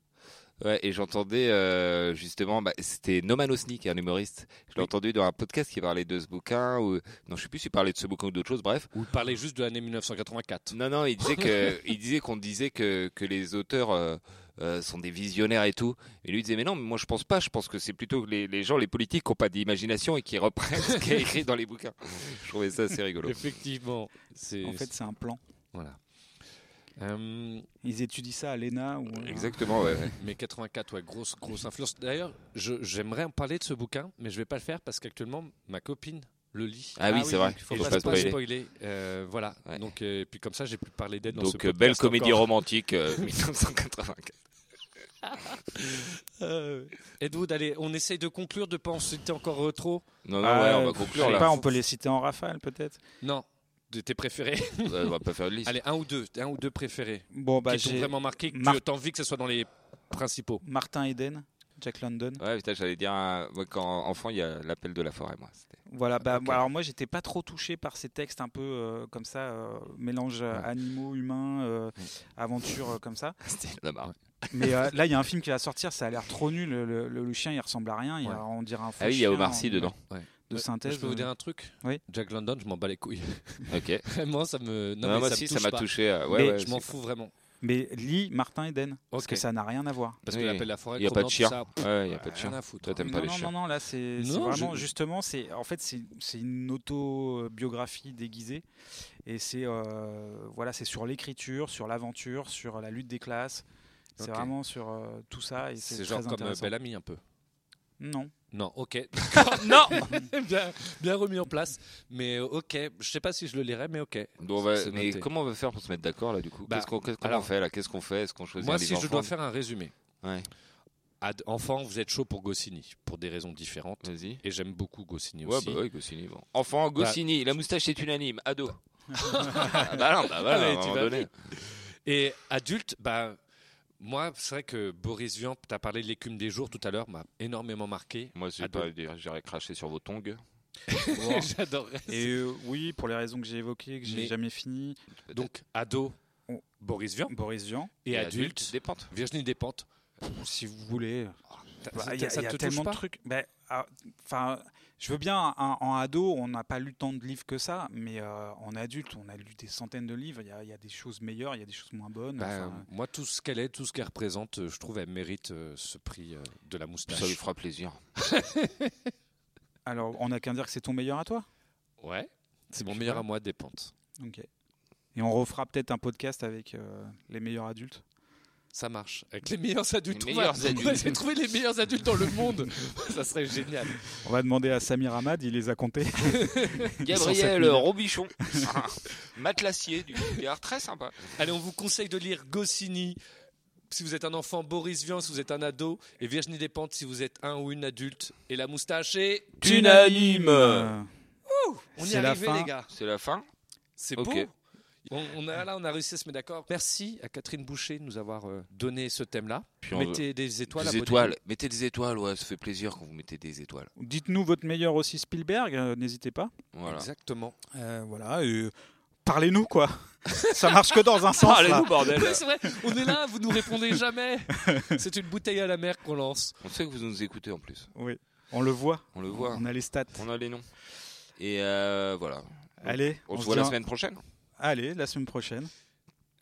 [SPEAKER 4] Ouais, et j'entendais euh, justement, bah, c'était Noman Osni qui est un humoriste. Je l'ai entendu dans un podcast qui parlait de ce bouquin, ou non, je sais plus s'il parlait de ce bouquin ou d'autre chose, bref.
[SPEAKER 3] Ou il parlait juste de l'année 1984.
[SPEAKER 4] Non, non, il disait que, il disait qu'on disait que, que les auteurs euh, euh, sont des visionnaires et tout. Et lui disait, mais non, mais moi je pense pas, je pense que c'est plutôt que les, les gens, les politiques, qui n'ont pas d'imagination et qui reprennent ce qui est écrit dans les bouquins. Je trouvais ça assez rigolo.
[SPEAKER 3] Effectivement. c'est-
[SPEAKER 5] En fait, c'est un plan.
[SPEAKER 3] Voilà. Hum,
[SPEAKER 5] Ils étudient ça à l'ENA. Ou... euh,
[SPEAKER 4] Exactement, ouais, ouais.
[SPEAKER 3] Mais 84, ouais, grosse, grosse influence. D'ailleurs, je- j'aimerais en parler de ce bouquin, mais je vais pas le faire parce qu'actuellement, ma copine le lit.
[SPEAKER 4] Ah oui, Ah c'est oui, vrai,
[SPEAKER 3] Il faut
[SPEAKER 4] faut
[SPEAKER 3] pas,
[SPEAKER 4] pas
[SPEAKER 3] se spoiler.
[SPEAKER 4] spoiler.
[SPEAKER 3] Euh, voilà. Donc, euh, puis comme ça, j'ai pu parler d'elle dans ce
[SPEAKER 4] Donc, euh,
[SPEAKER 3] podcast
[SPEAKER 4] belle comédie
[SPEAKER 3] encore.
[SPEAKER 4] romantique, euh, 1984.
[SPEAKER 3] Euh, Edwood, allez, on essaye de conclure, de pas en citer encore euh, trop.
[SPEAKER 4] Non, non,
[SPEAKER 5] Ah,
[SPEAKER 4] ouais, on va
[SPEAKER 5] pff,
[SPEAKER 4] conclure,
[SPEAKER 5] je sais
[SPEAKER 4] là.
[SPEAKER 5] pas, on peut les citer en rafale peut-être.
[SPEAKER 3] Non, de tes préférés.
[SPEAKER 4] Ouais, on va pas faire de liste.
[SPEAKER 3] Allez, un ou deux, un ou deux préférés.
[SPEAKER 5] Bon, bah,
[SPEAKER 3] qui t'ont
[SPEAKER 5] j'ai-
[SPEAKER 3] vraiment marqué. que
[SPEAKER 5] Mar-
[SPEAKER 3] tu- T'as envie que ce soit dans les principaux.
[SPEAKER 5] Martin Eden, Jack London.
[SPEAKER 4] Ouais, putain, j'allais dire, euh, moi, quand enfant, il y a l'appel de la forêt, moi. c'était-
[SPEAKER 5] Voilà, bah, alors moi j'étais pas trop touché par ces textes un peu euh, comme ça, euh, mélange euh, animaux, humains, euh,
[SPEAKER 4] Mm.
[SPEAKER 5] aventure euh, comme ça.
[SPEAKER 4] la marre.
[SPEAKER 5] Mais euh, là il y a un film qui va sortir, ça a l'air trop nul, le, le- le chien il ressemble à rien, il y a- on dirait un faux
[SPEAKER 4] Ah oui, il y a
[SPEAKER 5] chien,
[SPEAKER 4] Omar Sy
[SPEAKER 5] on-
[SPEAKER 4] dedans.
[SPEAKER 5] ouais,
[SPEAKER 4] Ouais.
[SPEAKER 5] De
[SPEAKER 3] Euh,
[SPEAKER 5] synthèse.
[SPEAKER 3] Je peux vous
[SPEAKER 5] euh.
[SPEAKER 3] dire un truc
[SPEAKER 5] Oui.
[SPEAKER 3] Jack London, je m'en bats les couilles.
[SPEAKER 4] Ok.
[SPEAKER 3] vraiment, ça me.
[SPEAKER 4] Non,
[SPEAKER 3] mais
[SPEAKER 4] moi
[SPEAKER 3] ça
[SPEAKER 4] aussi,
[SPEAKER 3] me
[SPEAKER 4] ça
[SPEAKER 3] touche
[SPEAKER 4] m'a
[SPEAKER 3] pas.
[SPEAKER 4] touché, euh, ouais,
[SPEAKER 3] Mais
[SPEAKER 4] ouais,
[SPEAKER 3] je m'en
[SPEAKER 4] c'est-
[SPEAKER 3] fous vraiment.
[SPEAKER 5] Mais lis Martin Eden, parce
[SPEAKER 3] Ok.
[SPEAKER 5] que ça n'a rien à voir.
[SPEAKER 3] Parce que
[SPEAKER 4] Oui.
[SPEAKER 3] l'appel à la forêt,
[SPEAKER 4] Il y a pas de
[SPEAKER 3] Conan, tout
[SPEAKER 4] chien.
[SPEAKER 3] ça,
[SPEAKER 4] Ouais, ouais, il y a pas de
[SPEAKER 3] rien
[SPEAKER 4] chien.
[SPEAKER 3] à foutre.
[SPEAKER 4] Toi, t'aimes
[SPEAKER 5] non,
[SPEAKER 4] pas les
[SPEAKER 5] non,
[SPEAKER 4] chiens.
[SPEAKER 5] non, non, là c'est c'est
[SPEAKER 3] Non,
[SPEAKER 5] vraiment
[SPEAKER 3] je-
[SPEAKER 5] justement, c'est en fait c'est c'est une autobiographie déguisée et c'est euh, voilà, c'est sur l'écriture, sur l'aventure, sur la lutte des classes. C'est
[SPEAKER 3] Ok.
[SPEAKER 5] vraiment sur euh, tout ça et c'est
[SPEAKER 3] C'est
[SPEAKER 5] très
[SPEAKER 3] genre comme euh,
[SPEAKER 5] intéressant.
[SPEAKER 3] Bel Ami un peu.
[SPEAKER 5] Non.
[SPEAKER 3] Non, ok. d'accord. non bien, bien remis en place. Mais euh, ok, je sais pas si je le lirai, mais ok.
[SPEAKER 4] Donc, on va-
[SPEAKER 3] C'est
[SPEAKER 4] bah, mais
[SPEAKER 3] noté.
[SPEAKER 4] comment on va faire pour se mettre d'accord là du coup
[SPEAKER 3] Bah,
[SPEAKER 4] Qu'est-ce qu'on qu'est-ce qu'on
[SPEAKER 3] alors,
[SPEAKER 4] fait là Qu'est-ce qu'on fait Est-ce qu'on choisit un
[SPEAKER 3] Moi,
[SPEAKER 4] livre
[SPEAKER 3] si je
[SPEAKER 4] enfant
[SPEAKER 3] dois faire un résumé.
[SPEAKER 4] Ouais.
[SPEAKER 3] Ad- enfant, vous êtes chaud pour Goscinny, pour des raisons différentes. Et j'aime beaucoup Goscinny
[SPEAKER 4] Ouais,
[SPEAKER 3] aussi.
[SPEAKER 4] bah ouais, Goscinny, bon. Enfant,
[SPEAKER 3] Bah-
[SPEAKER 4] Goscinny, la moustache est unanime, ado. Ah bah non, bah voilà,
[SPEAKER 3] Ah, mais
[SPEAKER 4] à un
[SPEAKER 3] tu
[SPEAKER 4] moment
[SPEAKER 3] vas
[SPEAKER 4] donné.
[SPEAKER 3] vite. Et adulte, bah, moi, c'est vrai que Boris Vian, tu as parlé de l'écume des jours tout à l'heure, m'a énormément marqué.
[SPEAKER 4] Moi, j'ai
[SPEAKER 3] Ado- Bah,
[SPEAKER 4] pas dire, j'irais cracher sur vos tongs.
[SPEAKER 3] J'adorerais ça.
[SPEAKER 5] Et euh, oui, pour les raisons que j'ai évoquées, que j'ai
[SPEAKER 3] Mais-
[SPEAKER 5] jamais fini.
[SPEAKER 3] Donc, ado, Boris Vian.
[SPEAKER 5] Boris Vian.
[SPEAKER 3] Et,
[SPEAKER 5] Et
[SPEAKER 3] adulte,
[SPEAKER 5] adulte,
[SPEAKER 3] Virginie Despentes.
[SPEAKER 5] Si vous voulez.
[SPEAKER 3] t'as-
[SPEAKER 5] Bah,
[SPEAKER 3] ça-
[SPEAKER 5] Il y a,
[SPEAKER 3] ça
[SPEAKER 5] il y a
[SPEAKER 3] te touche
[SPEAKER 5] tellement de
[SPEAKER 3] pas
[SPEAKER 5] trucs. Ben, ah, Enfin, je veux bien un- en ado, on n'a pas lu tant de livres que ça, mais euh, en adulte, on a lu des centaines de livres. Il y a, il y a des choses meilleures, il y a des choses moins bonnes.
[SPEAKER 3] Bah,
[SPEAKER 5] Enfin,
[SPEAKER 3] euh, moi, tout ce qu'elle est, tout ce qu'elle représente, euh, je trouve, elle mérite euh, ce prix euh, de la moustache.
[SPEAKER 4] Ça lui fera plaisir.
[SPEAKER 5] Alors, on n'a qu'à dire que c'est ton meilleur à toi.
[SPEAKER 3] Ouais, c'est mon meilleur à moi, Despentes.
[SPEAKER 5] Ok. Et on refera peut-être un podcast avec euh, les meilleurs adultes.
[SPEAKER 3] Ça marche. Avec les meilleurs adultes.
[SPEAKER 5] Les
[SPEAKER 3] on va-
[SPEAKER 5] meilleurs adultes.
[SPEAKER 3] on va essayer de trouver les meilleurs adultes dans le monde. ça serait génial.
[SPEAKER 5] On va demander à Samir Ahmad, il les a comptés. Ils sont
[SPEAKER 4] Gabriel
[SPEAKER 5] 7000.
[SPEAKER 4] Robichon, matelassier du Picard, très sympa.
[SPEAKER 3] Allez, on vous conseille de lire Goscinny. Si vous êtes un enfant, Boris Vian, si vous êtes un ado, et Virginie Despentes, si vous êtes un ou une adulte. Et la moustache est
[SPEAKER 4] Unanime.
[SPEAKER 5] Euh,
[SPEAKER 3] Ouh, on y est
[SPEAKER 4] C'est la
[SPEAKER 3] arrivé,
[SPEAKER 4] fin.
[SPEAKER 3] les gars.
[SPEAKER 4] C'est la fin.
[SPEAKER 3] C'est
[SPEAKER 4] Ok.
[SPEAKER 3] beau. On, on a, là, on a réussi à se mettre d'accord. Merci à Catherine Boucher de nous avoir euh, donné ce thème-là.
[SPEAKER 4] Puis on-
[SPEAKER 3] Mettez des étoiles.
[SPEAKER 4] Des
[SPEAKER 3] abonnez-vous.
[SPEAKER 4] étoiles. Mettez des étoiles, ouais, ça fait plaisir quand vous mettez des étoiles.
[SPEAKER 5] Dites-nous votre meilleur aussi Spielberg, euh, n'hésitez pas.
[SPEAKER 4] Voilà.
[SPEAKER 3] Exactement.
[SPEAKER 5] Euh, voilà, et parlez-nous quoi. Ça marche que dans un sens. là.
[SPEAKER 3] Ouais, c'est vrai. On est là, vous nous répondez jamais. C'est une bouteille à la mer qu'on lance.
[SPEAKER 4] On sait que vous nous écoutez en plus.
[SPEAKER 5] Oui, on le voit.
[SPEAKER 4] On le voit.
[SPEAKER 5] On a les stats.
[SPEAKER 4] On a les noms. Et euh, voilà.
[SPEAKER 5] Allez,
[SPEAKER 4] on, se
[SPEAKER 5] se
[SPEAKER 4] voit
[SPEAKER 5] dit
[SPEAKER 4] la
[SPEAKER 5] un-
[SPEAKER 4] semaine prochaine.
[SPEAKER 5] Allez, la semaine prochaine.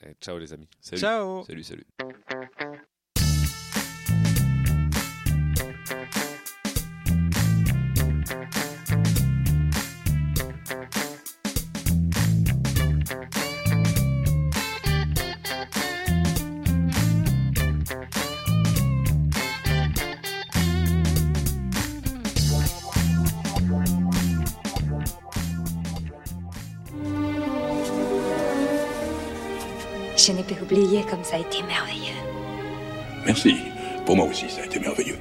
[SPEAKER 3] Et Eh, ciao les amis.
[SPEAKER 11] Salut.
[SPEAKER 5] Ciao.
[SPEAKER 11] Salut, salut.
[SPEAKER 13] Je ne peux oublier comme ça a été merveilleux.
[SPEAKER 14] Merci. Pour moi aussi, ça a été merveilleux.